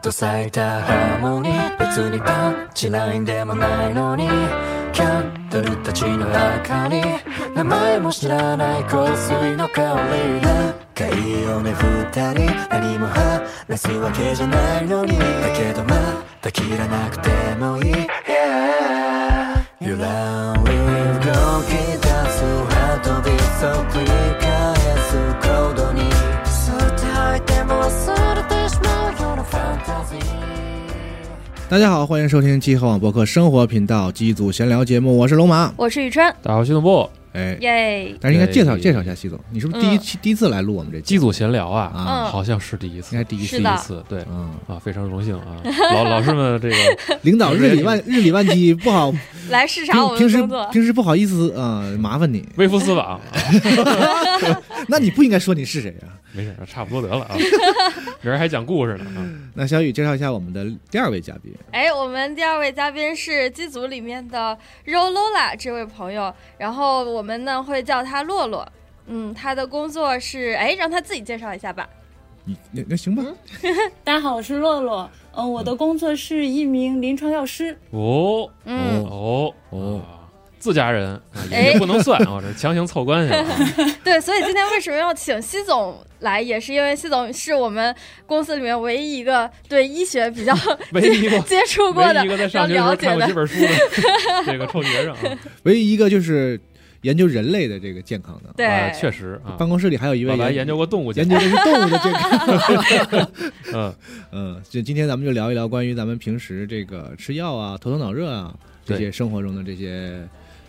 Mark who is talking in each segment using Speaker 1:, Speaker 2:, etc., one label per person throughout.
Speaker 1: と咲いたハーモニー別にパンチラインでもないのにキャンドルたちの中に名前も知らない香水の香り仲いいよね二人何も話すわけじゃないのにだけどまた切らなくてもいい Yeah You run with go 切らすハートビートを繰り返す行動に伝えても忘れてしまうようなファンタジー
Speaker 2: 大家好，欢迎收听集合网播客生活频道机组闲聊节目，我是龙马。
Speaker 3: 我是宇川，
Speaker 4: 大家好，徐总部
Speaker 2: 哎，
Speaker 3: 耶！
Speaker 2: 但是应该介绍
Speaker 4: 对
Speaker 2: 介绍一下习总，你是不是第一
Speaker 3: 嗯
Speaker 2: 期第一次来录我们这
Speaker 4: 机
Speaker 2: 期？
Speaker 4: 组闲聊啊，
Speaker 2: 啊，
Speaker 3: 嗯
Speaker 4: 好像是第一次，
Speaker 2: 应该第一次
Speaker 3: 是的
Speaker 4: 第一次，对
Speaker 2: 嗯，
Speaker 4: 啊，非常荣幸啊，老 老师们这个
Speaker 2: 领导日理万日理万机，不好，
Speaker 3: 来视察我
Speaker 2: 平平
Speaker 3: 们的
Speaker 2: 时
Speaker 3: 工作，
Speaker 2: 平时不好意思啊、麻烦 你。
Speaker 4: 微服私访， 啊
Speaker 2: 那你不应该说你是谁啊？
Speaker 4: 没事，差不多得 了啊，明儿还讲故事呢啊，
Speaker 2: 那小雨介绍一下我们的第二位嘉宾，
Speaker 3: 哎，我们第二位嘉宾是机组里面的 Rolola 这位朋友，然后我们呢会叫他洛洛。嗯，他的工作是，哎，让他自己介绍一下吧。
Speaker 2: 你那那行吧，
Speaker 3: 嗯
Speaker 5: 大家好，我是洛洛。嗯、我的工作是一名临床药师。
Speaker 4: 哦
Speaker 3: 嗯，
Speaker 4: 哦
Speaker 2: 哦
Speaker 4: 啊自家人啊
Speaker 3: 哎
Speaker 4: 也不能算啊，这强行凑关系了 啊，
Speaker 3: 对，所以今天为什么要请西总来，也是因为西总是我们公司里面唯一一个对医学比较
Speaker 4: 唯一一个
Speaker 3: 接触过
Speaker 4: 唯
Speaker 3: 的、
Speaker 4: 一一个在
Speaker 3: 比较了
Speaker 4: 上学的时候
Speaker 3: 解
Speaker 4: 看过
Speaker 3: 的
Speaker 4: 几。本书 的这个臭学生啊，
Speaker 2: 唯一一个就是研究人类的这个健康的。
Speaker 3: 对，
Speaker 4: 啊确实啊
Speaker 2: 办，公室里还有一位
Speaker 4: 老白
Speaker 2: 研
Speaker 4: 研究过动物
Speaker 2: 研
Speaker 4: 健
Speaker 2: 究
Speaker 4: 康，
Speaker 2: 的是动物的健康。
Speaker 4: 嗯，
Speaker 2: 嗯，就今天咱们就聊一聊关于咱们平时这个吃药啊、头疼脑热啊这
Speaker 4: 对
Speaker 2: 些生活中的这些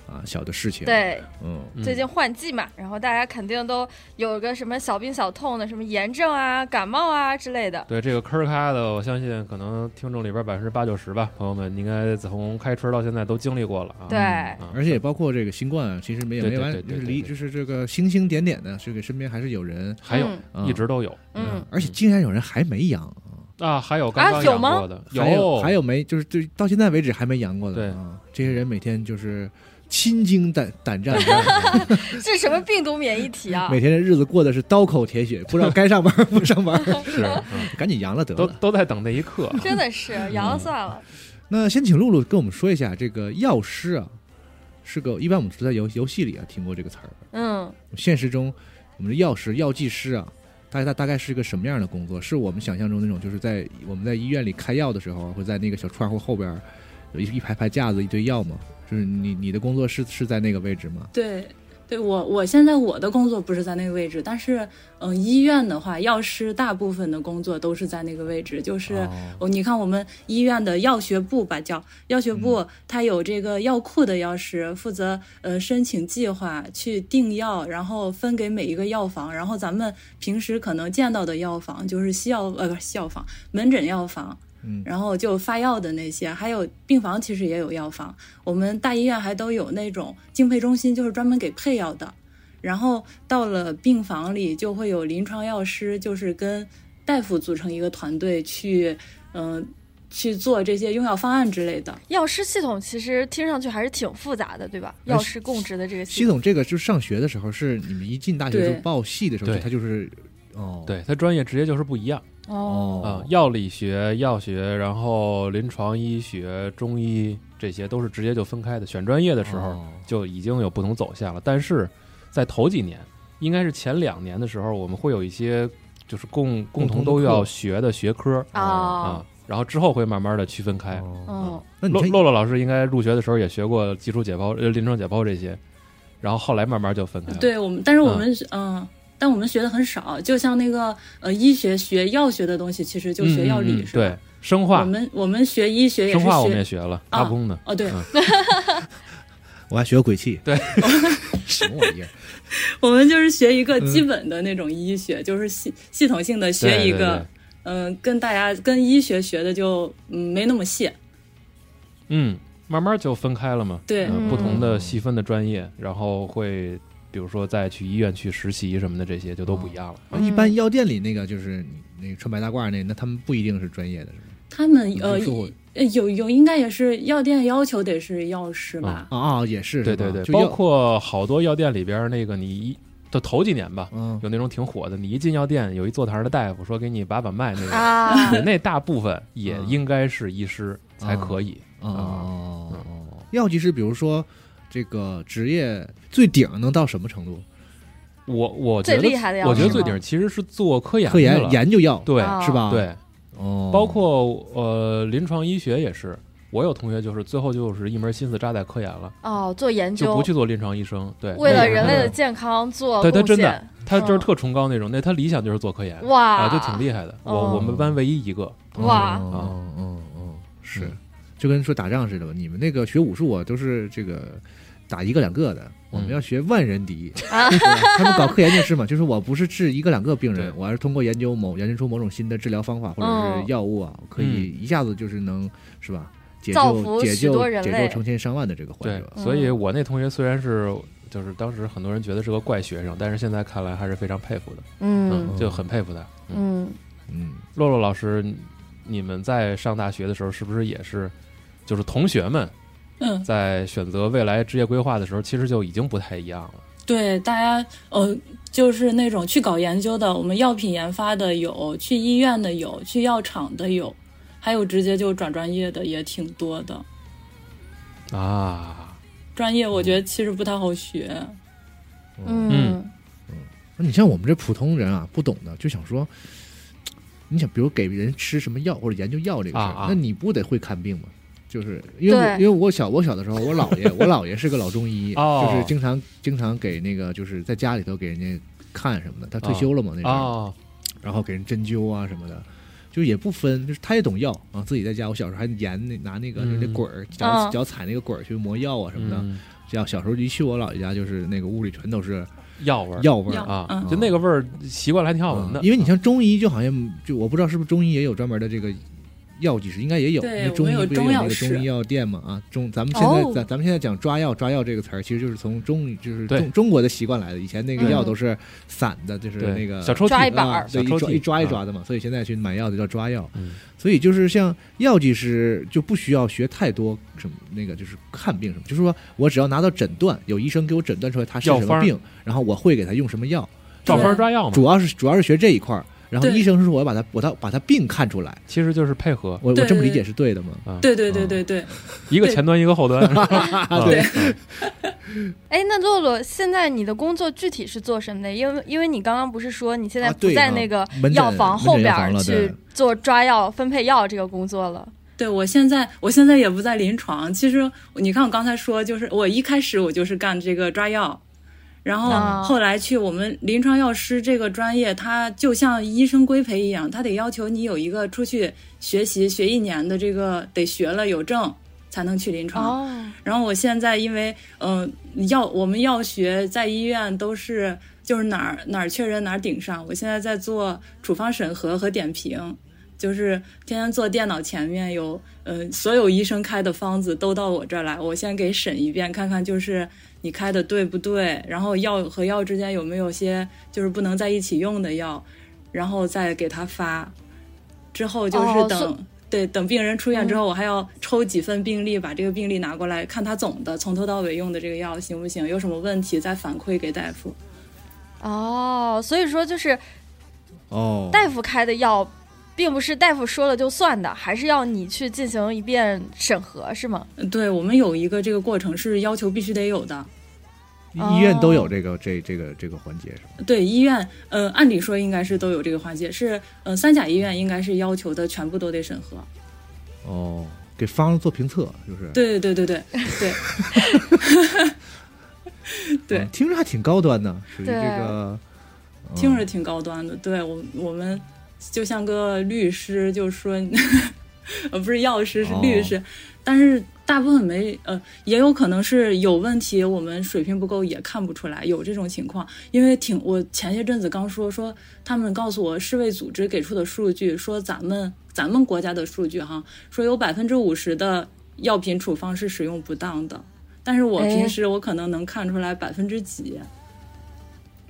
Speaker 2: 啊小的事情。，
Speaker 3: 对，
Speaker 2: 嗯，
Speaker 4: 嗯
Speaker 3: 最近换季嘛，然后大家肯定都有个什么小病小痛的，什么炎症啊、感冒啊之类的。
Speaker 4: 对这个坑儿咔的，我相信可能听众里边百分之八九十吧，朋友们应该从开春到现在都经历过了啊。
Speaker 3: 对，
Speaker 4: 啊
Speaker 2: 而且也包括这个新冠，啊其实没有
Speaker 4: 对
Speaker 2: 没完
Speaker 4: 对，对
Speaker 2: 就
Speaker 4: 对
Speaker 2: 是
Speaker 4: 对
Speaker 2: 离
Speaker 4: 对
Speaker 2: 就是这个星星点点的，这个身边还是有人，
Speaker 4: 还有、
Speaker 2: 嗯
Speaker 4: 一直都有
Speaker 3: 嗯，
Speaker 2: 而且竟然有人还没阳，
Speaker 4: 啊，还有刚刚
Speaker 3: 有吗
Speaker 4: 养过的，
Speaker 2: 还有
Speaker 4: 有
Speaker 2: 还有没就是对到现在为止还没阳过的，
Speaker 4: 对
Speaker 2: 啊，这些人每天就是心惊胆胆 战，
Speaker 3: 这是什么病毒免疫体啊
Speaker 2: 每？天的日子过得是刀口铁血，不知道该上班儿不上班儿，
Speaker 4: 是、嗯
Speaker 2: 赶紧阳了得
Speaker 4: 都
Speaker 2: 了。
Speaker 4: 都在等那一刻啊。
Speaker 3: 真的是阳了算了。
Speaker 2: 那先请露露跟我们说一下这个药师啊，是个一般我们是在游游戏里啊听过这个词儿，
Speaker 3: 嗯，
Speaker 2: 现实中我们的药师、药剂师啊，大大大概是一个什么样的工作？是我们想象中那种就是在我们在医院里开药的时候，啊会在那个小窗户后边儿有一一排排架子一堆药吗？就是你你的工作是是在那个位置吗？
Speaker 5: 对，对我我现在我的工作不是在那个位置，但是嗯、呃医院的话，药师大部分的工作都是在那个位置，就是。
Speaker 2: 哦
Speaker 5: 哦，你看我们医院的药学部吧，叫药学
Speaker 2: 嗯
Speaker 5: 部，它有这个药库的药师负责呃申请计划去定药，然后分给每一个药房。然后咱们平时可能见到的药房就是西药呃不是西药房，门诊药房。
Speaker 2: 嗯
Speaker 5: 然后就发药的那些，还有病房其实也有药房，我们大医院还都有那种竞配中心，就是专门给配药的。然后到了病房里，就会有临床药师，就是跟大夫组成一个团队去，嗯、去做这些用药方案之类的。
Speaker 3: 药师系统其实听上去还是挺复杂的，对吧？
Speaker 2: 哎
Speaker 3: 药师供职的这个
Speaker 2: 系
Speaker 3: 统，
Speaker 2: 统这个就是上学的时候，是你们一进大学
Speaker 5: 对
Speaker 2: 就报系的时候，
Speaker 4: 对
Speaker 2: 就它就是哦
Speaker 4: 对，它专业职业就是不一样啊、
Speaker 2: 哦
Speaker 4: 药理学、药学，然后临床医学、中医这些都是直接就分开的。选专业的时候，
Speaker 2: 哦
Speaker 4: 就已经有不同走向了。但是在头几年，应该是前两年的时候，我们会有一些就是共
Speaker 2: 共
Speaker 4: 共
Speaker 2: 同的
Speaker 4: 同都要
Speaker 2: 课
Speaker 4: 学的学科
Speaker 3: 啊
Speaker 5: 哦
Speaker 4: 啊，，然后之后会慢慢的区分开。
Speaker 2: 哦
Speaker 3: 嗯，
Speaker 2: 那你
Speaker 4: 洛
Speaker 2: 这
Speaker 4: 洛洛老师应该入学的时候也学过基础解剖、呃临床解剖这些，然后后来慢慢就分开了。
Speaker 5: 对我们，但是我们嗯。但我们学的很少，就像那个呃，医学学药学的东西，其实就
Speaker 4: 嗯，
Speaker 5: 学药
Speaker 4: 嗯
Speaker 5: 理、
Speaker 4: 嗯
Speaker 5: 是吧？
Speaker 4: 对，生
Speaker 5: 我
Speaker 4: 化，
Speaker 5: 们我们学医学也
Speaker 4: 生
Speaker 5: 是
Speaker 4: 化我们
Speaker 5: 学
Speaker 4: 也学了，
Speaker 5: 啊
Speaker 4: 阿公的。
Speaker 5: 哦，对，
Speaker 4: 嗯
Speaker 2: 我还学过鬼泣，
Speaker 4: 对，
Speaker 2: 什么玩意儿？
Speaker 5: 我们就是学一个基本的那种医学，就是系系统性的学
Speaker 4: 嗯
Speaker 5: 一
Speaker 4: 对对
Speaker 5: 个
Speaker 4: 对，
Speaker 5: 嗯、跟大家跟医学学的就嗯没那么细，
Speaker 4: 嗯，慢慢就分开了嘛。
Speaker 5: 对
Speaker 4: 嗯不同
Speaker 2: 嗯
Speaker 4: 的细分的专业，然后会比如说再去医院去实习什么的，这些就都不一样了。
Speaker 2: 啊
Speaker 3: 嗯
Speaker 2: 一般药店里那个就是你那个穿白大褂那，那他们不一定是专业嗯的，是吧？
Speaker 5: 他们
Speaker 2: 你
Speaker 5: 呃
Speaker 2: 听说过
Speaker 5: 呃有有应该也是药店要求得是药师吧，
Speaker 2: 啊啊，也是，
Speaker 4: 对
Speaker 2: 是吧
Speaker 4: 对对，
Speaker 2: 就
Speaker 4: 包
Speaker 2: 药
Speaker 4: 括好多药店里边儿那个你一就头几年吧，
Speaker 2: 嗯
Speaker 4: 有那种挺火的，你一进药店，有一坐台儿的大夫说给你把把脉那 种，
Speaker 3: 啊，
Speaker 4: 对，那大部分也
Speaker 2: 嗯
Speaker 4: 应该是医师才可以。
Speaker 2: 哦，
Speaker 4: 嗯
Speaker 2: 哦药剂师，比如说这个职业最顶能到什么程度？
Speaker 4: 我我觉
Speaker 3: 最
Speaker 4: 得
Speaker 3: 厉害的药
Speaker 4: 我觉得
Speaker 3: 师
Speaker 4: 最
Speaker 3: 吗
Speaker 4: 顶其实是做嗯科研
Speaker 2: 科
Speaker 4: 去
Speaker 2: 研
Speaker 4: 了，
Speaker 2: 研究药，
Speaker 4: 对
Speaker 3: 啊
Speaker 2: 是吧？，
Speaker 4: 对，
Speaker 2: 哦，
Speaker 4: 包括呃临床医学也是。我有同学就是最后就是一门心思扎在科研了，
Speaker 3: 哦，做研
Speaker 4: 就不
Speaker 3: 究，
Speaker 4: 去做临床医生。对，
Speaker 3: 为了
Speaker 4: 那个
Speaker 3: 人类的
Speaker 4: 是
Speaker 3: 健康做
Speaker 4: 对他
Speaker 3: 贡
Speaker 4: 真的
Speaker 3: 献，
Speaker 4: 他就是特崇高那种，那他理想就是做科研
Speaker 3: 哇，
Speaker 4: 啊，就挺厉害的。我
Speaker 3: 哦
Speaker 4: 我们班唯一一 个，
Speaker 3: 哇
Speaker 2: 嗯嗯嗯，是
Speaker 4: 嗯，
Speaker 2: 就跟说打仗似的吧。你们那个学武术啊，都是这个打一个两个的，我
Speaker 4: 嗯
Speaker 2: 们要学万人敌。
Speaker 3: 啊
Speaker 2: 对他们搞科研就是嘛，就是我不是治一个两个病人
Speaker 4: 对，
Speaker 2: 我而是通过研究某研究出某种新的治疗方法或者
Speaker 3: 嗯
Speaker 2: 是药物啊，可以一下子就是能是吧？解
Speaker 3: 造
Speaker 2: 救
Speaker 3: 福
Speaker 2: 解
Speaker 3: 许多
Speaker 2: 救
Speaker 3: 人
Speaker 2: 解
Speaker 3: 类
Speaker 2: 救成千上万的这个患
Speaker 4: 对
Speaker 2: 者，，
Speaker 3: 嗯
Speaker 4: 所以我那同学虽然是就是当时很多人觉得是个怪学生，但是现在看来还是非常佩服的，
Speaker 3: 嗯
Speaker 4: 嗯，就很佩服他。嗯，
Speaker 3: 嗯，
Speaker 2: 嗯，
Speaker 4: 洛洛老师，你你们在上大学的时候是不是也是，就是同学们
Speaker 5: 嗯，
Speaker 4: 在选择未来职业规划的时候，其实就已经不太一样了。
Speaker 5: 对，大家呃，就是那种去搞研究的，我们药品研发的有，去医院的有，去药厂的有，还有直接就转专业的也挺多的。
Speaker 4: 啊，
Speaker 5: 专业我觉
Speaker 2: 哦
Speaker 5: 得其实不太好学，
Speaker 2: 啊
Speaker 3: 嗯
Speaker 2: 那你像我们这普通人啊，不懂的就想说，你想比如给人吃什么药或者研究药这个事儿，
Speaker 4: 啊啊
Speaker 2: 那你不得会看病吗？就是因为我
Speaker 3: 对
Speaker 2: 因为我小我小的时候，我姥爷 我姥爷是个老中医，
Speaker 4: 哦
Speaker 2: 就是经常经常给那个就是在家里头给人家看什么的，他退休了嘛、那时候，
Speaker 4: 哦，
Speaker 2: 然后给人针灸啊什么的。就也不分，就是他也懂药啊，自己在家。我小时候还研那拿那个就是那
Speaker 4: 嗯
Speaker 2: 滚儿，脚、
Speaker 3: 啊
Speaker 2: 脚踩那个滚儿去磨药啊什么的。
Speaker 4: 嗯，
Speaker 2: 像小时候一去我姥爷家，就是那个屋里全都是
Speaker 4: 药味儿
Speaker 2: 药味儿嗯
Speaker 5: 药
Speaker 4: 啊
Speaker 5: 嗯，
Speaker 4: 就那个味儿习惯了还挺好闻的。啊
Speaker 2: 因为你像中医，就好像就我不知道是不是中医也有专门的这个药剂师，应该也有。
Speaker 5: 对
Speaker 2: 因为中医
Speaker 5: 我们有
Speaker 2: 不也有
Speaker 5: 中药
Speaker 2: 那个
Speaker 5: 室
Speaker 2: 中医药店嘛？啊，中咱们现在
Speaker 3: 哦
Speaker 2: 咱咱们现在讲抓药，抓药这个词儿其实就是从中就是
Speaker 4: 对
Speaker 2: 中中国的习惯来的。以前那个药
Speaker 3: 嗯
Speaker 2: 都是散的，就是
Speaker 4: 对
Speaker 2: 那个
Speaker 4: 小抽
Speaker 2: 啊
Speaker 4: 屉
Speaker 3: 抓一板儿
Speaker 2: 对，
Speaker 4: 小
Speaker 2: 一
Speaker 4: 抽
Speaker 2: 抓
Speaker 4: 屉啊
Speaker 2: 一抓一抓的嘛。所以现在去买药就叫抓药。
Speaker 4: 嗯
Speaker 2: 所以就是像药剂师就不需要学太多什么那个就是看病什么，就是说我只要拿到诊断，有医生给我诊断出来他是
Speaker 4: 药
Speaker 2: 什
Speaker 4: 方
Speaker 2: 么
Speaker 4: 儿哦
Speaker 2: 病，然后我会给他用什么药。
Speaker 4: 照方抓药嘛，
Speaker 2: 主要是主要是学这一块儿。然后
Speaker 5: 对
Speaker 2: 医生是说我要把他我他把他病看出来，
Speaker 4: 其实就是配合
Speaker 2: 我我
Speaker 5: 对
Speaker 2: 这么
Speaker 5: 对
Speaker 2: 理解是对的啊 吗？
Speaker 4: 啊，
Speaker 5: 对对对对对，
Speaker 4: 一个前端一个后端， 对，
Speaker 3: 哎，那洛洛，现在你的工作具体是做什么的？因为因为你刚刚不是说你现在
Speaker 2: 啊
Speaker 3: 不
Speaker 2: 对
Speaker 3: 在
Speaker 2: 啊
Speaker 3: 那个
Speaker 2: 门诊
Speaker 3: 药房
Speaker 2: 门
Speaker 3: 后
Speaker 2: 诊药
Speaker 3: 边
Speaker 2: 房
Speaker 3: 儿
Speaker 2: 了对
Speaker 3: 去做抓药、分配药这个工作了？
Speaker 5: 对我现在，我现在也不在临床。其实你看，我刚才说，就是我一开始我就是干这个抓药，然
Speaker 3: 啊
Speaker 5: 后后来去我们临床药师这个专业，它就像医生规培一样，它得要求你有一个出去学习学一年的这个得学了有证才能去临床。
Speaker 3: 哦，
Speaker 5: 然后我现在因为嗯、药我们药学在医院都是就是哪儿哪儿缺人哪儿顶上，我现在在做处方审核和点评，就是天天坐电脑前面有呃所有医生开的方子都到我这儿来，我先给审一遍，看看就是你开的对不对，然后药和药之间有没有些就是不能在一起用的药，然后再给他发，之后就是
Speaker 3: 哦
Speaker 5: 等。
Speaker 3: 所
Speaker 5: 对，等病人出院之后，我还要抽几份病例，把这个病例拿过来，看他总的从头到尾用的这个药行不行，有什么问题再反馈给大夫。
Speaker 3: 哦，所以说就是
Speaker 2: 哦，
Speaker 3: 大夫开的药，并不是大夫说了就算的，还是要你去进行一遍审核，是吗？
Speaker 5: 嗯对我们有一个这个过程是要求必须得有的。
Speaker 2: 医院都有这个这这个这个环节是吧？
Speaker 5: 对医院，呃，按理说应该是都有这个环节，是呃三甲医院应该是要求的全部都得审核。
Speaker 2: 哦，给方做评测就是
Speaker 5: 对对对对对对
Speaker 2: 嗯听着还挺高端的，属于这
Speaker 3: 对
Speaker 2: 个嗯
Speaker 5: 对，听着挺高端的。对我我们就像个律师，就说， 呃，不是药师是律师，但是大部分没呃，也有可能是有问题，我们水平不够也看不出来有这种情况。因为挺我前些阵子刚说说，他们告诉我世卫组织给出的数据，说咱们咱们国家的数据哈，说有百分之五十的药品处方是使用不当的。但是我
Speaker 3: 哎
Speaker 5: 平时我可能能看出来百分之几，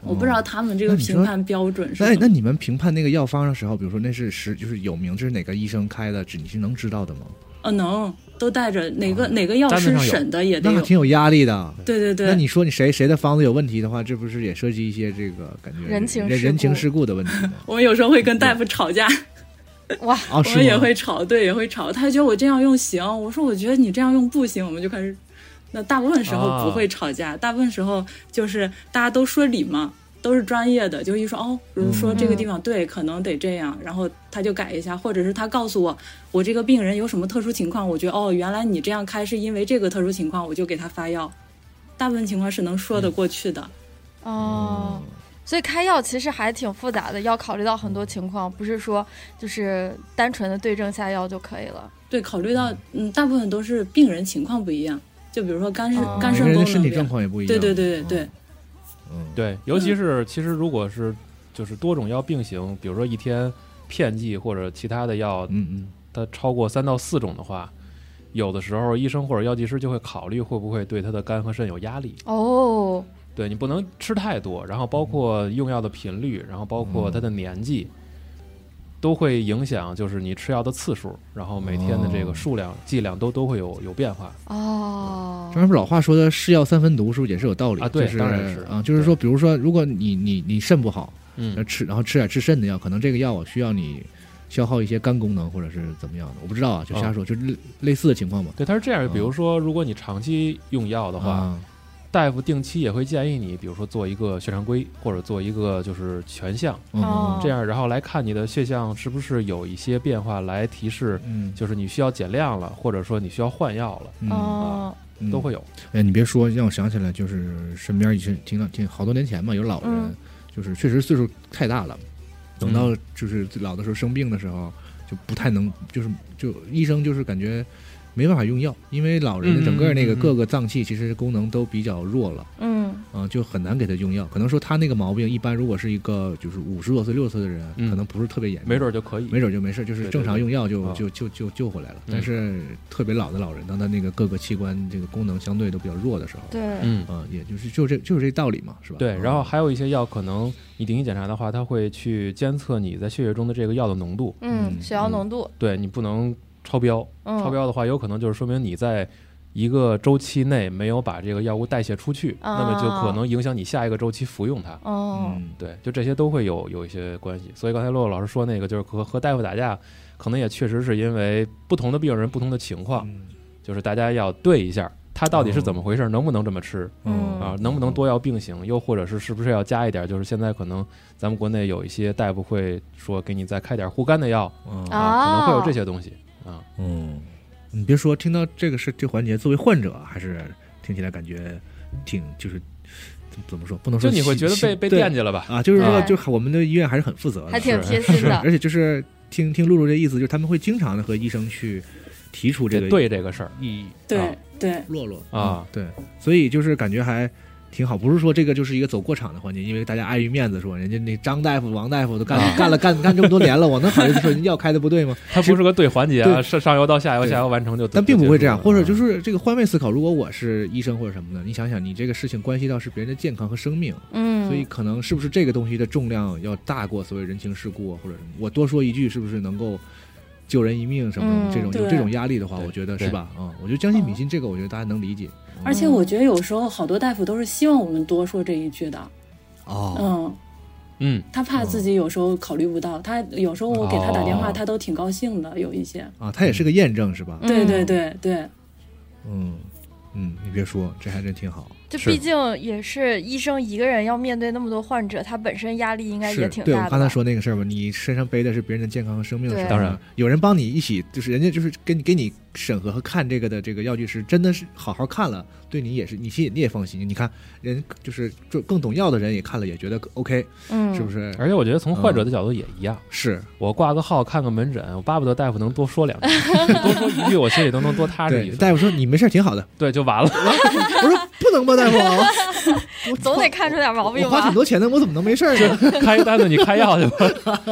Speaker 5: 我不知道他们这
Speaker 2: 那
Speaker 5: 个
Speaker 2: 你说
Speaker 5: 评判标准是
Speaker 2: 那
Speaker 5: 什
Speaker 2: 哎那
Speaker 5: 么。
Speaker 2: 你们评判那个药方的时候，比如说那是是就是有名，这是哪个医生开的，只你是能知道的吗？
Speaker 5: 呃，能都带着哪
Speaker 2: 哦
Speaker 5: 个哪个药
Speaker 4: 单子
Speaker 5: 师
Speaker 4: 上有
Speaker 5: 审的也得
Speaker 2: 那
Speaker 5: 有。
Speaker 2: 挺有压力的。
Speaker 5: 对对对，
Speaker 2: 那你说你谁谁的方子有问题的话，这不是也涉及一些这个感觉
Speaker 3: 人情
Speaker 2: 人
Speaker 3: 世
Speaker 2: 人情
Speaker 3: 故
Speaker 2: 世故的问题吗？
Speaker 5: 我们有时候会跟大夫吵架，
Speaker 3: 哇，
Speaker 2: 哦，
Speaker 5: 我
Speaker 2: 是
Speaker 5: 们也
Speaker 2: 吗
Speaker 5: 会吵，对，也会吵。他觉得我这样用行，我说我觉得你这样用不行，我们就开始。那大部分时
Speaker 2: 啊
Speaker 5: 候不会吵架，大部分时候就是大家都说理嘛，都是专业的，就一说哦，比如说这个地方、对，可能得这样，然后他就改一下，或者是他告诉我我这个病人有什么特殊情况，我觉得哦，原来你这样开是因为这个特殊情况，我就给他发药。大部分情况是能说得过去的，
Speaker 3: 哦
Speaker 2: 嗯，
Speaker 3: 所以开药其实还挺复杂的，要考虑到很多情况，不是说就是单纯的对症下药就可以了。
Speaker 5: 对，考虑到嗯，大部分都是病人情况不一样，就比如说肝肾、
Speaker 3: 哦
Speaker 5: 肝
Speaker 2: 每
Speaker 5: 肾
Speaker 2: 个人
Speaker 5: 功
Speaker 2: 的
Speaker 5: 能
Speaker 2: 身体
Speaker 5: 不一样
Speaker 2: 状况也不一样。
Speaker 5: 对对对对对，
Speaker 2: 嗯，
Speaker 4: 对，尤其是其实如果是就是多种药并行，比如说一天片剂或者其他的药，
Speaker 2: 嗯嗯，
Speaker 4: 它超过三到四种的话，有的时候医生或者药剂师就会考虑会不会对他的肝和肾有压力。
Speaker 3: 哦，
Speaker 4: 对你不能吃太多，然后包括用药的频率，然后包括他的年纪，都会影响就是你吃药的次数，然后每天的这个数量、剂量都都会有有变化。
Speaker 3: 哦
Speaker 2: 这，玩意儿老话说的“是药三分毒”，是不是也是有道理
Speaker 4: 啊对
Speaker 2: 就是
Speaker 4: 当然是
Speaker 2: 啊，就是说，比如说，如果你你你肾不好，然后
Speaker 4: 嗯，
Speaker 2: 吃然啊后吃点治肾的药，可能这个药我需要你消耗一些肝功能或者是怎么样的，我不知道啊，就
Speaker 4: 哦
Speaker 2: 瞎说，就是类类似的情况嘛。
Speaker 4: 对，它是这样。
Speaker 2: 嗯
Speaker 4: 比如说，如果你长期用药的话，
Speaker 2: 啊，
Speaker 4: 大夫定期也会建议你，比如说做一个血常规，或者做一个就是全项，
Speaker 2: 嗯
Speaker 3: 哦
Speaker 4: 这样然后来看你的血项是不是有一些变化，来提示
Speaker 2: 嗯
Speaker 4: 就是你需要减量了，或者说你需要换药了，
Speaker 2: 嗯
Speaker 3: 哦，
Speaker 2: 嗯
Speaker 4: 都会有。
Speaker 2: 哎，你别说，让我想起来，就是身边以前听到听好多年前嘛，有老人，
Speaker 3: 嗯
Speaker 2: 就是确实岁数太大了，等
Speaker 4: 嗯
Speaker 2: 到就是老的时候生病的时候，就不太能，就是就医生就是感觉没办法用药，因为老人的整个那个
Speaker 4: 嗯嗯嗯嗯
Speaker 2: 各个脏器其实功能都比较弱了，
Speaker 3: 嗯，
Speaker 2: 啊、就很难给他用药。可能说他那个毛病，一般如果是一个就是五十多岁、六十岁的人，
Speaker 4: 嗯
Speaker 2: 可能不是特别严重，
Speaker 4: 没准儿就可以，
Speaker 2: 没准儿就没事儿，就是
Speaker 4: 对对
Speaker 2: 正常用药就
Speaker 4: 啊
Speaker 2: 就就就救回来了。
Speaker 4: 嗯
Speaker 2: 但是特别老的老人，当他那个各个器官这个功能相对都比较弱的时候，
Speaker 3: 对，
Speaker 4: 嗯，
Speaker 2: 啊，也就是就这就是这道理嘛，是吧？
Speaker 4: 对，
Speaker 2: 嗯
Speaker 4: 然后还有一些药，可能你定期检查的话，它会去监测你在血液中的这个药的浓度，
Speaker 3: 嗯，
Speaker 2: 嗯
Speaker 3: 血药浓度，
Speaker 4: 对你不能超
Speaker 2: 哦
Speaker 4: 标，
Speaker 3: 嗯，
Speaker 4: 超标的话，有可能就是说明你在一个周期内没有把这个药物代谢出去，那么就
Speaker 2: 哦
Speaker 4: 可能影响你下一个周期服用它。
Speaker 3: 哦，
Speaker 2: 嗯，
Speaker 4: 对，就这些都会有有一些关系。所以刚才洛洛老师说那个，就是和和大夫打架，可能也确实是因为不同的病人、不同的情况，
Speaker 2: 嗯
Speaker 4: 就是大家要对一下，他到
Speaker 2: 哦
Speaker 4: 底是怎么回事，能不能这么吃。
Speaker 3: 嗯
Speaker 4: 啊，能不能多药并行？又或者是是不是要加一点儿？就是现在可能咱们国内有一些大夫会说给你再开点护肝的药
Speaker 2: 啊？
Speaker 4: 啊，可能会有
Speaker 3: 哦
Speaker 4: 这些东西啊。
Speaker 2: 嗯，你别说，听到这个是这环节，作为患者啊还是听起来感觉挺就是怎么怎么说，不能
Speaker 4: 就
Speaker 2: 说
Speaker 4: 你会觉得被
Speaker 2: 心
Speaker 4: 被
Speaker 2: 哦对
Speaker 4: 惦记了吧？
Speaker 2: 啊，就是说，
Speaker 3: 对
Speaker 2: 就是我们的医院还是很负责的，
Speaker 3: 还挺
Speaker 4: 是
Speaker 3: 贴心的，
Speaker 2: 而且就是听听露露这意思，就是他们会经常的和医生去提出这
Speaker 4: 得
Speaker 2: 个
Speaker 4: 对这个事儿
Speaker 2: 意
Speaker 5: 对、
Speaker 4: 啊
Speaker 5: 对，
Speaker 2: 落落
Speaker 4: 啊，
Speaker 2: 对，所以就是感觉还挺好，不是说这个就是一个走过场的环节，因为大家碍于面子说，人家那张大夫、王大夫都干、
Speaker 4: 啊
Speaker 2: 干了干干这么多年了，我能好意思说人家药开的不对吗？
Speaker 4: 它不是个对环节啊，
Speaker 2: 对
Speaker 4: 上上游到下游，
Speaker 2: 对
Speaker 4: 下游完成就。
Speaker 2: 但并不会这样，
Speaker 4: 就嗯
Speaker 2: 或
Speaker 4: 结束了
Speaker 2: 者就是这个换位思考，如果我是医生或者什么的，你想想，你这个事情关系到是别人的健康和生命，
Speaker 3: 嗯，
Speaker 2: 所以可能是不是这个东西的重量要大过所谓人情世故啊，或者什么？我多说一句，是不是能够救人一命什么什么？
Speaker 3: 嗯
Speaker 2: 这种有
Speaker 5: 对
Speaker 2: 这种压力的话，
Speaker 4: 对
Speaker 2: 我觉得
Speaker 4: 对
Speaker 2: 是吧？啊，我觉得将心比心，这个我觉得大家能理解。
Speaker 5: 而
Speaker 4: 嗯
Speaker 5: 且我觉得有时候好多大夫都是希望我们多说这一句的，
Speaker 2: 哦，
Speaker 5: 嗯，
Speaker 4: 嗯，
Speaker 5: 他怕自己有时候考虑不到，他有时候我给他打电话，
Speaker 4: 哦
Speaker 5: 他都挺高兴的，有一些，
Speaker 2: 啊，它也是个验证，是吧？
Speaker 3: 嗯
Speaker 5: 对对对对，
Speaker 2: 嗯嗯，你别说，这还真挺好。
Speaker 3: 就是毕竟也是医生一个人要面对那么多患者，他本身压力应该也
Speaker 2: 是
Speaker 3: 挺
Speaker 2: 对我
Speaker 3: 大的吧。
Speaker 2: 刚才说那个事儿吧，你身上背的是别人的健康和生命的时候，
Speaker 3: 对
Speaker 4: 当然
Speaker 2: 有人帮你一起，就是人家就是给你给你审核和看这个的这个药剂师，真的是好好看了，对你也是，你心你也放心。你看人就是就更懂药的人也看了，也觉得 OK，
Speaker 3: 嗯，
Speaker 2: 是不是？
Speaker 4: 而且我觉得从患
Speaker 2: 嗯
Speaker 4: 者的角度也一样，
Speaker 2: 是
Speaker 4: 我挂个号看个门诊，我巴不得大夫能多说两句， 多说一句，我心里都能多踏实一
Speaker 2: 对。
Speaker 4: 分。
Speaker 2: 大夫说你没事儿挺好的，
Speaker 4: 对，就完了。
Speaker 2: 我说不能吧，大夫，啊 我
Speaker 3: 总得看出点毛病
Speaker 2: 我花挺
Speaker 3: 吧？
Speaker 2: 多钱的，我怎么能没事儿呢？
Speaker 4: 开一单子，你开药去吧。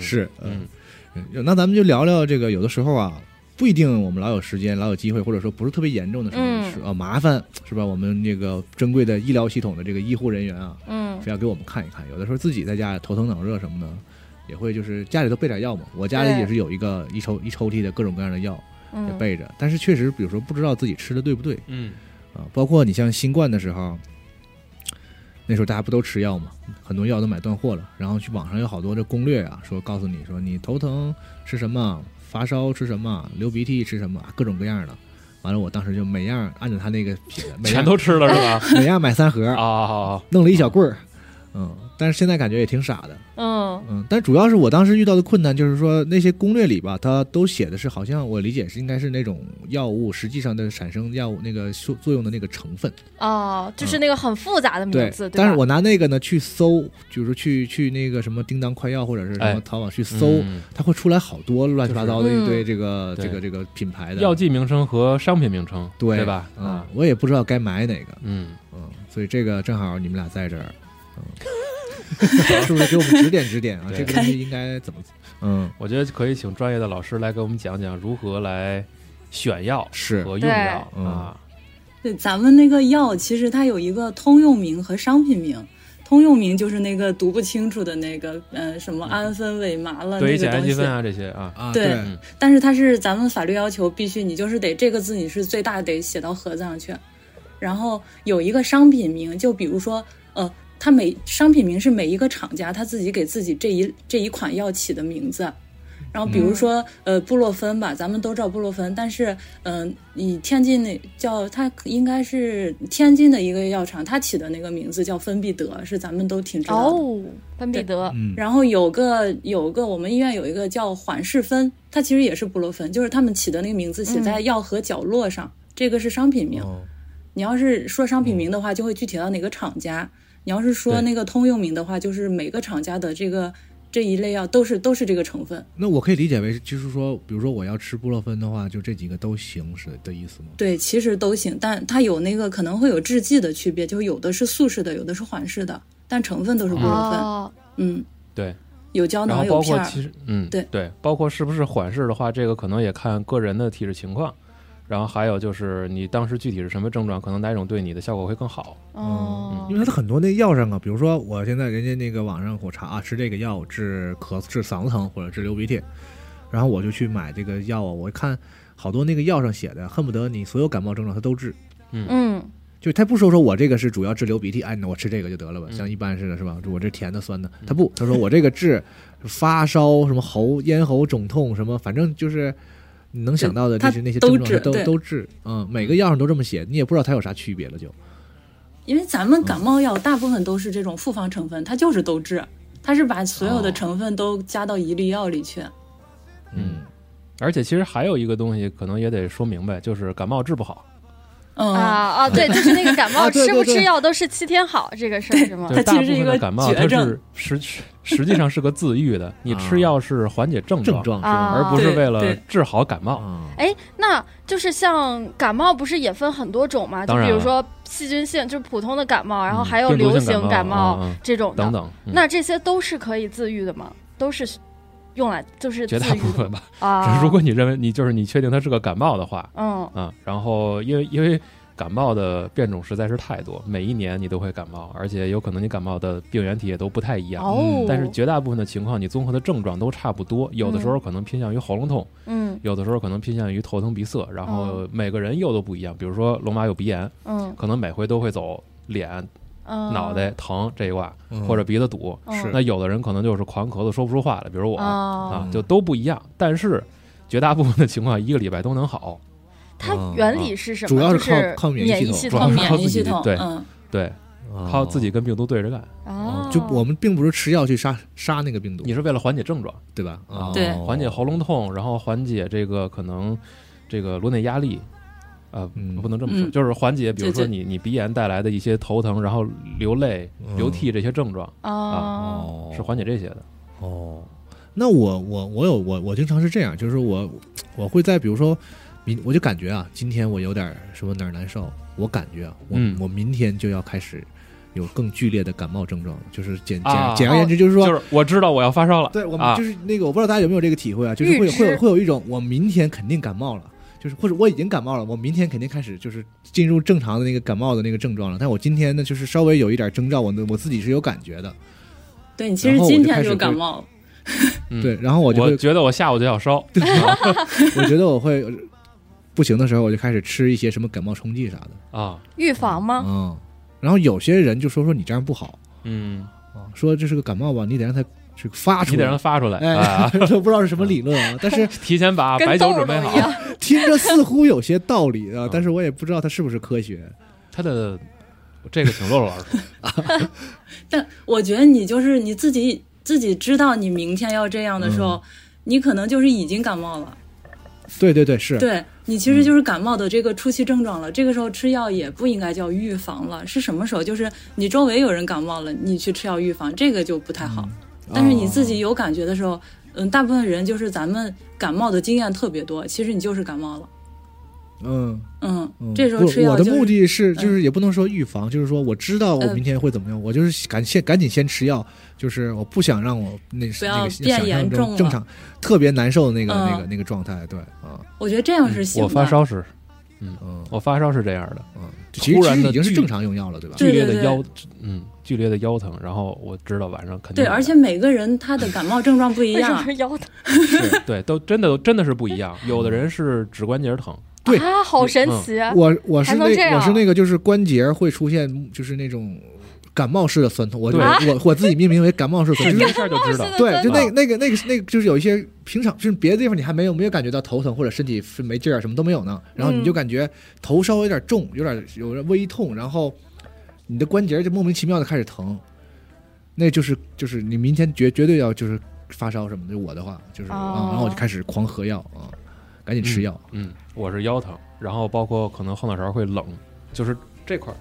Speaker 2: 是，嗯
Speaker 4: 嗯。
Speaker 2: 那咱们就聊聊这个，有的时候啊，不一定我们老有时间、老有机会，或者说不是特别严重的时候，
Speaker 3: 嗯
Speaker 2: 是啊麻烦是吧？我们这个珍贵的医疗系统的这个医护人员啊，
Speaker 3: 嗯，
Speaker 2: 非要给我们看一看。有的时候自己在家头疼脑热什么的，也会就是家里都备点药嘛。我家里
Speaker 3: 对
Speaker 2: 也是有一个一抽一抽屉的各种各样的药也
Speaker 3: 嗯，
Speaker 2: 备着，但是确实比如说不知道自己吃的对不对
Speaker 4: 嗯
Speaker 2: 啊。包括你像新冠的时候，那时候大家不都吃药嘛，很多药都买断货了，然后去网上有好多这攻略啊，说告诉你说你头疼吃什么，发烧吃什么，流鼻涕吃什么，各种各样的。完了，我当时就每样按照他那个品，每样
Speaker 4: 全都吃了是吧？
Speaker 2: 每样买三盒
Speaker 4: 啊，好好好
Speaker 2: 弄了一小棍儿，嗯，但是现在感觉也挺傻的，
Speaker 3: 嗯，
Speaker 2: 嗯，但主要是我当时遇到的困难就是说那些攻略里吧，它都写的是好像我理解是应该是那种药物实际上的产生药物那个作作用的那个成分，
Speaker 3: 哦，就是那个很复杂的名字，对
Speaker 2: 嗯
Speaker 3: 吧
Speaker 2: 但是我拿那个呢去搜，就是去去那个什么叮当快药或者是什
Speaker 4: 哎
Speaker 2: 么淘宝去搜，
Speaker 4: 嗯
Speaker 2: 它会出来好多乱七八糟的
Speaker 3: 就是
Speaker 2: 一堆这个、
Speaker 4: 对
Speaker 2: 这个这个品牌的
Speaker 4: 药剂名称和商品名称，
Speaker 2: 对
Speaker 4: 对吧？
Speaker 2: 啊
Speaker 4: 啊，，
Speaker 2: 我也不知道该买哪个，
Speaker 4: 嗯，
Speaker 2: 嗯，所以这个正好你们俩在这儿， 嗯，是不是给我们指点指点啊？
Speaker 4: 对
Speaker 2: 这个东西应该怎么？嗯，
Speaker 4: 我觉得可以请专业的老师来给我们讲讲如何来选药
Speaker 2: 是
Speaker 4: 和用药
Speaker 2: 对嗯
Speaker 4: 啊。
Speaker 5: 对，咱们那个药其实它有一个通用名和商品名。通用名就是那个读不清楚的那个，呃，什么氨酚、伪麻了
Speaker 4: 嗯对
Speaker 5: 那
Speaker 4: 乙
Speaker 5: 个
Speaker 4: 酰氨
Speaker 5: 东
Speaker 4: 基
Speaker 5: 西
Speaker 4: 酚。啊这些啊，
Speaker 2: 啊，
Speaker 5: 对
Speaker 2: 对
Speaker 4: 嗯
Speaker 5: 但是它是咱们法律要求，必须你就是得这个字你是最大得写到盒子上去。然后有一个商品名，就比如说，呃，它每商品名是每一个厂家他自己给自己这一这一款药起的名字。然后比如说，呃，布洛芬吧，咱们都知道布洛芬，但是，嗯、以天津那叫它应该是天津的一个药厂，它起的那个名字叫芬必得，是咱们都挺知道的。
Speaker 3: 哦，芬必得，
Speaker 2: 嗯，
Speaker 5: 然后有个有个我们医院有一个叫缓释芬，它其实也是布洛芬，就是他们起的那个名字写在
Speaker 4: 嗯
Speaker 5: 药盒角落上，这个是商品名。
Speaker 2: 哦
Speaker 5: 你要是说商品名的话，就会具体到哪个厂家；你要是说
Speaker 4: 对
Speaker 5: 那个通用名的话，就是每个厂家的这个这一类药都是都是这个成分。
Speaker 2: 那我可以理解为就是说，比如说我要吃布洛芬的话，就这几个都行是的意思吗？
Speaker 5: 对，其实都行，但它有那个可能会有制剂的区别，就是有的是速释的，有的是缓释的，但成分都是布洛芬。
Speaker 3: 哦，
Speaker 5: 嗯，
Speaker 4: 对，
Speaker 5: 有胶
Speaker 4: 然后
Speaker 5: 囊，有
Speaker 4: 包
Speaker 5: 片
Speaker 4: 括
Speaker 5: 儿。
Speaker 4: 其实嗯
Speaker 5: 对
Speaker 4: 对，包括是不是缓释的话，这个可能也看个人的体质情况。然后还有就是你当时具体是什么症状，可能哪种对你的效果会更好。
Speaker 2: 嗯
Speaker 3: 哦
Speaker 2: 因为它很多那药上啊，比如说我现在人家那个网上我查啊，吃这个药治咳治嗓子疼或者治流鼻涕，然后我就去买这个药啊，我看好多那个药上写的，恨不得你所有感冒症状它都治，
Speaker 3: 嗯，
Speaker 2: 就他不说说我这个是主要治流鼻涕，哎，那我吃这个就得了吧，
Speaker 4: 嗯
Speaker 2: 像一般似的，是吧？我这甜的、酸的，他不，他说我这个治发烧、什么喉咽喉肿痛什么，反正就是你能想到的，
Speaker 5: 对
Speaker 2: 就是那些
Speaker 5: 他
Speaker 2: 症
Speaker 5: 都
Speaker 2: 状
Speaker 5: 治
Speaker 2: 他都
Speaker 5: 对
Speaker 2: 都治，嗯，每个药上都这么写，你也不知道它有啥区别了就，
Speaker 5: 因为咱
Speaker 2: 嗯
Speaker 5: 们感冒药大部分都是这种复方成分，它就是都治，它是把所有的成分都加到一粒药里去。
Speaker 4: 嗯，而且其实还有一个东西，可能也得说明白，就是感冒治不好，
Speaker 5: 嗯，
Speaker 3: 啊啊，对，就是那个感冒
Speaker 2: 啊对
Speaker 3: 吃不
Speaker 2: 对对
Speaker 3: 吃药都是七天好这个事儿是吗
Speaker 4: 就
Speaker 5: 对？
Speaker 4: 是大
Speaker 5: 它其
Speaker 4: 部
Speaker 5: 实是一
Speaker 4: 分
Speaker 5: 个
Speaker 4: 的感冒它
Speaker 5: 绝症
Speaker 4: 是实实实际上是个自愈的，你吃药是缓解症
Speaker 2: 症状
Speaker 4: 状，
Speaker 2: 是
Speaker 3: 啊
Speaker 2: 吧？
Speaker 4: 而不是
Speaker 5: 对
Speaker 4: 为了
Speaker 5: 对
Speaker 4: 治好感冒。嗯
Speaker 2: 啊，
Speaker 3: 哎，那就是像感冒，不是也分很多种嘛？就
Speaker 4: 当然
Speaker 3: 比如
Speaker 4: 了
Speaker 3: 说细菌性，就是普通的感冒，然后
Speaker 4: 嗯
Speaker 3: 还有
Speaker 4: 病毒
Speaker 3: 流
Speaker 4: 性
Speaker 3: 行
Speaker 4: 感
Speaker 3: 冒
Speaker 4: 冒嗯嗯
Speaker 3: 这种的
Speaker 4: 等。等，嗯
Speaker 3: 那这些都是可以自愈的吗？都是用来就是
Speaker 4: 绝
Speaker 3: 自
Speaker 4: 大
Speaker 3: 愈
Speaker 4: 部
Speaker 3: 的
Speaker 4: 分吧。？
Speaker 3: 啊
Speaker 4: 如果你认为你就是你确定它是个感冒的话
Speaker 3: 嗯
Speaker 4: 啊，然后因为因为感冒的变种实在是太多，每一年你都会感冒，而且有可能你感冒的病原体也都不太一样。
Speaker 3: 哦，
Speaker 4: 嗯但是绝大部分的情况，你综合的症状都差不多，有的时候可能偏向于喉咙痛，
Speaker 3: 嗯
Speaker 4: 有的时候可能偏向于头疼鼻塞，然后每个人又都不一样。比如说龙马有鼻炎，
Speaker 3: 嗯
Speaker 4: 可能每回都会走脸、
Speaker 3: 嗯，
Speaker 4: 脑袋疼这一挂，
Speaker 2: 嗯
Speaker 4: 或者鼻子堵。
Speaker 3: 嗯
Speaker 2: 是
Speaker 4: 那有的人可能就是狂咳嗽说不出话来，比如我，
Speaker 3: 哦
Speaker 4: 啊，
Speaker 2: 嗯
Speaker 4: 就都不一样。但是绝大部分的情况，一个礼拜都能好。
Speaker 3: 它
Speaker 2: 嗯
Speaker 4: 啊
Speaker 3: 原理是什么？
Speaker 2: 主要
Speaker 3: 就是
Speaker 2: 靠靠免疫
Speaker 3: 免
Speaker 2: 系统
Speaker 3: 疫系
Speaker 4: 主
Speaker 5: 靠
Speaker 4: 要
Speaker 3: 统
Speaker 4: 是靠
Speaker 5: 免疫
Speaker 4: 自己
Speaker 5: 系统，
Speaker 4: 对
Speaker 5: 嗯，
Speaker 4: 对，靠自己跟病毒对着干。
Speaker 3: 啊
Speaker 2: 哦。，就我们并不是吃药去杀杀那个病毒
Speaker 4: 你，是为了缓解症状，
Speaker 2: 对吧？
Speaker 4: 啊
Speaker 2: 哦
Speaker 5: 对
Speaker 4: 缓解喉咙痛，然后缓解这个可能这个颅内压力。呃，
Speaker 2: 嗯
Speaker 4: 不能这么说，
Speaker 5: 嗯
Speaker 4: 就是缓解，比如说
Speaker 5: 对对
Speaker 4: 你你鼻炎带来的一些头疼，然后流泪、
Speaker 2: 嗯
Speaker 4: 流涕这些症状，
Speaker 3: 啊，
Speaker 2: 哦
Speaker 4: 是缓解这些的。
Speaker 2: 哦，那我我我有我我经常是这样，就是我我会在比如说明我就感觉啊，今天我有点什么哪儿难受，我感觉啊我、
Speaker 4: 嗯
Speaker 2: 我明天就要开始有更剧烈的感冒症状了，就是简简、
Speaker 4: 啊
Speaker 2: 简而言之就是说。
Speaker 4: 就是我知道我要发烧了，
Speaker 2: 对，我们
Speaker 4: 啊
Speaker 2: 就是那个，我不知道大家有没有这个体会啊，就是会
Speaker 3: 预
Speaker 2: 有
Speaker 3: 知
Speaker 2: 会有会有一种我明天肯定感冒了，就是或者我已经感冒了，我明天肯定开始就是进入正常的那个感冒的那个症状了。但我今天呢，就是稍微有一点征兆，我我自己是有感觉的，
Speaker 5: 对你其实
Speaker 2: 然后我
Speaker 5: 今
Speaker 2: 就开
Speaker 5: 天
Speaker 2: 始
Speaker 5: 就感
Speaker 2: 会
Speaker 5: 冒，
Speaker 4: 嗯
Speaker 2: 对，，然后我
Speaker 4: 我
Speaker 2: 就会
Speaker 4: 觉得我下午就 要烧，
Speaker 2: 我觉得我会呃不行的时候，我就开始吃一些什么感冒冲剂啥的。
Speaker 4: 啊，
Speaker 3: 预防吗？
Speaker 2: 嗯，然后有些人就说说你这样不好
Speaker 4: 嗯，
Speaker 2: 啊，说这是个感冒吧，你得让它这个发出
Speaker 4: 你得让它
Speaker 2: 来。
Speaker 4: 发出 来，
Speaker 2: 哎
Speaker 4: 啊，，
Speaker 2: 这不知道是什么理论啊，但是
Speaker 4: 提前把白
Speaker 3: 跟
Speaker 4: 酒
Speaker 3: 豆
Speaker 4: 准
Speaker 3: 豆
Speaker 4: 备好
Speaker 3: 一。样，
Speaker 2: 听着似乎有些道理啊
Speaker 4: 嗯，
Speaker 2: 但是我也不知道它是不是科学。
Speaker 4: 他的这个请洛洛老师说，
Speaker 5: 但我觉得你就是你自己自己知道你明天要这样的时候，
Speaker 2: 嗯
Speaker 5: 你可能就是已经感冒了，
Speaker 2: 对对对，是，嗯
Speaker 5: 对你其实就是感冒的这个初期症状了。这个时候吃药也不应该叫预防了，是什么时候？就是你周围有人感冒了，你去吃药预防，这个就不太好。
Speaker 2: 嗯
Speaker 5: 但是你自己有感觉的时候，嗯，大部分人就是咱们感冒的经验特别多，其实你就是感冒了，
Speaker 2: 嗯，
Speaker 5: 嗯，
Speaker 2: 嗯
Speaker 5: 这时候
Speaker 2: 不
Speaker 5: 吃
Speaker 2: 我
Speaker 5: 药
Speaker 2: 的
Speaker 5: 就是
Speaker 2: 目的是，
Speaker 5: 嗯
Speaker 2: 就是也不能说预防，就是说我知道我
Speaker 5: 嗯
Speaker 2: 明天会怎么样，我就是赶先赶紧先吃药，就是我不想让我那
Speaker 5: 不
Speaker 2: 那
Speaker 5: 要
Speaker 2: 个
Speaker 5: 变
Speaker 2: 想象
Speaker 5: 严重
Speaker 2: 中
Speaker 5: 了
Speaker 2: 正常特别难受的那个
Speaker 5: 嗯
Speaker 2: 那个那个状态，对啊，
Speaker 5: 我觉得这样是行
Speaker 4: 我
Speaker 5: 的。
Speaker 4: 发烧是，
Speaker 2: 嗯
Speaker 4: 我发烧是这样的，
Speaker 2: 嗯，其实
Speaker 4: 突然
Speaker 2: 其实
Speaker 4: 的
Speaker 2: 已经是
Speaker 4: 剧
Speaker 2: 正常用药了，对吧？
Speaker 5: 对
Speaker 4: 剧烈的
Speaker 5: 对
Speaker 4: 腰，嗯，剧烈的腰疼，然后我知道晚上肯定
Speaker 5: 对，而且每个人他的感冒症状 不一
Speaker 3: 为 什
Speaker 5: 样
Speaker 3: 么，腰疼
Speaker 4: 对都真的真的是不一样，有的人是指关节疼，
Speaker 2: 对
Speaker 3: 啊？好神
Speaker 4: 嗯
Speaker 3: 奇啊！
Speaker 2: 我我是
Speaker 3: 还能这
Speaker 2: 那
Speaker 3: 样
Speaker 2: 我是那个就是关节会出现就是那种感冒式的酸痛，我我
Speaker 4: 对
Speaker 5: 啊
Speaker 2: 我我自己命名为感冒式酸
Speaker 4: 是
Speaker 2: 痛，就
Speaker 4: 没
Speaker 2: 是
Speaker 4: 事儿就知道
Speaker 3: 冒 似，的
Speaker 2: 对，就那
Speaker 4: 啊
Speaker 2: 那个那个那个就是有一些平常就是别的地方你还没有没有感觉到头疼或者身体是没劲儿啊什么都没有呢，然后你就
Speaker 3: 嗯
Speaker 2: 感觉头稍微有点重，有点有点微痛，然后你的关节就莫名其妙的开始疼，那就是就是你明天绝绝对要就是发烧什么的，就我的话就是
Speaker 3: 哦
Speaker 2: 啊，然后我就开始狂喝药啊，赶紧吃药，
Speaker 4: 嗯，我是腰疼，然后包括可能后脑勺会冷，就是这块儿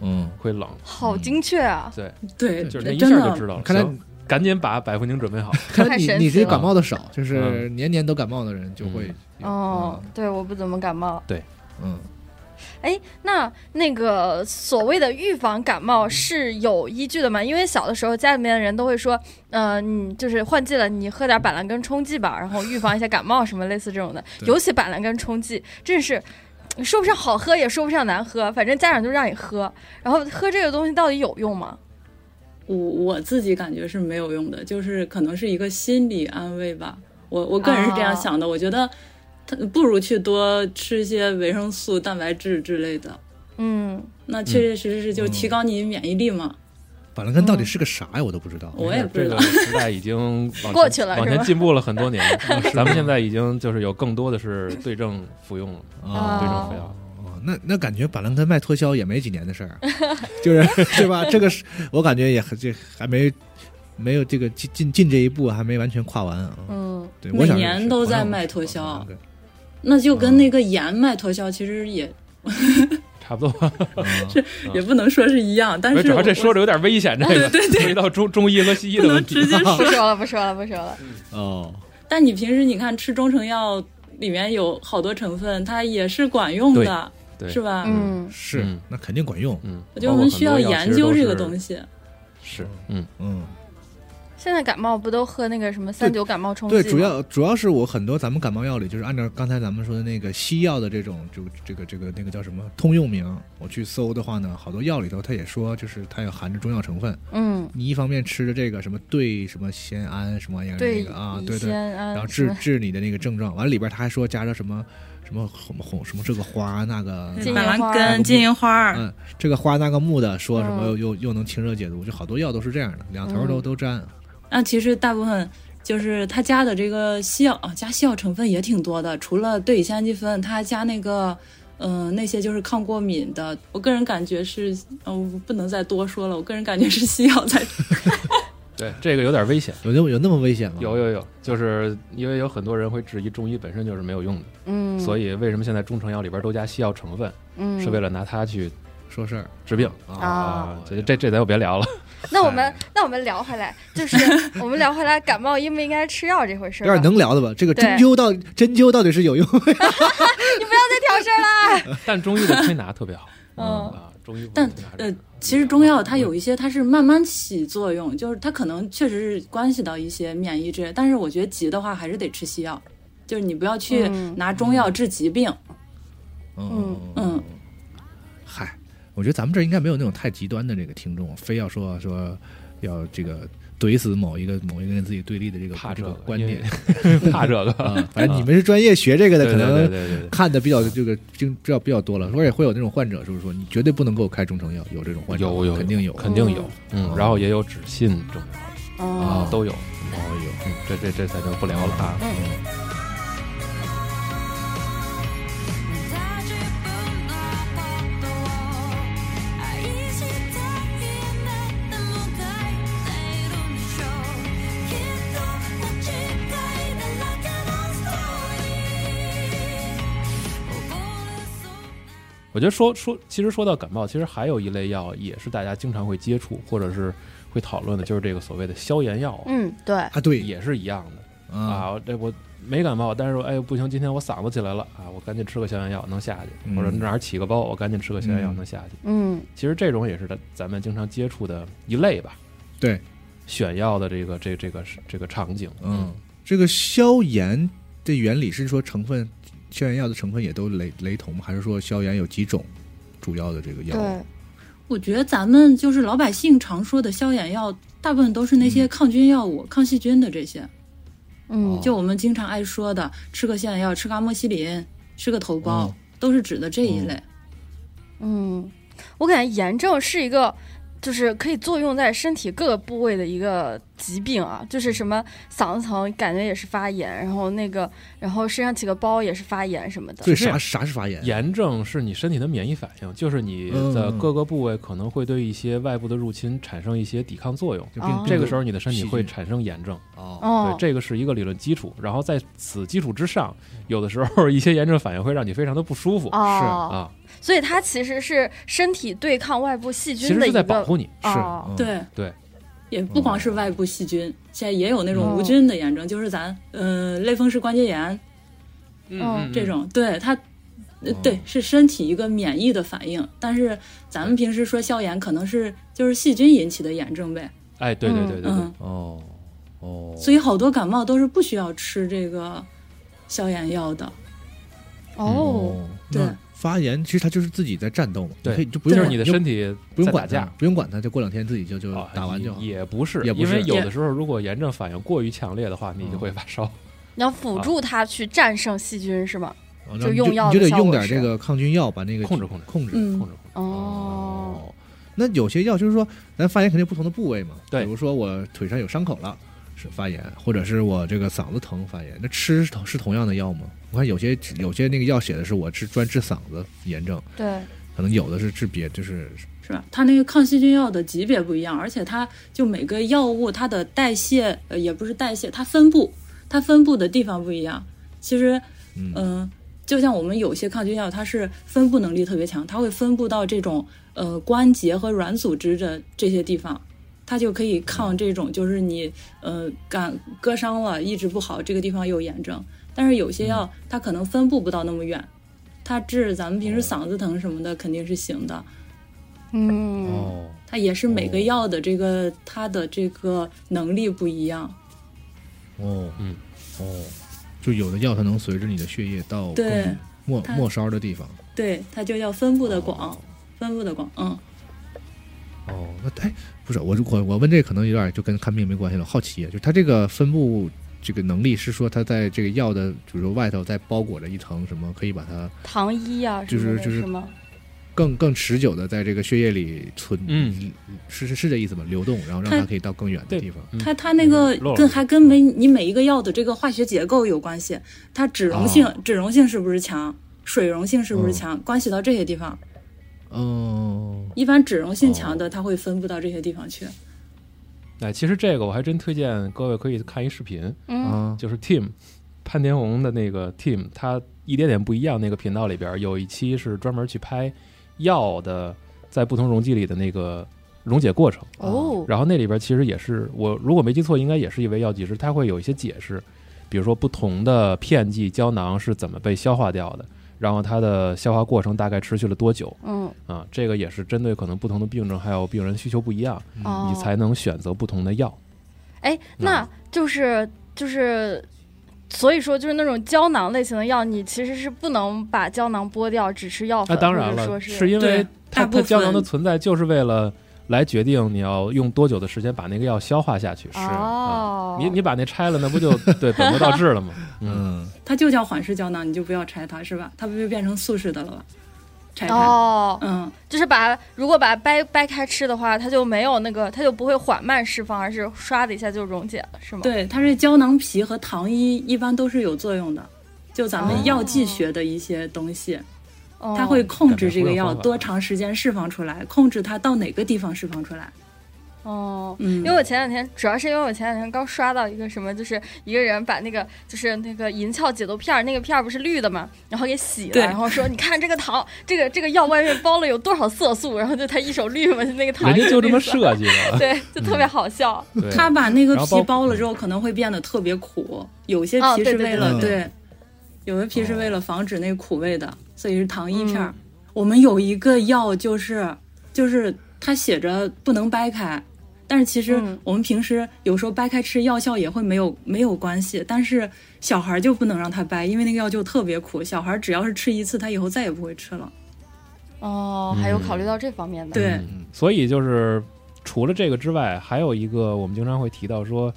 Speaker 2: 嗯，
Speaker 4: 会冷，
Speaker 3: 好精确啊！
Speaker 4: 对，
Speaker 5: 对，
Speaker 4: 就是那
Speaker 5: 真
Speaker 4: 一下
Speaker 5: 的
Speaker 4: 就知道了。
Speaker 2: 看来
Speaker 4: 行赶紧把百福宁准备好，
Speaker 2: 看来
Speaker 3: 太
Speaker 2: 你
Speaker 3: 神
Speaker 2: 你
Speaker 3: 奇
Speaker 2: 这
Speaker 3: 了
Speaker 2: 感冒嗯的少，
Speaker 4: 嗯
Speaker 2: 就是年年都感冒的人就会有
Speaker 3: 哦，对，我不怎么感冒。
Speaker 2: 嗯，
Speaker 3: 哎，那那个所谓的预防感冒是有依据的吗？因为小的时候家里面的人都会说，呃，你就是换季了，你喝点板蓝根冲剂吧，然后预防一下感冒什么类似这种的。
Speaker 2: 对
Speaker 3: 尤其板蓝根冲剂，真是嗯说不上好喝，也说不上难喝，反正家长就让你喝。然后喝这个东西到底有用吗？
Speaker 5: 我我自己感觉是没有用的，就是可能是一个心理安慰吧。我我个人是这样想的，我觉得它不如去多吃一些维生素、蛋白质之类的。
Speaker 3: 嗯，
Speaker 5: 那确确实实是就提高你免疫力嘛。
Speaker 2: 板蓝根到底
Speaker 3: 嗯
Speaker 2: 是个啥哎呀？我都不知道。
Speaker 5: 我也不
Speaker 4: 这
Speaker 5: 知道
Speaker 4: 个，时代已经往前
Speaker 3: 过去了
Speaker 4: 往
Speaker 3: 是
Speaker 4: 前
Speaker 3: 吧
Speaker 4: 进步了很多年。 咱们现在已经就是有更多的是对症服用了，
Speaker 3: 啊
Speaker 4: 对症服药。
Speaker 2: 哦，那那感觉板蓝根卖脱销也没几年的事儿，啊就是对吧？这个是我感觉也还这还没没有这个进进进这一步，还没完全跨完啊。
Speaker 3: 嗯，
Speaker 2: 对，
Speaker 5: 每
Speaker 2: 我小时候
Speaker 5: 年
Speaker 2: 是
Speaker 5: 都
Speaker 2: 我
Speaker 5: 在
Speaker 2: 小时候
Speaker 5: 卖
Speaker 2: 是
Speaker 5: 脱销
Speaker 2: 板蓝根
Speaker 5: 那就跟那个盐卖脱销其实也、
Speaker 4: 差不多，嗯
Speaker 5: 也不能说是一样，但
Speaker 4: 没
Speaker 5: 是
Speaker 4: 主要
Speaker 5: 我啊
Speaker 4: 这说着有点危险，这个
Speaker 5: 对对
Speaker 4: 回到中中医和西医的问题啊
Speaker 5: 直。接
Speaker 3: 不
Speaker 5: 说。
Speaker 3: 说了，不说了，不说了。
Speaker 2: 哦，
Speaker 5: 但你平时你看吃中成药里面有好多成分，它也是管用的，
Speaker 4: 对对
Speaker 5: 是吧？
Speaker 3: 嗯，
Speaker 2: 是
Speaker 4: 嗯，
Speaker 2: 那肯定管用。
Speaker 4: 嗯，
Speaker 5: 我觉得我们需要研究这个东
Speaker 4: 西。
Speaker 5: 西。
Speaker 4: 是，嗯，
Speaker 2: 嗯，
Speaker 3: 现在感冒不都喝那个什么三九感冒冲剂吗？
Speaker 2: 对，主要主要是我很多咱们感冒药里，就是按照刚才咱们说的那个西药的这种，就这个这个那个叫什么通用名，我去搜的话呢，好多药里头它也说，就是它也含着中药成分。
Speaker 3: 嗯，
Speaker 2: 你一方面吃着这个什么对什么酰胺什么玩意儿
Speaker 3: 对
Speaker 2: 那个啊，
Speaker 3: 乙
Speaker 2: 对对，
Speaker 3: 酰胺
Speaker 2: 然后
Speaker 3: 什
Speaker 2: 治
Speaker 3: 么
Speaker 2: 治你的那个症状，完了里边他还说加着什么什么红红什么这个花那个
Speaker 3: 金银
Speaker 5: 板蓝
Speaker 3: 花
Speaker 5: 根、金银花儿，
Speaker 2: 嗯这个花那个木的，说什么
Speaker 3: 嗯
Speaker 2: 又又又能清热解毒，就好多药都是这样的，两头都
Speaker 3: 嗯
Speaker 2: 都沾。啊
Speaker 5: 那其实大部分就是它加的这个西药啊，加西药成分也挺多的，除了对乙酰氨基酚，它还加那个。嗯、那些就是抗过敏的。我个人感觉是，嗯、我不能再多说了。我个人感觉是西药在，
Speaker 4: 对，这个有点危险。
Speaker 2: 有那么有那么危险吗？
Speaker 4: 有有有，就是因为有很多人会质疑中医本身就是没有用的，
Speaker 3: 嗯，
Speaker 4: 所
Speaker 3: 以
Speaker 4: 以为什么现在中成药里边都加西药成分，
Speaker 3: 嗯
Speaker 4: 是为了拿哦它去
Speaker 2: 说事儿
Speaker 4: 治病
Speaker 5: 哦
Speaker 3: 啊
Speaker 4: 这这这咱就别聊了。
Speaker 3: 那我们那我们聊回来，就是 我们聊回来感冒应不应该吃药这回事
Speaker 2: 有
Speaker 3: 儿吧。
Speaker 2: 点能聊的吧？这个
Speaker 3: 对
Speaker 2: 针灸到针灸到底是有用？
Speaker 3: 你不要再挑事儿了。
Speaker 4: 但中医的推拿特别好，
Speaker 3: 嗯
Speaker 4: 啊，中医不
Speaker 5: 哦但
Speaker 4: 推拿
Speaker 5: 呃
Speaker 4: 这个，
Speaker 5: 其实中药它有一些它是慢慢起作用，就是它可能确实是关系到一些免疫之类，但是我觉得急的话还是得吃西药，就是你不要去
Speaker 3: 嗯
Speaker 5: 拿中药治疾病。
Speaker 2: 嗯嗯，嗨，我觉得咱们这儿应该没有那种太极端的这个听众，非要说说要这个怼死某一个某一个跟自己对立的这个
Speaker 4: 怕
Speaker 2: 这
Speaker 4: 这
Speaker 2: 个
Speaker 4: 个
Speaker 2: 观点
Speaker 4: 怕这 个，
Speaker 2: 啊。反正你们是专业学这个的，
Speaker 4: 对
Speaker 2: 可
Speaker 4: 对对
Speaker 2: 能
Speaker 4: 对对对，
Speaker 2: 看的比较这个经比较比较多了，而且会有那种患者，是不是说你绝对不能给我开中成药？有这种患者，
Speaker 4: 有有
Speaker 2: 肯定有，哦
Speaker 4: 肯定有，嗯，然后也有只信中药
Speaker 5: 哦，
Speaker 4: 啊都有，
Speaker 2: 哦有。
Speaker 4: 嗯，这这这咱就不聊了啊。
Speaker 6: 「た自分のことを愛していないでも書いているんでしょう」「きっと間違いだらけのストーリー」
Speaker 4: 我
Speaker 6: 「溺れそうな」
Speaker 4: 觉得说说，其实说到感冒，其实还有一类药也是大家经常会接触或者是会讨论的，就是这个所谓的消炎药啊，
Speaker 3: 嗯，对，
Speaker 2: 啊，对，
Speaker 4: 也是一样的
Speaker 2: 啊，
Speaker 4: 啊。我这我没感冒，但是我哎不行，今天我嗓子起来了啊，我赶紧吃个消炎药能下去，
Speaker 2: 嗯
Speaker 4: 或者哪儿起个包，我赶紧吃个消炎药
Speaker 2: 嗯
Speaker 4: 能下去。
Speaker 3: 嗯
Speaker 4: 其实这种也是咱咱们经常接触的一类吧，
Speaker 2: 对，
Speaker 4: 选药的这个这这个这个场景，
Speaker 2: 嗯，这个消炎的原理是说成分，消炎药的成分也都雷雷同吗？还是说消炎有几种主要的这个药物？
Speaker 3: 对，
Speaker 5: 我觉得咱们就是老百姓常说的消炎药，大部分都是那些抗菌药物、抗细菌的这些，
Speaker 3: 嗯
Speaker 5: 就我们经常爱说的，吃个消炎药，吃个阿莫西林，吃个头孢，
Speaker 3: 哦
Speaker 2: 嗯
Speaker 5: 都是指的这一类。
Speaker 3: 嗯，我感觉炎症是一个。就是可以作用在身体各个部位的一个疾病啊，就是什么嗓子疼感觉也是发炎，然后那个，然后身上起个包也是发炎什么的。
Speaker 2: 对，
Speaker 4: 是这
Speaker 2: 啥
Speaker 4: 样
Speaker 2: 啥是发炎？
Speaker 4: 炎症是你身体的免疫反应，就是你的各个部位可能会对一些外部的入侵产生一些抵抗作用。
Speaker 2: 就
Speaker 3: 哦
Speaker 2: 病
Speaker 4: 这个时
Speaker 2: 候
Speaker 4: 候你的身体会
Speaker 2: 细菌
Speaker 4: 产生炎症，
Speaker 2: 哦，
Speaker 3: 哦
Speaker 4: 对，，这个是一个理论基础。然后在此基础之上，有的时候一些炎症反应会让你非常的不舒服
Speaker 3: 哦，
Speaker 4: 啊，
Speaker 3: 所以它其实是身体对抗外部细
Speaker 4: 其
Speaker 3: 菌
Speaker 4: 实
Speaker 3: 的一
Speaker 4: 是
Speaker 3: 个
Speaker 4: 在保护你。
Speaker 2: 是
Speaker 3: 哦，
Speaker 2: 嗯
Speaker 5: 对
Speaker 4: 对，
Speaker 5: 也不光是外部细菌，现在也有那种无菌的炎症，就是咱呃类风湿关节炎
Speaker 3: 嗯
Speaker 5: 这种，对它。呃
Speaker 2: 哦
Speaker 5: 对，是身体一个免疫的反应，但是咱们平时说消炎，可能是就是细菌引起的炎症呗。
Speaker 4: 哎，对对对对对
Speaker 5: 嗯，，
Speaker 2: 哦哦，
Speaker 5: 所以好多感冒都是不需要吃这个消炎药的。
Speaker 3: 哦，
Speaker 2: 那
Speaker 5: 对
Speaker 2: 发炎其实它就是自己在战斗嘛，你
Speaker 4: 对
Speaker 2: 可以你就不
Speaker 4: 就
Speaker 2: 用
Speaker 4: 是
Speaker 2: 管
Speaker 4: 你的
Speaker 2: 就
Speaker 4: 身体
Speaker 2: 不用
Speaker 4: 在
Speaker 2: 管
Speaker 4: 打
Speaker 2: 它
Speaker 4: 架，。
Speaker 2: 不用管它，就过两天自己就就
Speaker 4: 啊
Speaker 2: 打完就好。
Speaker 4: 也也不是，
Speaker 2: 也不
Speaker 4: 因为
Speaker 2: 是嗯
Speaker 4: 有的时候如果炎症反应过于强烈的话，你就会发烧。
Speaker 3: 你要辅助它去战胜细菌是吗？
Speaker 2: 然后
Speaker 3: 就
Speaker 2: 哦你
Speaker 3: 用药
Speaker 2: 你就
Speaker 3: 的
Speaker 2: 得
Speaker 3: 效
Speaker 2: 用
Speaker 3: 果
Speaker 2: 点
Speaker 3: 是
Speaker 2: 这个抗菌药，把那个
Speaker 4: 控制控制
Speaker 2: 控制。
Speaker 5: 嗯
Speaker 4: 控制控制。
Speaker 3: 哦，
Speaker 2: 那有些药就是说，咱发炎肯定有不同的部位嘛。
Speaker 4: 对
Speaker 2: 比如说我腿上有伤口了是发炎，或者是我这个嗓子疼发炎，那吃是同是同样的药吗？我看有些有些那个药写的是我治专治嗓子炎症，
Speaker 3: 对，
Speaker 2: 可能有的是治别就是
Speaker 5: 是吧？它那个抗细菌药的级别不一样，而且它就每个药物它的代谢，呃，也不是代谢，它分布，它分布的地方不一样。其实，
Speaker 2: 嗯
Speaker 5: 嗯、就像我们有些抗菌药，它是分布能力特别强，它会分布到这种呃关节和软组织的这些地方，它就可以抗这种就是你呃感割伤了医治不好，这个地方有炎症。但是有些药它可能分布不到那么远，它治咱们平时嗓子疼什么的肯定是行的。
Speaker 3: 嗯，
Speaker 2: 哦
Speaker 5: 它也是每个药的这个它的这个能力不一样，
Speaker 2: 哦
Speaker 4: 嗯
Speaker 2: 哦，就有的药它能随着你的血液到
Speaker 5: 对
Speaker 2: 更末
Speaker 5: 它
Speaker 2: 末梢的地方。
Speaker 5: 对，它就叫分布的广，分布的广，嗯，
Speaker 2: 哦，那哎，不是我我我问这可能有点就跟看病没关系了，好奇啊，就是它这个分布这个能力是说它在这个药的，比如说外头再包裹着一层什么，可以把它
Speaker 3: 糖衣啊什
Speaker 2: 就
Speaker 3: 么
Speaker 2: 是
Speaker 3: 的，
Speaker 2: 就是
Speaker 3: 吗？
Speaker 2: 更更持久的在这个血液里存，
Speaker 4: 嗯，
Speaker 2: 是是是这意思吗？流动，然后让
Speaker 5: 它
Speaker 2: 它可以到更远的
Speaker 4: 对
Speaker 2: 地方。
Speaker 4: 嗯
Speaker 5: 它它那个
Speaker 4: 嗯漏了
Speaker 5: 跟还跟每你每一个药的这个化学结构有关系，它脂溶性、脂溶性是不是强，水溶性是不是强，关系到这些地方。
Speaker 2: 哦，
Speaker 5: 一般脂溶性强的，它会分布到这些地方去。
Speaker 4: 哎，其实这个我还真推荐各位可以看一视频，
Speaker 3: 嗯，
Speaker 2: 啊，
Speaker 4: 就是 Team 潘天红的那个 Team，他一点点不一样那个频道里边有一期是专门去拍药的在不同溶剂里的那个溶解过程。
Speaker 3: 哦，
Speaker 4: 然后那里边其实也是我如果没记错，应该也是一位药剂师，他会有一些解释，比如说不同的片剂胶囊是怎么被消化掉的，然后它的消化过程大概持续了多久
Speaker 3: 嗯，
Speaker 4: 啊？这个也是针对可能不同的病症还有病人需求不一样，
Speaker 3: 哦，
Speaker 4: 你才能选择不同的药。
Speaker 3: 哎，那就是就是所以说，就是那种胶囊类型的药，你其实是不能把胶囊剥掉，只吃药
Speaker 4: 那
Speaker 3: 粉。
Speaker 4: 啊当然
Speaker 3: 或者
Speaker 4: 了，
Speaker 3: 说
Speaker 4: 是因为
Speaker 5: 对
Speaker 4: 它
Speaker 5: 大部
Speaker 4: 它
Speaker 5: 分
Speaker 4: 胶囊的存在就是为了来决定你要用多久的时间把那个药消化下去。是
Speaker 3: 哦
Speaker 4: 啊，你你把那拆了，那不就对本末倒置 了吗？嗯，
Speaker 2: 嗯，
Speaker 5: 它就叫缓释胶囊，你就不要拆它，是吧？它不就变成速式的了吧？拆它，
Speaker 3: 哦，
Speaker 5: 嗯，
Speaker 3: 就是把如果把它掰掰开吃的话，它就没有那个，它就不会缓慢释放，而是唰的一下就溶解了，是吗？，
Speaker 5: 对，它是胶囊皮和糖衣一般都是有作用的，就咱
Speaker 3: 哦
Speaker 5: 们药剂学的一些东西，
Speaker 3: 哦、
Speaker 5: 它会控制这个
Speaker 4: 感觉会有啊
Speaker 5: 药
Speaker 4: 方法
Speaker 5: 多长时间释放出来，控制它到哪个地方释放出来。
Speaker 3: 哦。
Speaker 5: 嗯，
Speaker 3: 因为我前两天，主要是因为我前两天刚刷到一个什么，就是一个人把那个就是那个银翘解毒片儿，那个片儿不是绿的嘛，然后给洗了，
Speaker 5: 对
Speaker 3: 然后说你看这个糖，这个这个药外面包了有多少色素，然后就他一手绿嘛，就那个糖
Speaker 4: 人
Speaker 3: 一
Speaker 4: 家
Speaker 3: 手
Speaker 4: 就这
Speaker 3: 绿
Speaker 4: 么
Speaker 3: 色，
Speaker 4: 设计 嗯的。
Speaker 3: 对，就特别好笑。
Speaker 4: 对，
Speaker 5: 它把那个
Speaker 4: 然后包
Speaker 5: 皮剥了之后，可能会变得特别苦。有些
Speaker 3: 哦
Speaker 5: 皮
Speaker 3: 对
Speaker 5: 是
Speaker 3: 对
Speaker 5: 为
Speaker 3: 对
Speaker 5: 了、
Speaker 2: 对
Speaker 5: 有的皮是为了防止那苦味的，所以是糖衣片儿。
Speaker 3: 嗯
Speaker 5: 我们有一个药，就是就是它写着不能掰开，但是其实
Speaker 3: 嗯
Speaker 5: 我们平时有时候掰开吃，药效也会没有没有关系。但是小孩儿就不能让他掰，因为那个药就特别苦。小孩儿只要是吃一次，他以后再也不会吃了。
Speaker 3: 哦，还有考虑到这方面的。
Speaker 5: 对
Speaker 4: 嗯所以就是除了这个之外，还有一个我们经常会提到说，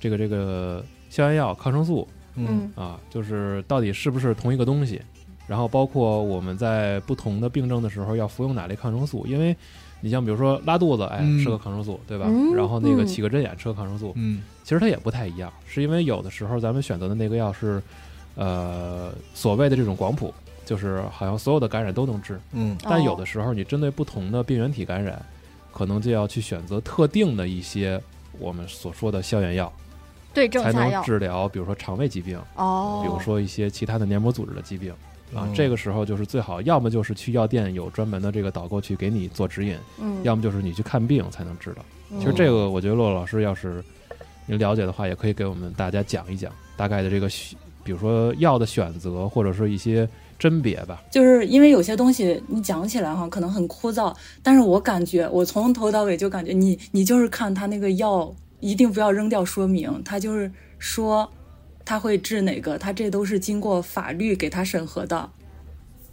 Speaker 4: 这个这个消炎药、抗生素
Speaker 2: 嗯
Speaker 3: 嗯
Speaker 4: 啊，就是到底是不是同一个东西？然后包括我们在不同的病症的时候要服用哪类抗生素，因为你像比如说拉肚子，哎，
Speaker 2: 嗯
Speaker 4: 吃个抗生素，对吧？
Speaker 3: 嗯
Speaker 4: 然后那个
Speaker 3: 嗯
Speaker 4: 起个针眼吃个抗生素，
Speaker 2: 嗯
Speaker 4: 其实它也不太一样，是因为有的时候咱们选择的那个药是，呃，所谓的这种广谱，就是好像所有的感染都能
Speaker 3: 哦
Speaker 4: 治，
Speaker 2: 嗯
Speaker 4: 但有的时候，你针对不同的病原体感染，可能就要去选择特定的一些我们所说的消炎药，
Speaker 3: 对症
Speaker 4: 才
Speaker 3: 下
Speaker 4: 能
Speaker 3: 药
Speaker 4: 治疗，比如说肠胃疾病，
Speaker 3: 哦，
Speaker 4: 比如说一些其他的黏膜组织的疾病啊
Speaker 2: 哦。
Speaker 4: 这个时候就是最好，要么就是去药店有专门的这个导购去给你做指引，
Speaker 3: 嗯，
Speaker 4: 要么就是你去看病才能知道。
Speaker 3: 嗯
Speaker 4: 其实这个，我觉得洛洛老师要是您了解的话，也可以给我们大家讲一讲大概的这个需，比如说药的选择，或者说一些甄别吧。
Speaker 5: 就是因为有些东西你讲起来哈，可能很枯燥，但是我感觉我从头到尾就感觉你你就是看他那个药，一定不要扔掉说明，他就是说他会治哪个，他这都是经过法律给他审核的。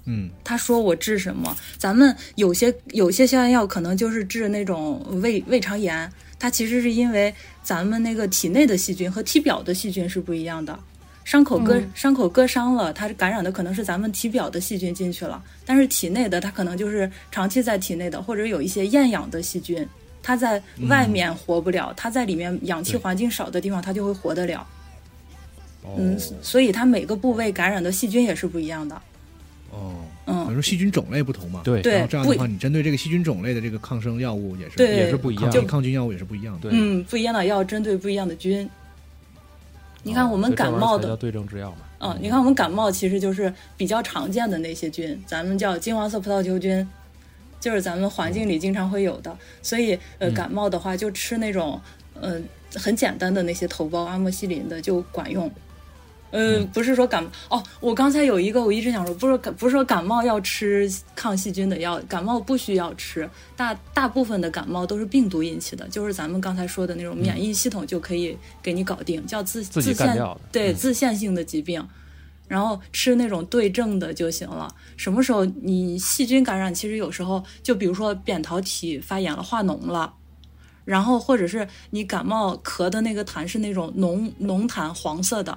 Speaker 2: 嗯
Speaker 5: 他说我治什么？咱们有些有些消炎药可能就是治那种胃胃肠炎，它其实是因为咱们那个体内的细菌和体表的细菌是不一样的。伤口割、
Speaker 3: 嗯
Speaker 5: 伤口割伤了，它感染的可能是咱们体表的细菌进去了，但是体内的它可能就是长期在体内的，或者有一些厌氧的细菌，它在外面活不了，它在里面氧气
Speaker 2: 对
Speaker 5: 环境少的地方，它就会活得了。
Speaker 4: 哦
Speaker 5: 嗯，所以它每个部位感染的细菌也是不一样的。
Speaker 2: 哦，
Speaker 5: 嗯
Speaker 2: 反，正细菌种类不同嘛。
Speaker 4: 对
Speaker 5: 对
Speaker 2: 然后这样的
Speaker 5: 不
Speaker 2: 话，你针对这个细菌种类的这个抗生药物也是
Speaker 5: 对
Speaker 4: 也是不一样
Speaker 2: 抗
Speaker 4: 的。
Speaker 2: 抗菌药物也是不一样的。
Speaker 4: 对，
Speaker 5: 嗯，不一样的药针对不一样的菌。你看我
Speaker 4: 啊哦所
Speaker 5: 们
Speaker 4: 以这
Speaker 5: 感
Speaker 4: 玩意儿
Speaker 5: 冒
Speaker 4: 才叫
Speaker 5: 的，
Speaker 4: 对症治药嘛。
Speaker 5: 嗯，你看我们感冒其实就是比较常见的那些菌，咱们叫金黄色葡萄球菌，就是咱们环境里经常会有的。所以呃，
Speaker 4: 嗯
Speaker 5: 感冒的话就吃那种呃很简单的那些头孢阿莫西林的就管用。呃，
Speaker 4: 嗯
Speaker 5: 不是说感哦，我刚才有一个，我一直想说，不是感不是说感冒要吃抗细菌的药，感冒不需要吃，大大部分的感冒都是病毒引起的，就是咱们刚才说的那种免疫系统就可以给你搞定，叫自
Speaker 4: 嗯自
Speaker 5: 自
Speaker 4: 己
Speaker 5: 限
Speaker 4: 干掉的
Speaker 5: 对
Speaker 4: 嗯
Speaker 5: 自限性的疾病，然后吃那种对症的就行了。什么时候你细菌感染，其实有时候就比如说扁桃体发炎了、化脓了。然后，或者是你感冒咳的那个痰是那种浓浓痰，黄色的，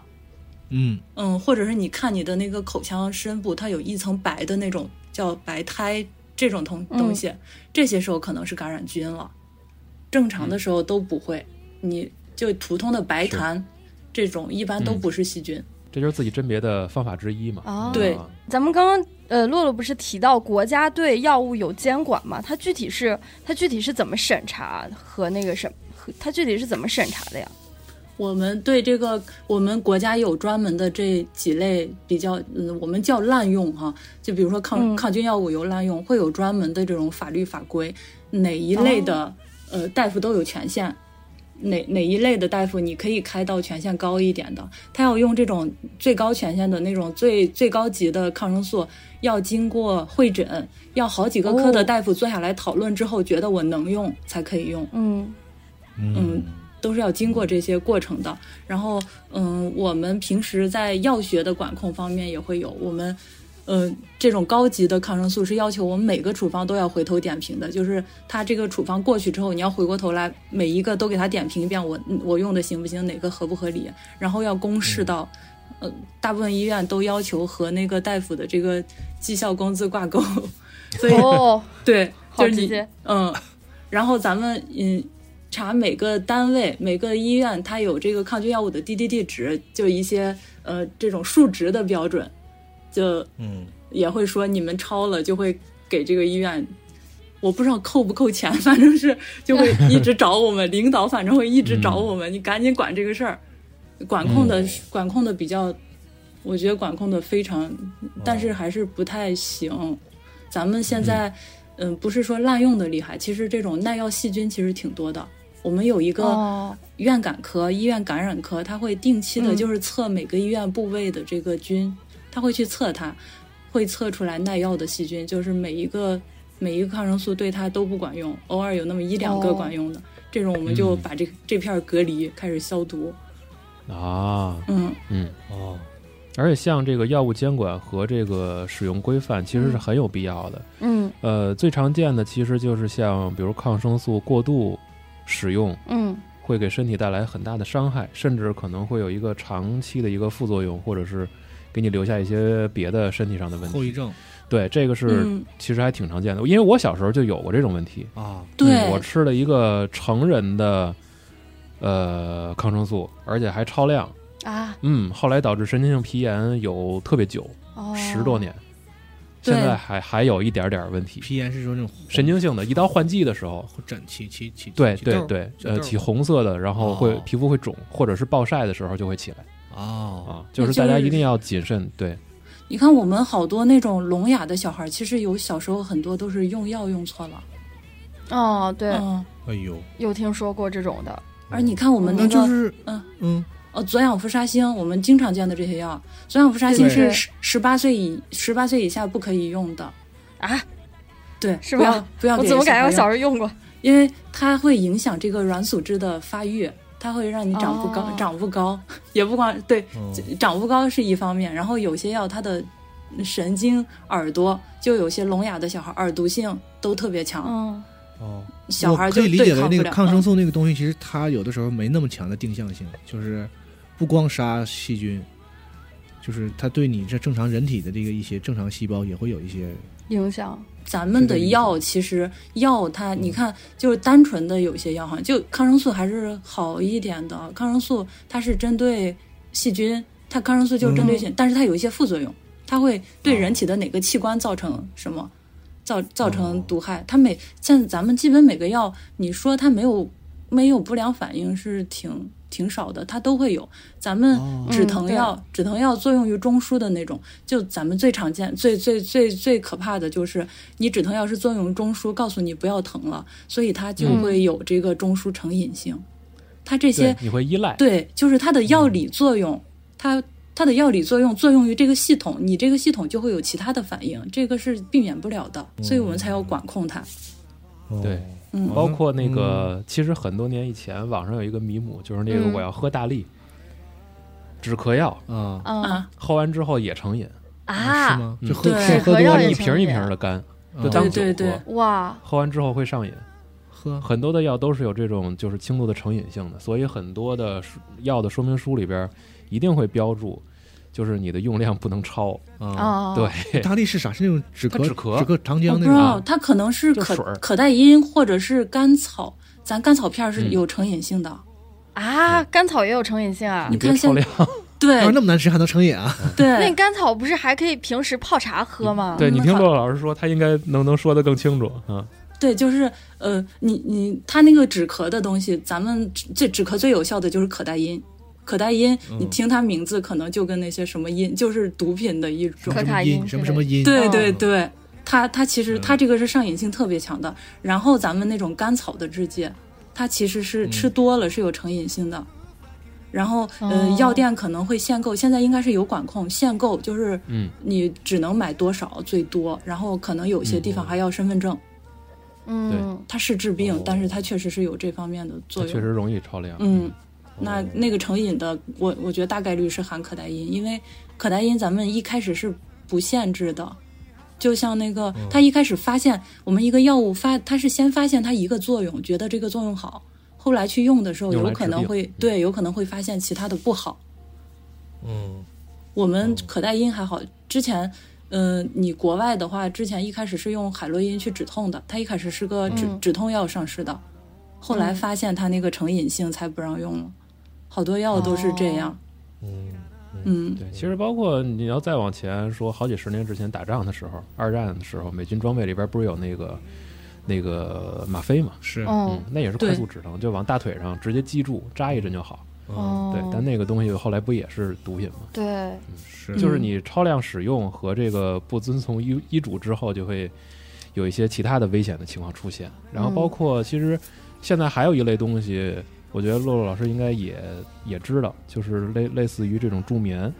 Speaker 2: 嗯
Speaker 5: 嗯，或者是你看你的那个口腔深部，它有一层白的那种叫白苔这种东
Speaker 3: 嗯
Speaker 5: 东西，这些时候可能是感染菌了，正常的时候都不会，你就普通的白
Speaker 4: 嗯是
Speaker 5: 痰这种一般都
Speaker 4: 嗯
Speaker 5: 不是细菌，
Speaker 4: 这就是自己甄别的方法之一嘛。
Speaker 3: 哦
Speaker 5: 对
Speaker 4: 啊
Speaker 3: 咱们刚刚呃，洛洛不是提到国家对药物有监管嘛？它具体是它具体是怎么审查和那个什和它具体是怎么审查的呀？
Speaker 5: 我们对这个，我们国家有专门的这几类比较，嗯，我们叫滥用哈、就比如说
Speaker 3: 嗯
Speaker 5: 抗、抗菌药物有滥用，会有专门的这种法律法规，哪一类的、
Speaker 3: 哦
Speaker 5: 呃大夫都有权限，哪哪一类的大夫你可以开到权限高一点的，他要用这种最高权限的那种最最高级的抗生素，要经过会诊，要好几个科
Speaker 3: 哦
Speaker 5: 的大夫坐下来讨论之后，觉得我能用才可以用。
Speaker 3: 嗯，
Speaker 5: 嗯，都是要经过这些过程的。然后，嗯，我们平时在药学的管控方面也会有我们。呃，这种高级的抗生素是要求我们每个处方都要回头点评的，就是它这个处方过去之后，你要回过头来每一个都给它点评一遍我，我用的行不行，哪个合不合理，然后要公
Speaker 3: 嗯
Speaker 5: 示到，呃，大部分医院都要求和那个大夫的这个绩效工资挂钩， 所以、
Speaker 3: 哦，
Speaker 5: 对，
Speaker 3: 好
Speaker 5: 就是
Speaker 3: 直
Speaker 5: 你
Speaker 3: 接，
Speaker 5: 嗯，然后咱们嗯查每个单位、每个医院它有这个抗菌药物的 DDT 值，就一些呃这种数值的标准，就
Speaker 7: 嗯，
Speaker 5: 也会说你们超了就会给这个医院。我不知道扣不扣钱，反正是就会一直找我们，领导反正会一直找我们，你赶紧管这个事儿。管控的、管控的比较，我觉得管控的非常，但
Speaker 4: 哦
Speaker 5: 是还是不太行。咱们现在，嗯、不是说滥用的厉害，其实这种耐药细菌其实挺多的。我们有一个
Speaker 3: 哦，
Speaker 5: 院感科、医院感染科，他会定期的，
Speaker 3: 嗯
Speaker 5: 就是测每个医院部位的这个菌，他会去测它，会测出来耐药的细菌，就是每一个每一个抗生素对它都不管用，偶尔有那么一两个
Speaker 3: 哦
Speaker 5: 管用的，这种我
Speaker 4: 嗯
Speaker 5: 们就把这、这片儿隔离，开始消毒。
Speaker 4: 啊，
Speaker 5: 嗯，
Speaker 4: 嗯，
Speaker 7: 哦，
Speaker 4: 而且像这个药物监管和这个使用规范，其实是很有必要的。
Speaker 3: 嗯
Speaker 4: 呃，最常见的其实就是像比如抗生素过度使用，
Speaker 3: 嗯
Speaker 4: 会给身体带来很大的伤害，甚至可能会有一个长期的一个副作用，或者是给你留下一些别的身体上的问
Speaker 2: 后遗
Speaker 4: 题。
Speaker 2: 症
Speaker 4: 对，这个是
Speaker 5: 嗯，
Speaker 4: 其实还挺常见的，因为我小时候就有过这种问题。
Speaker 2: 啊，
Speaker 5: 对
Speaker 4: 嗯，我吃了一个成人的呃抗生素，而且还超量。
Speaker 3: 啊，
Speaker 4: 嗯，后来导致神经性皮炎有特别久，
Speaker 3: 哦，
Speaker 4: 十多，年，现
Speaker 5: 对
Speaker 4: 在还还有一点点问题，
Speaker 2: 皮炎是说那种
Speaker 4: 神经性的，一到换季的时候，
Speaker 2: 疹起起起，
Speaker 4: 对
Speaker 2: 起
Speaker 4: 对
Speaker 2: 痘
Speaker 4: 对，
Speaker 2: 起
Speaker 4: 呃，
Speaker 2: 痘
Speaker 4: 起红色的，然后会
Speaker 2: 哦
Speaker 4: 皮肤会肿，或者是暴晒的时候就会起来
Speaker 2: 哦，
Speaker 4: 啊，就是
Speaker 5: 就
Speaker 4: 大家
Speaker 5: 是
Speaker 4: 一定要谨慎，对，
Speaker 5: 你看我们好多那种聋哑的小孩儿，其实有小时候很多都是用药用错了。
Speaker 3: 哦，对，
Speaker 5: 嗯，
Speaker 2: 哎呦，
Speaker 3: 有听说过这种的，
Speaker 5: 而你看我们
Speaker 2: 那
Speaker 5: 那
Speaker 2: 就
Speaker 5: 个
Speaker 2: 是
Speaker 5: 嗯
Speaker 2: 嗯，
Speaker 5: 呃左氧氟沙星，我们经常见的这些药，左氧氟沙
Speaker 3: 对
Speaker 5: 星是十十八岁以十八岁以下不可以用的
Speaker 3: 啊。
Speaker 5: 对，
Speaker 3: 是
Speaker 5: 不
Speaker 3: 吧
Speaker 5: 要不要
Speaker 3: 我
Speaker 5: 给
Speaker 3: 怎么感觉我
Speaker 5: 小
Speaker 3: 小
Speaker 5: 孩
Speaker 3: 时候用过？
Speaker 5: 用因为它会影响这个软组织的发育，它会让你长不高，
Speaker 3: 哦
Speaker 5: 长不高， 也不光对
Speaker 7: 嗯
Speaker 5: 长不高是一方面，然后有些药它的神经、耳朵，就有些聋哑的小孩耳读性都特别强，
Speaker 3: 嗯，
Speaker 7: 哦，
Speaker 5: 小孩
Speaker 2: 我
Speaker 5: 就
Speaker 2: 可以理
Speaker 5: 对
Speaker 2: 解为
Speaker 5: 抗
Speaker 2: 那
Speaker 5: 不
Speaker 2: 个
Speaker 5: 了。嗯
Speaker 2: 抗生素那个东西，其实它有的时候没那么强的定向性，就是不光杀细菌，就是它对你这正常人体的这个一些正常细胞也会有一些
Speaker 3: 影响，
Speaker 5: 咱们的药
Speaker 2: 是
Speaker 5: 其实药它，你看就是单纯的有些药哈，就抗生素还是好一点的。抗生素它是针对细菌，它抗生素就是针对性，但是它有一些副作用，它会对人体的哪个器官造成什么，造造成毒害。它每像咱们基本每个药，你说它没有没有不良反应是挺挺少的，它都会有。咱们止疼药，止疼药作用于中枢的那种，就咱们最常见、最最最最可怕的就是，你止疼药是作用于中枢，告诉你不要疼了，所以它就会有这个中枢成瘾性。它这些
Speaker 4: 对，你会依赖，
Speaker 5: 对，就是它的药理作用，它它的药理作用作用于这个系统，你这个系统就会有其他的反应，这个是避免不了的，所以我们才要管控它。
Speaker 7: 哦
Speaker 4: 对，
Speaker 5: 嗯，
Speaker 4: 包括那
Speaker 2: 嗯
Speaker 4: 个，其实很多年以前网上有一个迷母，就是那个
Speaker 3: 嗯
Speaker 4: 我要喝大力止咳药，
Speaker 2: 啊
Speaker 3: 嗯
Speaker 5: 啊，
Speaker 4: 喝完之后也成瘾，
Speaker 2: 是
Speaker 3: 啊，
Speaker 2: 吗？就
Speaker 4: 嗯
Speaker 2: 喝
Speaker 5: 对
Speaker 2: 喝喝
Speaker 3: 止咳
Speaker 2: 多
Speaker 3: 药
Speaker 2: 了
Speaker 3: 也
Speaker 4: 一
Speaker 2: 你
Speaker 4: 瓶一
Speaker 3: 成瘾
Speaker 4: 瓶的干，就
Speaker 2: 啊
Speaker 4: 当酒
Speaker 5: 对对
Speaker 4: 喝，
Speaker 3: 哇，
Speaker 4: 喝完之后会上瘾。
Speaker 2: 喝
Speaker 4: 很多的药都是有这种就是轻度的成瘾性的，所以很多的书药的说明书里边儿一定会标注，就是你的用量不能超。
Speaker 2: 啊，
Speaker 3: 哦，
Speaker 4: 对，
Speaker 2: 大力是啥？是那种止
Speaker 4: 它
Speaker 2: 咳
Speaker 4: 止咳
Speaker 2: 止咳糖
Speaker 5: 我
Speaker 2: 浆
Speaker 5: 不
Speaker 2: 那
Speaker 5: 知道
Speaker 2: 种啊
Speaker 5: 它可能是
Speaker 4: 就
Speaker 5: 可
Speaker 4: 水儿
Speaker 5: 可待因或者是甘草，咱甘草片儿是
Speaker 4: 嗯
Speaker 5: 有成瘾性的。
Speaker 3: 啊，甘草也有成瘾性啊
Speaker 4: 你。别
Speaker 5: 看
Speaker 4: 超
Speaker 5: 现
Speaker 4: 量。
Speaker 2: 要是
Speaker 5: 对
Speaker 2: 哦那么难吃还能成瘾啊？
Speaker 3: 那
Speaker 5: 对，
Speaker 3: 甘草不是还可以平时泡茶喝吗？
Speaker 4: 对你
Speaker 5: 那
Speaker 4: 听
Speaker 5: 好嗯
Speaker 4: 骆老师说，他应该能能说得更清楚啊。
Speaker 5: 对，就是呃，你你它那个止咳的东西，咱们最止咳最有效的就是可待因。可待因，你听它名字可能就跟那些什么因，就是毒品的一种
Speaker 2: 什。么
Speaker 3: 可
Speaker 2: 什
Speaker 3: 卡
Speaker 2: 么
Speaker 3: 因
Speaker 2: 因什么
Speaker 3: 之
Speaker 2: 什么因？啊
Speaker 5: 对
Speaker 3: 嗯
Speaker 5: 对对，它它其实它这个是上瘾性特别强的。然后咱们那种甘草的制剂，它其实是吃多了是有成瘾性的。然后，呃，
Speaker 3: 哦
Speaker 5: 药店可能会限购，现在应该是有管控，限购就是
Speaker 4: 嗯，
Speaker 5: 你只能买多少最多，然后可能有些地方还要身份证。
Speaker 3: 嗯，
Speaker 5: 它是治病
Speaker 4: 哦，
Speaker 5: 但是它确实是有这方面的作
Speaker 4: 它
Speaker 5: 用。
Speaker 4: 确实哦容易超量。
Speaker 5: 嗯，那那个成瘾的，我我觉得大概率是含可待因，因为可待因咱们一开始是不限制的，就像那
Speaker 4: 哦
Speaker 5: 个他一开始发现我们一个药物发，他是先发现它一个作用，觉得这个作用好，后来去用的时候
Speaker 4: 用来
Speaker 5: 有可
Speaker 4: 治
Speaker 5: 能
Speaker 4: 病嗯
Speaker 5: 会对，有可能会发现其他的不好。
Speaker 7: 嗯，
Speaker 5: 我们可待因还好，之前，嗯、你国外的话，之前一开始是用海洛因去止痛的，它一开始是个止、
Speaker 3: 嗯
Speaker 5: 止痛药上市的，后来
Speaker 3: 嗯
Speaker 5: 发现它那个成瘾性才不让用了，好多药都是这样，
Speaker 7: 嗯
Speaker 5: 嗯，
Speaker 4: 对，其实包括你要再往前说，好几十年之前打仗的时候，二战的时候，美军装备里边不是有那个那个吗啡嘛？
Speaker 2: 是
Speaker 3: 哦
Speaker 4: 嗯，那也是快
Speaker 5: 对
Speaker 4: 速止疼，就往大腿上直接击住，扎一针就好。
Speaker 3: 哦
Speaker 7: 嗯
Speaker 2: 哦
Speaker 4: 对，但那个东西后来不也是毒品吗？
Speaker 3: 对，
Speaker 2: 是，
Speaker 4: 就是你超量使用和这个不遵从医医嘱之后，就会有一些其他的危险的情况出现。然后
Speaker 2: 嗯
Speaker 4: 包括其实现在还有一类东西，我觉得洛洛老师应该也也知道，就是类类似于这种助眠
Speaker 5: 嗯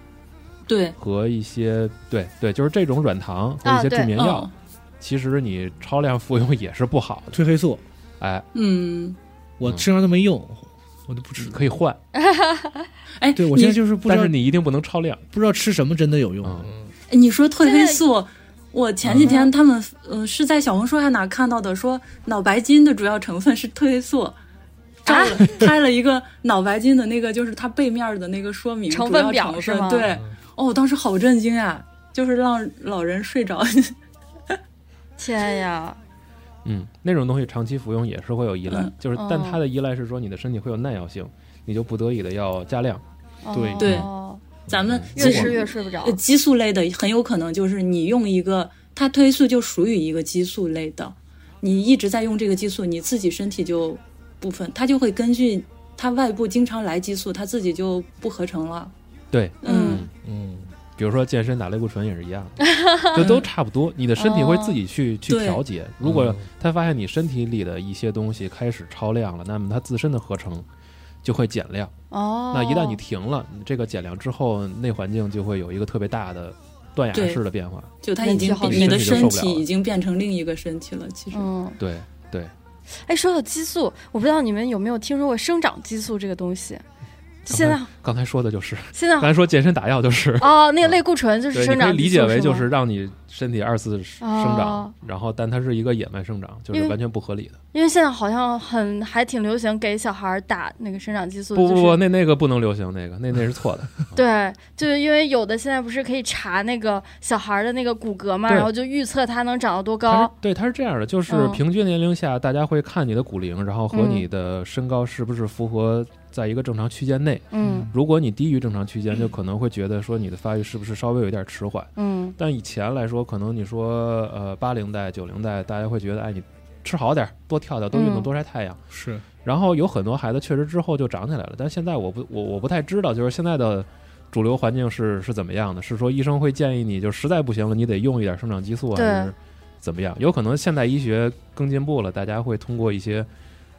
Speaker 5: 对，
Speaker 4: 和一些对对，就是这种软糖和一些
Speaker 3: 啊对
Speaker 4: 助眠药，
Speaker 5: 嗯
Speaker 4: 其实你超量服用也是不好的。
Speaker 2: 褪黑素，
Speaker 4: 哎，
Speaker 5: 嗯，
Speaker 2: 我身上都没用，我都不吃。
Speaker 4: 可以换，
Speaker 5: 哎，
Speaker 2: 对我
Speaker 5: 你
Speaker 2: 现在就是不知
Speaker 4: 但
Speaker 2: 道
Speaker 4: 是你一定不能超量。
Speaker 2: 不知道吃什么真的有用。
Speaker 4: 嗯，
Speaker 5: 你说褪
Speaker 3: 现
Speaker 5: 黑
Speaker 3: 在啊
Speaker 5: 素，我前几天他们嗯、呃是在小红书还哪看到的，说脑白金的主要成分是褪黑素。照了、
Speaker 3: 啊
Speaker 5: 拍了一个脑白金的那个，就是它背面的那个说明
Speaker 3: 成
Speaker 5: 主要
Speaker 3: 分表
Speaker 5: 成
Speaker 3: 是
Speaker 5: 分
Speaker 3: 吗
Speaker 5: 对，哦，我当时好震惊啊！就是让老人睡着，
Speaker 3: 天呀，
Speaker 4: 嗯，那种东西长期服用也是会有依赖，
Speaker 5: 嗯
Speaker 4: 就是但它的依赖是说你的身体会有耐药性，你就不得已的要加量。
Speaker 2: 对
Speaker 5: 对
Speaker 3: 哦
Speaker 5: 咱们
Speaker 3: 越
Speaker 5: 其
Speaker 3: 吃
Speaker 5: 实
Speaker 3: 越睡不着
Speaker 5: 呃。激素类的很有可能就是你用一个，它褪黑素就属于一个激素类的，你一直在用这个激素，你自己身体就不分，它就会根据它外部经常来激素，它自己就不合成了。
Speaker 4: 对，
Speaker 5: 嗯，
Speaker 7: 嗯
Speaker 4: 比如说健身打类固醇也是一样 的，就都差不多。你的身体会自己去、去
Speaker 5: 对
Speaker 4: 调节。如果它发现你身体里的一些东西开始超量了，那么它自身的合成就会减量。
Speaker 3: 哦，
Speaker 4: 那一旦你停了，你这个减量之后，内环境就会有一个特别大的断崖
Speaker 5: 对
Speaker 4: 式的变化。
Speaker 5: 就它
Speaker 3: 人
Speaker 5: 已
Speaker 3: 体
Speaker 5: 经
Speaker 3: 好
Speaker 5: 变
Speaker 3: 像
Speaker 5: 你的
Speaker 4: 身体
Speaker 5: 身
Speaker 4: 就受不
Speaker 5: 体
Speaker 4: 了了
Speaker 5: 已经变成另一个身体了，其实。
Speaker 3: 嗯，
Speaker 4: 对对，
Speaker 3: 哎，说到激素，我不知道你们有没有听说过生长激素这个东西？就现在
Speaker 4: 刚才说的就是，
Speaker 3: 现在
Speaker 4: 刚才说健身打药就是。
Speaker 3: 哦，那个类固醇就是
Speaker 4: 哎啊对，
Speaker 3: 生
Speaker 4: 你可以
Speaker 3: 长
Speaker 4: 理
Speaker 3: 激
Speaker 4: 解
Speaker 3: 素
Speaker 4: 为就
Speaker 3: 吗
Speaker 4: 是让你身体二次生长，
Speaker 3: 哦
Speaker 4: 然后但它是一个野蛮生长，就
Speaker 3: 因
Speaker 4: 是
Speaker 3: 为
Speaker 4: 完全不合理的。
Speaker 3: 因为现在好像很还挺流行给小孩儿打那个生长激素，
Speaker 4: 不
Speaker 3: 就
Speaker 4: 不
Speaker 3: 是
Speaker 4: 不，那那个不能流行，那个那 那是错的。
Speaker 3: 对，就是因为有的现在不是可以查那个小孩儿的那个骨骼嘛，
Speaker 4: 对
Speaker 3: 然后就预测他能长到多
Speaker 4: 它是
Speaker 3: 高。
Speaker 4: 对，它是这样的，就是
Speaker 3: 嗯
Speaker 4: 平均年龄下，大家会看你的骨龄，然后和
Speaker 3: 嗯
Speaker 4: 你的身高是不是符合在一个正常区间内。
Speaker 3: 嗯
Speaker 4: 如果你低于正常区间，就可能会觉得说你的发育是不是稍微有一点迟缓。
Speaker 3: 嗯
Speaker 4: 但以前来说，可能你说呃八零代、九零代，大家会觉得哎你吃好点儿，多跳跳，多运动，
Speaker 3: 嗯
Speaker 4: 多晒太阳。
Speaker 2: 是
Speaker 4: 然后有很多孩子确实之后就长起来了，但现在我不我我不太知道，就是现在的主流环境是是怎么样的？是说医生会建议你，就实在不行了，你得用一点生长激素啊
Speaker 3: 对
Speaker 4: 还是怎么样？有可能现代医学更进步了，大家会通过一些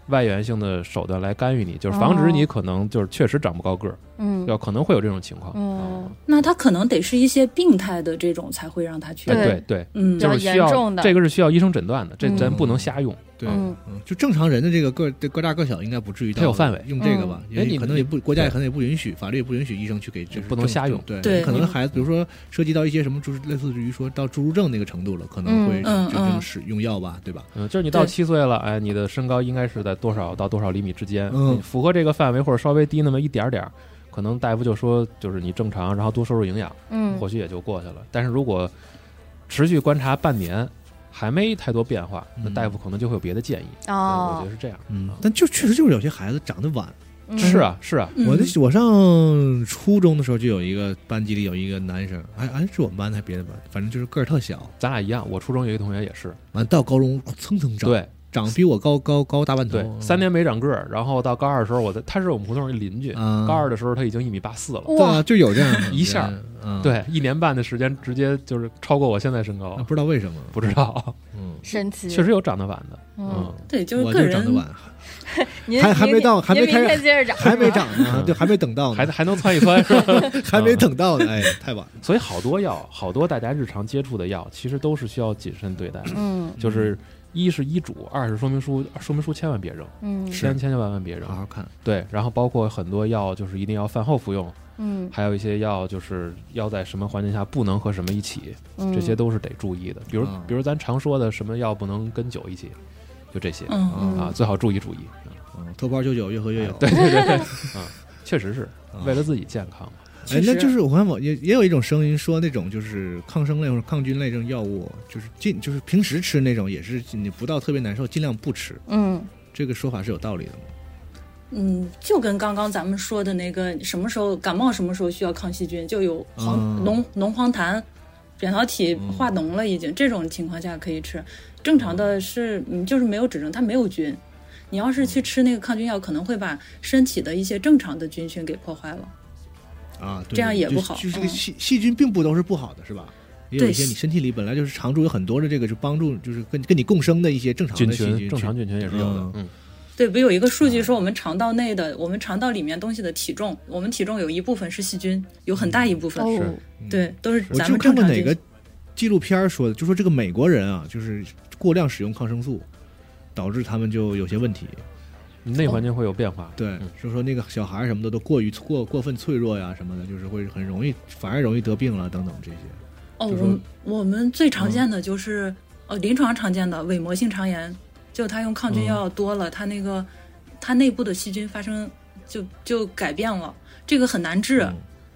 Speaker 4: 外源性的手段来干预你，就是防止你可能就是确实长不高个儿，
Speaker 3: 嗯
Speaker 4: 要可能会有这种情况。哦
Speaker 3: 嗯
Speaker 5: 那它可能得是一些病态的这种才会让它去
Speaker 4: 哎，
Speaker 3: 对
Speaker 4: 对对，
Speaker 5: 嗯，
Speaker 4: 就是需要
Speaker 3: 比较严重的
Speaker 4: 这个是需要医生诊断的，这
Speaker 3: 嗯
Speaker 4: 咱不能瞎用。
Speaker 2: 对，
Speaker 3: 嗯，
Speaker 2: 嗯，就正常人的这个个这个大个小应该不至于到
Speaker 4: 它有范围
Speaker 2: 用这个吧，
Speaker 4: 嗯
Speaker 2: 因为
Speaker 4: 哎你
Speaker 2: 可能也不国家
Speaker 4: 对
Speaker 2: 也可能也不允许，法律也不允许医生去给，就是
Speaker 4: 不能瞎用
Speaker 2: 对，
Speaker 5: 对
Speaker 2: 可能孩子比如说涉及到一些什么就是类似于说到侏儒症那个程度了，可能会
Speaker 5: 嗯
Speaker 2: 就
Speaker 5: 嗯
Speaker 2: 这种
Speaker 5: 嗯
Speaker 2: 使用药吧，对吧？
Speaker 4: 嗯，就是你到
Speaker 5: 对
Speaker 4: 七岁了，哎，你的身高应该是在多少到多少厘米之间，
Speaker 2: 嗯
Speaker 4: 符合这个范围或者稍微低那么一点儿点儿，可能大夫就说就是你正常，然后多摄入营养，
Speaker 3: 嗯
Speaker 4: 或许也就过去了。但是如果持续观察半年还没太多变化，那
Speaker 2: 嗯
Speaker 4: 大夫可能就会有别的建议。嗯我
Speaker 3: 哦
Speaker 4: 觉得，是这样。
Speaker 2: 嗯，但就确实就是有些孩子长得晚，
Speaker 3: 嗯
Speaker 4: 是啊，是啊，
Speaker 5: 嗯
Speaker 2: 我那我上初中的时候就有一个班级里有一个男生，哎哎是我们班的还是别的班，反正就是个儿特小，
Speaker 4: 咱俩一样。我初中有一个同学也是，
Speaker 2: 完到高中哦蹭蹭长，嗯哦
Speaker 4: 对
Speaker 2: 长比我高高高大半头
Speaker 4: 对，，三年没长个儿，然后到高二的时候，我在他是我们胡同一邻居，
Speaker 2: 啊
Speaker 4: 高二的时候他已经一米八四了。
Speaker 2: 对啊，
Speaker 3: 哇，
Speaker 2: 就有这样的
Speaker 4: 一下儿，
Speaker 2: 嗯，
Speaker 4: 对，一年半的时间直接就是超过我现在身高
Speaker 2: 啊，，不知道为什么，
Speaker 4: 不知道，
Speaker 2: 嗯，
Speaker 3: 神奇，
Speaker 4: 确实有长得晚的，
Speaker 3: 嗯，
Speaker 5: 对，就
Speaker 2: 我
Speaker 5: 是个
Speaker 2: 就长
Speaker 5: 人
Speaker 2: 得晚，
Speaker 3: 您
Speaker 2: 还还
Speaker 3: 明
Speaker 2: 没
Speaker 3: 天
Speaker 2: 到还
Speaker 3: 您
Speaker 2: 没开
Speaker 3: 明
Speaker 2: 始
Speaker 3: 天接着长，
Speaker 2: 还没
Speaker 3: 是吗，
Speaker 2: 长 呢，
Speaker 4: 嗯
Speaker 2: 对，还没等到
Speaker 4: 还
Speaker 2: 呢，
Speaker 4: 还能窜一窜，是吧
Speaker 2: 还没等到呢，哎，太晚了，
Speaker 4: 所以好多药，好多大家日常接触的药，其实都是需要谨慎对待的，
Speaker 3: 嗯
Speaker 4: 就是一是医嘱，二是说明书，说明书千万别扔，
Speaker 3: 嗯
Speaker 2: 是
Speaker 4: 千千千万万别扔
Speaker 2: 好。好看。
Speaker 4: 对，然后包括很多药就是一定要饭后服用，
Speaker 3: 嗯
Speaker 4: 还有一些药就是要在什么环境下不能和什么一起，
Speaker 3: 嗯，
Speaker 4: 这些都是得注意的。比如
Speaker 2: 嗯，
Speaker 4: 比如咱常说的什么药不能跟酒一起，就这些
Speaker 5: 嗯
Speaker 2: 嗯
Speaker 4: 啊，最好注 意注意。
Speaker 2: 嗯，偷包九九，越喝越有。哎
Speaker 4: 对对对对，嗯，确实是
Speaker 2: 嗯
Speaker 4: 为了自己健康嘛。
Speaker 2: 哎
Speaker 5: 确，
Speaker 2: 那
Speaker 5: 实
Speaker 2: 就是我看网也也有一种声音说，那种就是抗生类或者抗菌类这种药物，就是尽就是平时吃那种也是你不到特别难受，尽量不吃。
Speaker 3: 嗯
Speaker 2: 这个说法是有道理的吗？
Speaker 5: 嗯，就跟刚刚咱们说的那个什么时候感冒什么时候需要抗细菌，就有黄、
Speaker 2: 嗯
Speaker 5: 脓脓黄痰、扁桃体化脓了已经，这种情况下可以吃。正常的是，嗯，就是没有指征，它没有菌。你要是去吃那个抗菌药，可能会把身体的一些正常的菌群给破坏了。
Speaker 2: 啊，对
Speaker 5: 这样也
Speaker 2: 就
Speaker 5: 不好
Speaker 2: 就是这个
Speaker 5: 嗯
Speaker 2: 细细菌并不都是不好的，是吧？也有
Speaker 5: 对
Speaker 2: 一些你身体里本来就是常驻有很多的这个就帮助，就是跟跟你共生的一些正常
Speaker 4: 菌
Speaker 2: 的细菌
Speaker 4: 群正常菌群也是有的
Speaker 2: 嗯，
Speaker 4: 嗯，
Speaker 5: 对，不有一个数据说我们肠道内的，我们肠道里面东西的体重，我们体重有一部分是细菌，有很大一部分，
Speaker 3: 哦
Speaker 4: 是
Speaker 5: 对，都是
Speaker 2: 我
Speaker 5: 咱
Speaker 2: 就
Speaker 5: 们
Speaker 2: 看
Speaker 5: 正
Speaker 2: 过
Speaker 5: 常
Speaker 2: 哪
Speaker 5: 菌
Speaker 2: 个纪录片儿说的，就说这个美国人啊，就是过量使用抗生素，导致他们就有些问题。
Speaker 4: 嗯内环境会有变化。
Speaker 2: 对
Speaker 4: 嗯，
Speaker 2: 就说那个小孩儿什么的都过于过过分脆弱呀什么的，就是会很容易反而容易得病了等等这些。
Speaker 5: 哦，
Speaker 2: 就
Speaker 5: 我
Speaker 2: 说嗯
Speaker 5: 们我们最常见的就是、呃，临床常见的伪膜性肠炎，就他用抗
Speaker 2: 嗯
Speaker 5: 菌药多了，他那个他内部的细菌发生就就改变了，这个很难治。
Speaker 2: 嗯哦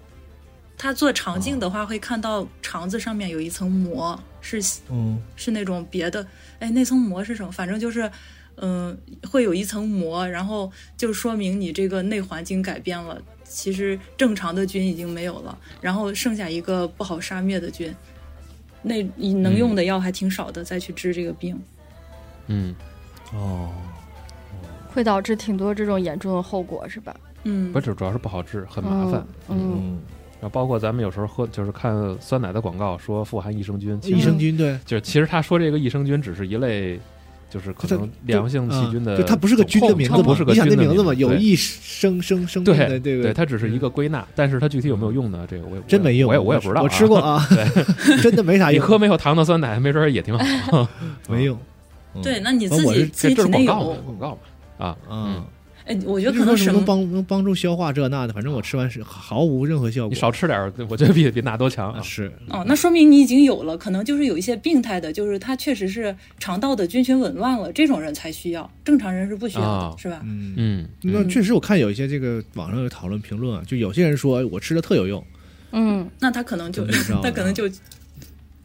Speaker 5: 他做肠镜的话，会看到肠子上面有一层膜，是
Speaker 2: 嗯
Speaker 5: 是那种别的，哎，那层膜是什么？反正就是，嗯、会有一层膜，然后就说明你这个内环境改变了，其实正常的菌已经没有了，然后剩下一个不好杀灭的菌，那你能
Speaker 2: 嗯
Speaker 5: 用的药还挺少的，再去治这个病。
Speaker 4: 嗯，
Speaker 2: 哦，
Speaker 3: 会导致挺多这种严重的后果是吧？
Speaker 5: 嗯，
Speaker 4: 不是，主要是不好治，很麻烦。
Speaker 3: 嗯，
Speaker 2: 嗯，
Speaker 4: 然后包括咱们有时候喝，就是看酸奶的广告说富含益生菌，
Speaker 5: 嗯
Speaker 4: 其
Speaker 2: 益
Speaker 4: 实
Speaker 2: 生菌对，
Speaker 4: 就是其实他说这个益生菌只是一类，就是可能良性细菌的
Speaker 2: 嗯
Speaker 4: 种，
Speaker 2: 就它不是个菌的名字嘛，
Speaker 4: 不是个
Speaker 2: 你想
Speaker 4: 菌的
Speaker 2: 那名字嘛，
Speaker 4: 嘛，
Speaker 2: 有
Speaker 4: 对
Speaker 2: 益生生生命的
Speaker 4: 对
Speaker 2: 这个，
Speaker 4: 它只是一个归纳，但是它具体有没有用呢？这个我也
Speaker 2: 嗯真没用，
Speaker 4: 我也我也不知道啊。
Speaker 2: 我吃 过啊， 真的没啥
Speaker 4: 你
Speaker 2: 用，
Speaker 4: 喝没有糖的酸奶，没准儿也挺好。
Speaker 2: 没用。嗯
Speaker 5: 对，那你自
Speaker 2: 我
Speaker 5: 己
Speaker 2: 是
Speaker 4: 这
Speaker 5: 自己
Speaker 4: 这
Speaker 5: 体
Speaker 4: 是
Speaker 5: 内
Speaker 4: 广告嘛
Speaker 5: 有，，
Speaker 4: 广告嘛啊，
Speaker 2: 啊，
Speaker 5: 哎，我觉
Speaker 2: 就是
Speaker 5: 得可
Speaker 2: 说
Speaker 5: 能
Speaker 2: 什么
Speaker 5: 什
Speaker 2: 能
Speaker 5: 么，
Speaker 2: 帮能帮助消化这那的，反正我吃完是毫无任何效果。
Speaker 4: 你少吃点儿，我觉得比比那都强
Speaker 2: 啊
Speaker 4: 啊。
Speaker 2: 是，
Speaker 5: 哦，那说明你已经有了，可能就是有一些病态的，就是他确实是肠道的菌群紊乱了，这种人才需要，正常人是不需要的，
Speaker 4: 啊
Speaker 5: 是吧？
Speaker 2: 嗯
Speaker 4: 嗯，
Speaker 2: 那确实，我看有一些这个网上有讨论评论啊，就有些人说我吃的特有用，
Speaker 3: 嗯，
Speaker 5: 那他可能就
Speaker 2: 怎么知道呢
Speaker 5: 他可能就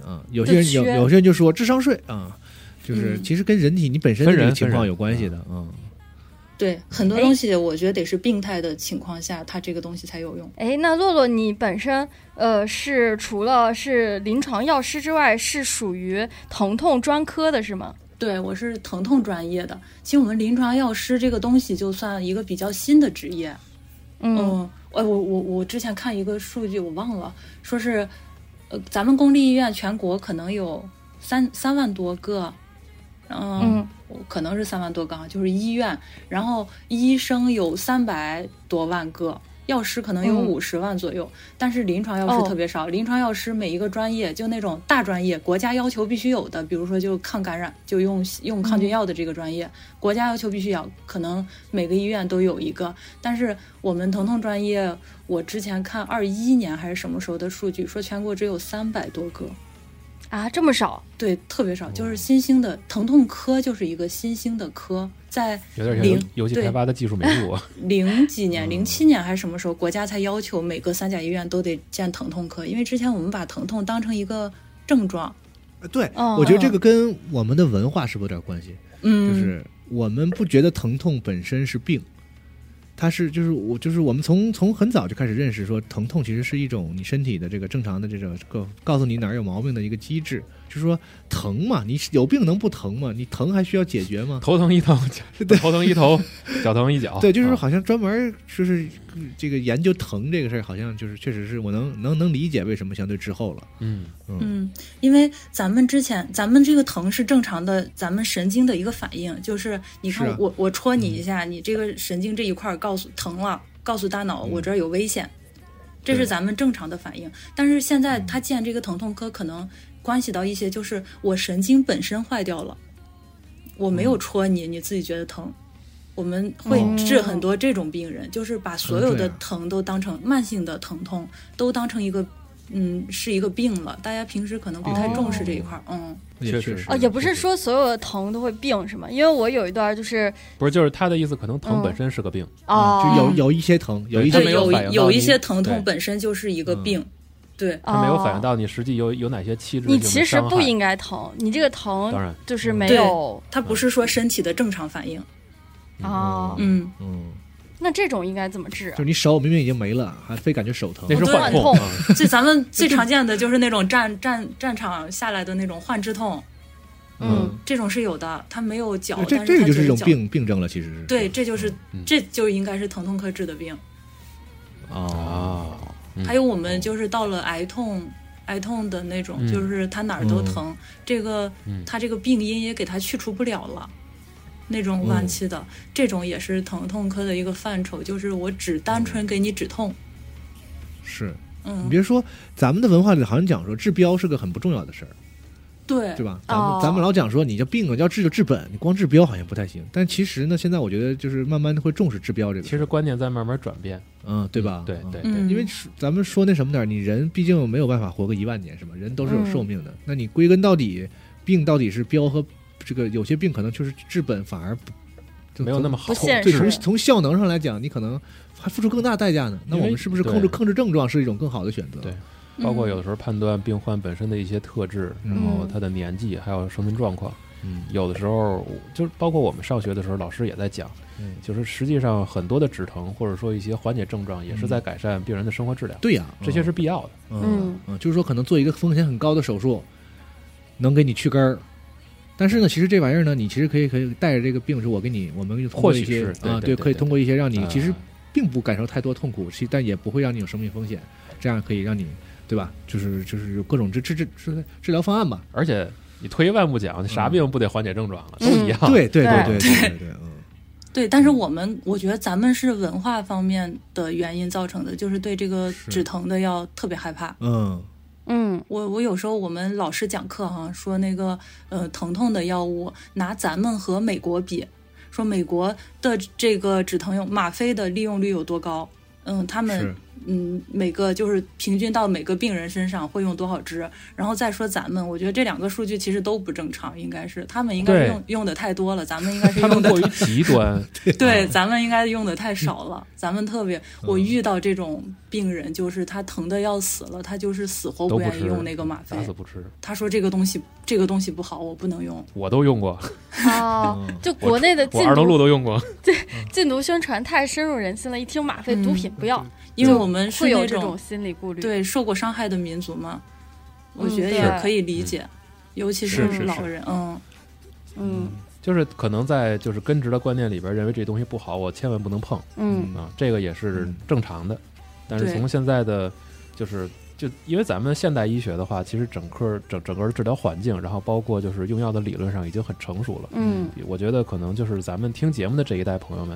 Speaker 2: 啊，有些人有
Speaker 3: 就缺
Speaker 2: 有些人就说智商税啊，就是
Speaker 5: 嗯
Speaker 2: 其实跟人体你本身的
Speaker 4: 分
Speaker 2: 这
Speaker 4: 人
Speaker 2: 个情
Speaker 4: 分
Speaker 2: 况
Speaker 4: 人嗯
Speaker 2: 有关系的啊。
Speaker 5: 对，很多东西我觉得得是病态的情况下，它这个东西才有用。
Speaker 3: 哎，那洛洛，你本身呃是除了是临床药师之外，是属于疼痛专科的是吗？
Speaker 5: 对，我是疼痛专业的。其实我们临床药师这个东西就算一个比较新的职业。
Speaker 3: 嗯
Speaker 5: 嗯，哎，我我我之前看一个数据，我忘了，说是，呃，咱们公立医院全国可能有三三万多个，嗯，
Speaker 3: 嗯
Speaker 5: 可能是三万多个，啊，就是医院，然后医生有三百多万个，药师可能有
Speaker 3: 嗯
Speaker 5: 五十万左右，但是临床药师
Speaker 3: 哦
Speaker 5: 特别少。临床药师每一个专业就那种大专业，国家要求必须有的，比如说就抗感染，就用用抗菌药的这个专业，国家要求必须要，可能每个医院都有一个。但是我们疼痛专业，我之前看二一年还是什么时候的数据，说全国只有三百多个。
Speaker 3: 啊，这么少？
Speaker 5: 对，特别少，
Speaker 4: 哦
Speaker 5: 就是新兴的疼痛科就是一个新兴的科，在
Speaker 4: 有点像游
Speaker 5: 零
Speaker 4: 游戏
Speaker 5: 对
Speaker 4: 开发的嗯技术没入。
Speaker 5: 零几年、零七年还是什么时候，国家才要求每个三甲医院都得建疼痛科，因为之前我们把疼痛当成一个症状，
Speaker 2: 对，
Speaker 3: 哦
Speaker 2: 我觉得这个跟我们的文化是不是有点关系？
Speaker 5: 嗯，
Speaker 2: 就是我们不觉得疼痛本身是病，它是就是我就是我们从从很早就开始认识说疼痛其实是一种你身体的这个正常的这种告告诉你哪儿有毛病的一个机制，就是说疼嘛，你有病能不疼吗？你疼还需要解决吗？
Speaker 4: 头疼一头，头疼一头，脚疼一脚。
Speaker 2: 对，就是说
Speaker 4: 啊
Speaker 2: 好像专门儿就是嗯这个研究疼这个事儿，好像就是确实是我能能能理解为什么相对滞后了。
Speaker 4: 嗯，
Speaker 5: 嗯，因为咱们之前，咱们这个疼是正常的，咱们神经的一个反应，就是你看
Speaker 2: 是啊嗯
Speaker 5: 我、我戳你一下，你这个神经这一块儿告诉疼了，告诉大脑我这儿有危险，这
Speaker 2: 对嗯
Speaker 5: 是咱们正常的反应。但是现在他建这个疼痛科，可能关系到一些就是我神经本身坏掉了，我没有戳你，你自己觉得疼。我们会治很多这种病人，就是把所有
Speaker 2: 嗯这
Speaker 5: 的
Speaker 2: 样
Speaker 5: 疼都当成慢性的疼痛，都当成一个，嗯，是一个病了。大家平时可能不太重视这一块儿，
Speaker 2: 哦
Speaker 5: 嗯，
Speaker 2: 也
Speaker 7: 确
Speaker 2: 实
Speaker 7: 实
Speaker 3: 哦，也不是说所有的疼都会病是吗？因为我有一段就是
Speaker 4: 不是，就是他的意思，可能
Speaker 3: 嗯
Speaker 4: 疼本身是个病，
Speaker 3: 哦，
Speaker 2: 就有有一些疼，有一些
Speaker 4: 他
Speaker 5: 对，
Speaker 4: 没有
Speaker 5: 有
Speaker 4: 反映到
Speaker 5: 有一
Speaker 4: 你
Speaker 5: 些疼痛
Speaker 4: 对
Speaker 5: 本身就是一个
Speaker 2: 嗯
Speaker 5: 病，对，
Speaker 4: 他没有反
Speaker 3: 哦
Speaker 4: 映到你实际有有哪些器质性
Speaker 3: 你
Speaker 4: 的
Speaker 3: 其实
Speaker 4: 伤
Speaker 3: 不
Speaker 4: 害
Speaker 3: 应该疼，你这个
Speaker 4: 当
Speaker 3: 疼
Speaker 4: 然，
Speaker 3: 就是没
Speaker 5: 对
Speaker 3: 有
Speaker 5: 它不是说身体的正常反应，
Speaker 3: 哦。
Speaker 5: 嗯。
Speaker 7: 嗯，
Speaker 3: 那这种应该怎么治啊
Speaker 2: 就？是你手明明已经没了，还非感觉手疼
Speaker 4: 那。是
Speaker 3: 我都
Speaker 4: 患
Speaker 3: 很痛
Speaker 4: 啊
Speaker 5: 嗯最咱们最常见的就是那种战战战场下来的那种幻肢痛，
Speaker 3: 嗯，
Speaker 5: 这种是有的，它没有脚，
Speaker 2: 这
Speaker 5: 但
Speaker 2: 这
Speaker 5: 是
Speaker 2: 个
Speaker 5: 它
Speaker 2: 就是一种
Speaker 5: 脚。
Speaker 2: 病病症了，其实是。
Speaker 5: 对，这就是
Speaker 4: 嗯
Speaker 5: 这就应该是疼痛科治的病。
Speaker 2: 啊，
Speaker 4: 啊，嗯
Speaker 5: 还有我们就是到了癌痛，癌痛的那种，
Speaker 4: 嗯
Speaker 5: 就是它哪儿都疼，这个
Speaker 4: 嗯
Speaker 5: 它这个病因也给它去除不了了。那种晚期的，
Speaker 4: 嗯
Speaker 5: 这种也是疼痛科的一个范畴，就是我只单纯给你止痛，
Speaker 2: 是你
Speaker 5: 嗯，
Speaker 2: 别说，咱们的文化里好像讲说治标是个很不重要的事儿，
Speaker 5: 对，
Speaker 2: 对吧？咱们、
Speaker 3: 哦
Speaker 2: 咱们老讲说你这病啊要治就治本，你光治标好像不太行。但其实呢，现在我觉得就是慢慢地会重视治标这个事儿，
Speaker 4: 其实观念在慢慢转变，
Speaker 2: 嗯，对吧？
Speaker 4: 对
Speaker 2: 嗯
Speaker 4: 对对，
Speaker 5: 嗯，
Speaker 2: 因为是咱们说那什么点儿，你人毕竟没有办法活个一万年，是吧？人都是
Speaker 5: 嗯
Speaker 2: 有寿命的。那你归根到底，病到底是标和这个有些病可能就是治本反而不就
Speaker 4: 没有
Speaker 2: 从
Speaker 4: 那么
Speaker 3: 不
Speaker 4: 好
Speaker 3: 现
Speaker 2: 对，从
Speaker 3: 实
Speaker 2: 从效能上来讲，你可能还付出更大代价呢。那
Speaker 4: 因为
Speaker 2: 我们是不是控制
Speaker 4: 对
Speaker 2: 控制症状是一种更好的选择？
Speaker 4: 对包
Speaker 3: 嗯
Speaker 4: 括
Speaker 5: 嗯
Speaker 4: 有的时候判断病患本身的一些特质，
Speaker 2: 嗯
Speaker 4: 然后他的年纪，还有生存状况。
Speaker 2: 嗯
Speaker 4: 有的时候就是包括我们上学的时候，老师也在讲，
Speaker 2: 嗯
Speaker 4: 就是实际上很多的止疼或者说一些缓解症状，
Speaker 3: 嗯
Speaker 4: 也是在改善病人的生活质量，
Speaker 2: 对呀、
Speaker 4: 这些
Speaker 2: 嗯
Speaker 4: 是必要的。
Speaker 2: 嗯嗯，就是说可能做一个风险很高的手术，能给你去根儿。但是呢，其实这玩意儿呢，你其实可以可以带着这个病是我给你，我们通过
Speaker 4: 或许
Speaker 2: 一些
Speaker 4: 是对
Speaker 2: 啊，
Speaker 4: 对对
Speaker 2: 可以
Speaker 4: 对
Speaker 2: 通过一些让你
Speaker 4: 呃
Speaker 2: 其实并不感受太多痛苦，其但也不会让你有生命风险，这样可以让你对吧？就是就是有各种治治治治治疗方案 吧。
Speaker 4: 而且你退一万步讲，啥病不得缓解症状啊？都
Speaker 3: 嗯
Speaker 4: 一样。
Speaker 2: 对对对
Speaker 3: 对
Speaker 2: 对对对，嗯
Speaker 5: 对，但是我们我觉得咱们是文化方面的原因造成的，就是对这个
Speaker 2: 是
Speaker 5: 止疼的要特别害怕。
Speaker 2: 嗯
Speaker 3: 嗯，
Speaker 5: 我我有时候我们老师讲课哈、说那个呃疼痛的药物拿咱们和美国比，说美国的这个止疼用吗啡的利用率有多高？嗯，他
Speaker 2: 是
Speaker 5: 们嗯每个就是平均到每个病人身上会用多少支，然后再说咱们，我觉得这两个数据其实都不正常，应该是他们应该
Speaker 4: 对
Speaker 5: 是用用的太多了，咱们应 该是
Speaker 4: 他
Speaker 5: 用
Speaker 4: 们
Speaker 5: 的
Speaker 4: 过于嗯极端，
Speaker 5: 对，咱们应该用的太少了。咱们特别，我遇到这种病人，就是他疼的要死了，他就是死活
Speaker 4: 都
Speaker 5: 不
Speaker 4: 不
Speaker 5: 愿意
Speaker 4: 吃
Speaker 5: 用那个吗啡
Speaker 4: 打。死不吃，
Speaker 5: 他说这个东西，这个东西不好，我不能用。
Speaker 4: 我都 用过，
Speaker 3: 哦，
Speaker 2: 嗯
Speaker 3: 就国内的
Speaker 4: 我
Speaker 3: 禁
Speaker 4: 二龙路
Speaker 3: 毒
Speaker 4: 都用 过。
Speaker 3: 禁毒宣传太深入人心了，一听吗啡毒品不要，
Speaker 5: 因为我们是
Speaker 3: 会有
Speaker 5: 那
Speaker 3: 这种
Speaker 5: 种
Speaker 3: 心理顾虑。，
Speaker 5: 对受过伤害的民族嘛，我
Speaker 3: 嗯
Speaker 5: 觉得
Speaker 3: 对
Speaker 5: 也可以理解，尤其
Speaker 4: 是是是
Speaker 5: 老人，嗯，
Speaker 3: 嗯
Speaker 4: 就是可能在就是根植的观念里边，认为这东西不好，我千万不能碰
Speaker 3: 嗯
Speaker 4: 啊，这个也是正常的。但是
Speaker 5: 对
Speaker 4: 从现在的就是就因为咱们现代医学的话，其实整个整整个治疗环境，然后包括就是用药的理论上已经很成熟了。
Speaker 3: 嗯，
Speaker 4: 我觉得可能就是咱们听节目的这一代朋友们，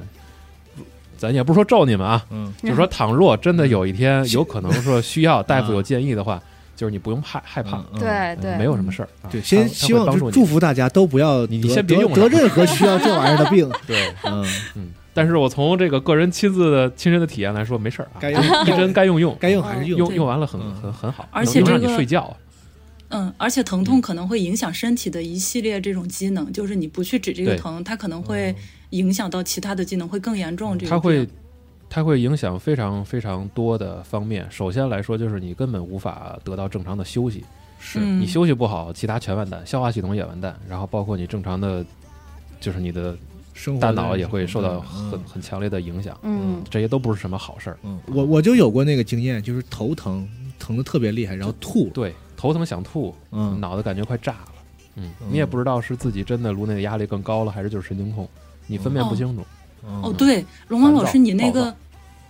Speaker 4: 咱也不是说咒你们啊，
Speaker 2: 嗯，
Speaker 4: 就是说倘若真的有一天有可能说需要大夫
Speaker 2: 啊
Speaker 4: 有建议的话，就是你不用害害怕，
Speaker 2: 嗯嗯
Speaker 3: 对对，
Speaker 4: 没有什么事儿。啊
Speaker 2: 对，
Speaker 4: 他
Speaker 2: 先
Speaker 4: 他会
Speaker 2: 希望
Speaker 4: 帮
Speaker 2: 就
Speaker 4: 助
Speaker 2: 是祝
Speaker 4: 你
Speaker 2: 福大家都不要
Speaker 4: 你
Speaker 2: 得
Speaker 4: 先别
Speaker 2: 得
Speaker 4: 用
Speaker 2: 得
Speaker 4: 上
Speaker 2: 任何 需要这玩意儿的病，
Speaker 4: 对，
Speaker 2: 嗯，
Speaker 4: 嗯。但是我从这个个人亲自的亲身的体验来说，没事儿啊，
Speaker 2: 该用
Speaker 4: 一针该用用，
Speaker 2: 该用还是用
Speaker 4: 用
Speaker 5: 对
Speaker 4: 用完了很
Speaker 2: 嗯
Speaker 4: 很很好，
Speaker 5: 而且
Speaker 4: 能让
Speaker 5: 这
Speaker 4: 你
Speaker 5: 个
Speaker 4: 睡觉。
Speaker 5: 嗯，而且疼痛可能会影响身体的一系列这种机能，就是你不去止这个
Speaker 4: 对嗯
Speaker 5: 疼，它可能
Speaker 2: 嗯
Speaker 5: 会影响到其他的机能，会更严重。这个
Speaker 4: 它
Speaker 5: 病
Speaker 4: 会它会影响非常非常多的方面。首先来说，就是你根本无法得到正常的休息，
Speaker 2: 是
Speaker 5: 嗯
Speaker 4: 你休息不好，其他全完蛋，消化系统也完蛋，然后包括你正常的，就是你的
Speaker 2: 生活
Speaker 4: 大
Speaker 2: 的
Speaker 4: 脑也会受到
Speaker 2: 嗯
Speaker 4: 很很强烈的影响，
Speaker 3: 嗯
Speaker 4: 这些都不是什么好事儿。
Speaker 2: 嗯，我我就有过那个经验，就是头疼，疼的特别厉害，然后吐了，
Speaker 4: 对，头疼想吐，
Speaker 2: 嗯，
Speaker 4: 脑袋感觉快炸了，嗯，
Speaker 2: 嗯
Speaker 4: 你也不知道是自己真的颅内压力更高了，还是就是神经痛，你分辨不清楚。
Speaker 5: 哦，
Speaker 2: 哦，
Speaker 5: 对，龙王老
Speaker 4: 嗯烦
Speaker 5: 师，
Speaker 4: 躁
Speaker 5: 你那
Speaker 4: 暴
Speaker 5: 个
Speaker 4: 躁，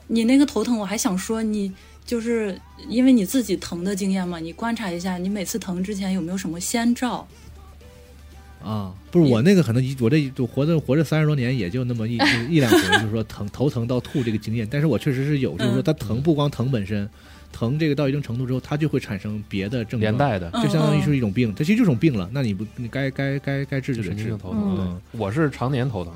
Speaker 5: 你那个头疼，我还想说，你就是因为你自己疼的经验嘛，你观察一下，你每次疼之前有没有什么先兆？
Speaker 2: 啊，不是我那个可能一我这一就活着活着三十多年，也就那么一
Speaker 5: 嗯
Speaker 2: 一一两回，就是说疼头疼到吐这个经验，但是我确实是有，就是说它疼不光疼本身，疼这个到一定程度之后，它就会产生别的症状，
Speaker 4: 连带的
Speaker 5: 嗯
Speaker 2: 就相当于是一种病，它其实就是一种病了。那你不，你该该该该治就得
Speaker 4: 神经
Speaker 2: 治
Speaker 4: 性。头疼。
Speaker 2: 嗯
Speaker 4: 对，我是常年头疼，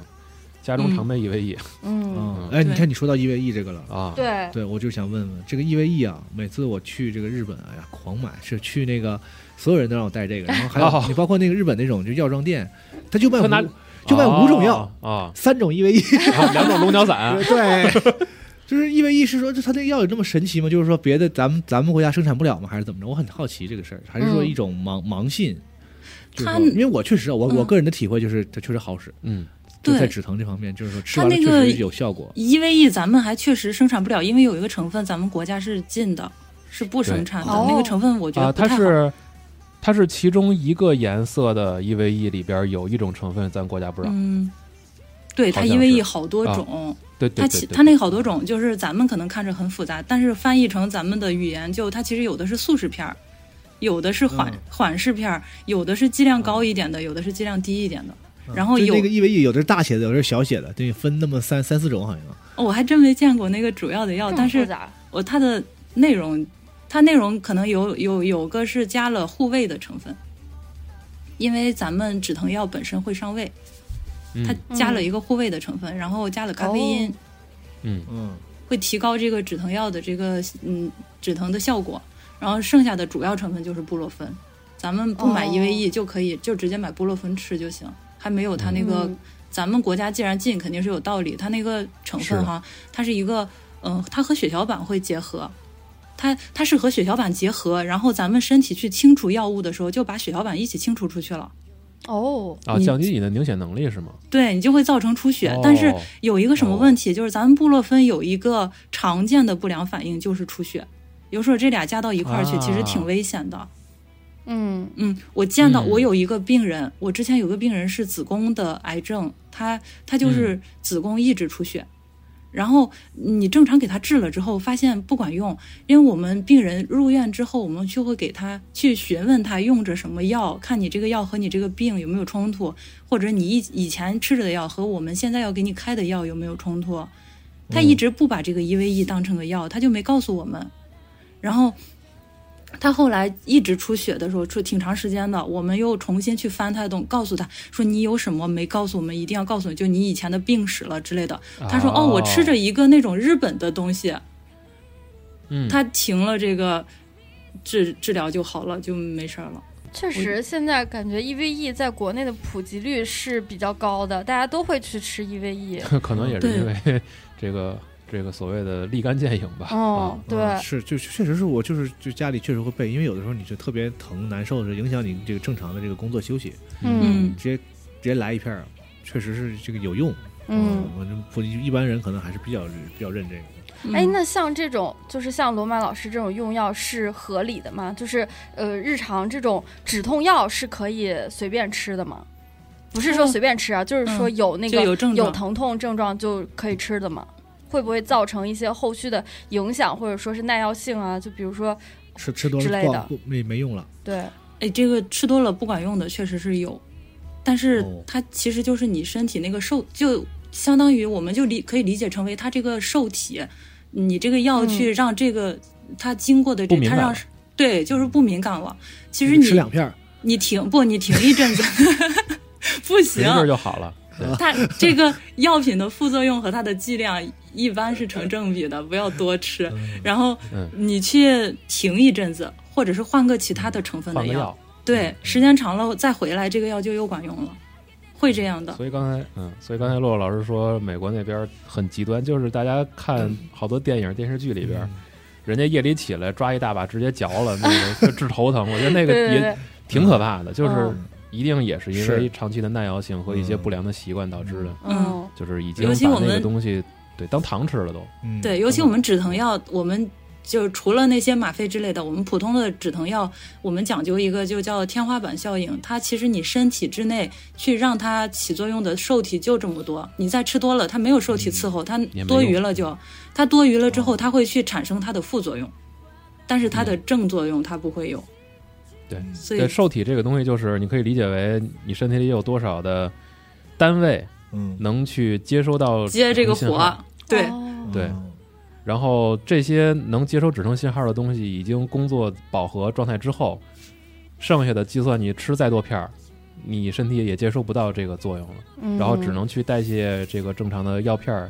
Speaker 4: 家中常备异维液
Speaker 3: 嗯，
Speaker 2: 嗯
Speaker 4: 嗯，
Speaker 2: 哎，你
Speaker 5: 对
Speaker 2: 看你说到 EVE 这个了，
Speaker 4: 啊，
Speaker 5: 哦
Speaker 3: 对，
Speaker 2: 对我就想问问这个 EVE 啊，每次我去这个日本，哎呀，狂买，是去那个所有人都让我带这个，然后还
Speaker 4: 哦
Speaker 2: 有你包括那个日本那种就药妆店，他就卖
Speaker 4: 他拿
Speaker 2: 五就卖五种药，
Speaker 4: 啊，
Speaker 2: 三种 EVE。
Speaker 4: 啊两种龙 角散，
Speaker 2: 对，就是因为一是说，就他那个药有这么神奇吗？就是说别的咱们咱们国家生产不了吗？还是怎么着？我很好奇这个事儿，还是说
Speaker 3: 嗯
Speaker 2: 一种盲、盲信？就是
Speaker 5: 他
Speaker 2: 说因为我确实啊，我、我
Speaker 5: 嗯
Speaker 2: 个人的体会就是，它确实好使，
Speaker 4: 嗯，
Speaker 2: 就在
Speaker 5: 对
Speaker 2: 止疼这方面，就是说吃
Speaker 5: 他
Speaker 2: 完了
Speaker 5: 那
Speaker 2: 确
Speaker 5: 个
Speaker 2: 实有效果。
Speaker 5: 一 v e 咱们还确实生产不了，因为有一个成分咱们国家是禁的，是不生产的。
Speaker 3: 对
Speaker 5: 那个成分我觉
Speaker 4: 啊，
Speaker 5: 得
Speaker 4: 它
Speaker 5: 不太好。
Speaker 4: 是它是其中一个颜色的 EVE 里边有一种成分咱国家不让，
Speaker 5: 嗯，对，
Speaker 4: 好
Speaker 5: 它一
Speaker 4: 像
Speaker 5: v
Speaker 4: 是
Speaker 5: e 好多种，
Speaker 4: 对对
Speaker 5: 它
Speaker 4: 对
Speaker 5: 其
Speaker 4: 对，
Speaker 5: 它那好多种，就是咱们可能看着很复杂，但是翻译成咱们的语言，就它其实有的是速食片儿，有的是缓、
Speaker 2: 嗯
Speaker 5: 缓释片儿，有的是
Speaker 4: 嗯
Speaker 5: 剂量高一点的，有的是剂量低一点的。然后
Speaker 2: 就
Speaker 5: 有
Speaker 2: 那个异维液，有的是大写的，有的是小写的，对，分那么三三四种好像。
Speaker 5: 哦我还真没见过那个主要的药，
Speaker 4: 哦
Speaker 3: 这么
Speaker 5: 但
Speaker 3: 复
Speaker 5: 是
Speaker 3: 杂
Speaker 5: 我它的内容，它内容可能有有有个是加了护胃的成分，因为咱们止疼药本身会伤胃，它
Speaker 4: 嗯
Speaker 5: 加了一个护胃的成分，然后加了咖啡因，
Speaker 3: 哦
Speaker 4: 嗯
Speaker 2: 嗯，
Speaker 5: 会提高这个止疼药的这个嗯止疼的效果。然后剩下的主要成分就是布洛芬，咱们不买
Speaker 3: 哦
Speaker 5: EVE 就可以、就直接买布洛芬吃就行，还没有它那个、
Speaker 3: 嗯
Speaker 5: 咱们国家既然禁，肯定是有道理。它那个成
Speaker 4: 是的
Speaker 5: 分哈，它是一个，嗯、它和血小板会结合，它它是和血小板结合，然后咱们身体去清除药物的时候，就把血小板一起清除出去了。
Speaker 3: 哦，
Speaker 4: 啊，降低你的凝血能力是吗？
Speaker 5: 对你就会造成出血，
Speaker 4: 哦
Speaker 5: 但是有一个什么问题，就是咱们布洛芬有一个常见的不良反应就是出血，有时候这俩加到一块儿去，
Speaker 4: 啊
Speaker 5: 其实挺危险的。
Speaker 3: 嗯
Speaker 5: 嗯，我见到
Speaker 4: 嗯
Speaker 5: 我有一个病人，我之前有个病人是子宫的癌症，他他就是子宫一直出血，然后你正常给他治了之后，发现不管用，因为我们病人入院之后，我们就会给他去询问他用着什么药，看你这个药和你这个病有没有冲突，或者你以以前吃着的药和我们现在要给你开的药有没有冲突。他一直不把这个 EVE 当成个药，他就没告诉我们。然后他后来一直出血的时候，出挺长时间的。我们又重新去翻他的东，告诉他说你有什么没告诉我们，一定要告诉我，就你以前的病史了之类的。他说哦，我吃着一个那种日本的东西，
Speaker 4: 嗯，
Speaker 5: 他停了这个治治疗就好了，就没事儿了。
Speaker 3: 确实，现在感觉 EVE 在国内的普及率是比较高的，大家都会去吃 EVE。
Speaker 4: 可能也是因为 这个这个所谓的立竿见影吧。啊
Speaker 3: 哦，对，
Speaker 2: 嗯是就确实是我就是就家里确实会备，因为有的时候你就特别疼难受的时候，影响你这个正常的这个工作休息。
Speaker 3: 嗯
Speaker 2: 直接直接来一片儿，确实是这个有用。
Speaker 3: 嗯，
Speaker 2: 我这不一般人可能还是比较比较认这个。
Speaker 5: 嗯
Speaker 3: 哎，那像这种，就是像罗马老师这种用药是合理的吗？就是呃，日常这种止痛药是可以随便吃的吗？不是说
Speaker 5: 嗯
Speaker 3: 随便吃啊，就是说有那
Speaker 5: 就
Speaker 3: 个
Speaker 5: 有症
Speaker 3: 有
Speaker 5: 状，
Speaker 3: 疼痛症状就可以吃的吗？会不会造成一些后续的影响，或者说是耐药性啊？就比如说，
Speaker 2: 吃吃多
Speaker 3: 之
Speaker 2: 了
Speaker 3: 类的
Speaker 2: 不不没没用了，
Speaker 3: 对，
Speaker 5: 哎，这个吃多了不管用的确实是有，但是
Speaker 2: 哦
Speaker 5: 它其实就是你身体那个受，就相当于我们就理可以理解成为它这个受体，你这个药
Speaker 3: 嗯
Speaker 5: 去让这个、它经过的这
Speaker 4: 不，敏
Speaker 5: 它
Speaker 4: 感
Speaker 5: 让
Speaker 4: 了
Speaker 5: 对，就是不敏感了。其实
Speaker 2: 你吃
Speaker 5: 你
Speaker 2: 两片儿，
Speaker 5: 你停不，你停一阵子 不行
Speaker 4: 没，事就好了。对
Speaker 5: 它这个药品的副作用和它的剂量一般是成正比的，不要多吃。然后
Speaker 4: 嗯
Speaker 5: 你去停一阵子，或者是换个其他的成分的
Speaker 4: 换个药，嗯
Speaker 5: 对，时间长了再回来，这个药就又管用了，会这样的。
Speaker 4: 所以刚才，嗯，所以刚才洛洛老师说，美国那边很极端，就是大家看好多电影、电视剧里
Speaker 3: 嗯
Speaker 4: 边，人家夜里起来抓一大把直接嚼了，那个就 治头疼。我觉得那个
Speaker 3: 对对
Speaker 4: 也
Speaker 3: 对，
Speaker 4: 挺可怕的，就是
Speaker 3: 嗯
Speaker 4: 一定也是因
Speaker 2: 是
Speaker 4: 为长期的耐药性和一些不良的习惯导致的，
Speaker 5: 嗯
Speaker 3: 嗯，
Speaker 4: 就是已经
Speaker 5: 尤其
Speaker 4: 把
Speaker 5: 我
Speaker 4: 那个
Speaker 5: 们
Speaker 4: 东西对当糖吃了都。
Speaker 2: 嗯，
Speaker 5: 对，尤其我们止疼药，我们就除了那些吗啡之类的，我们普通的止疼药，我们讲究一个就叫天花板效应。它其实你身体之内去让它起作用的受体就这么多，你再吃多了，它没有受体伺候，它
Speaker 4: 嗯也没
Speaker 5: 多余
Speaker 4: 用哦
Speaker 5: 了就，它多余了之后，它会去产生它的副作用，但是它的正作用它不会有。
Speaker 4: 嗯对
Speaker 5: 所
Speaker 4: 对，
Speaker 5: 以
Speaker 4: 受体这个东西就是你可以理解为你身体里有多少的单位
Speaker 2: 嗯，
Speaker 4: 能去接收到
Speaker 5: 接这个
Speaker 4: 信号
Speaker 5: 火，对。
Speaker 3: 哦
Speaker 4: 对
Speaker 2: 嗯
Speaker 4: 然后这些能接收指称信号的东西已经工作饱和状态之后，剩下的计算你吃再多片儿，你身体也接收不到这个作用了，
Speaker 3: 嗯
Speaker 4: 然后只能去代谢这个正常的药片儿，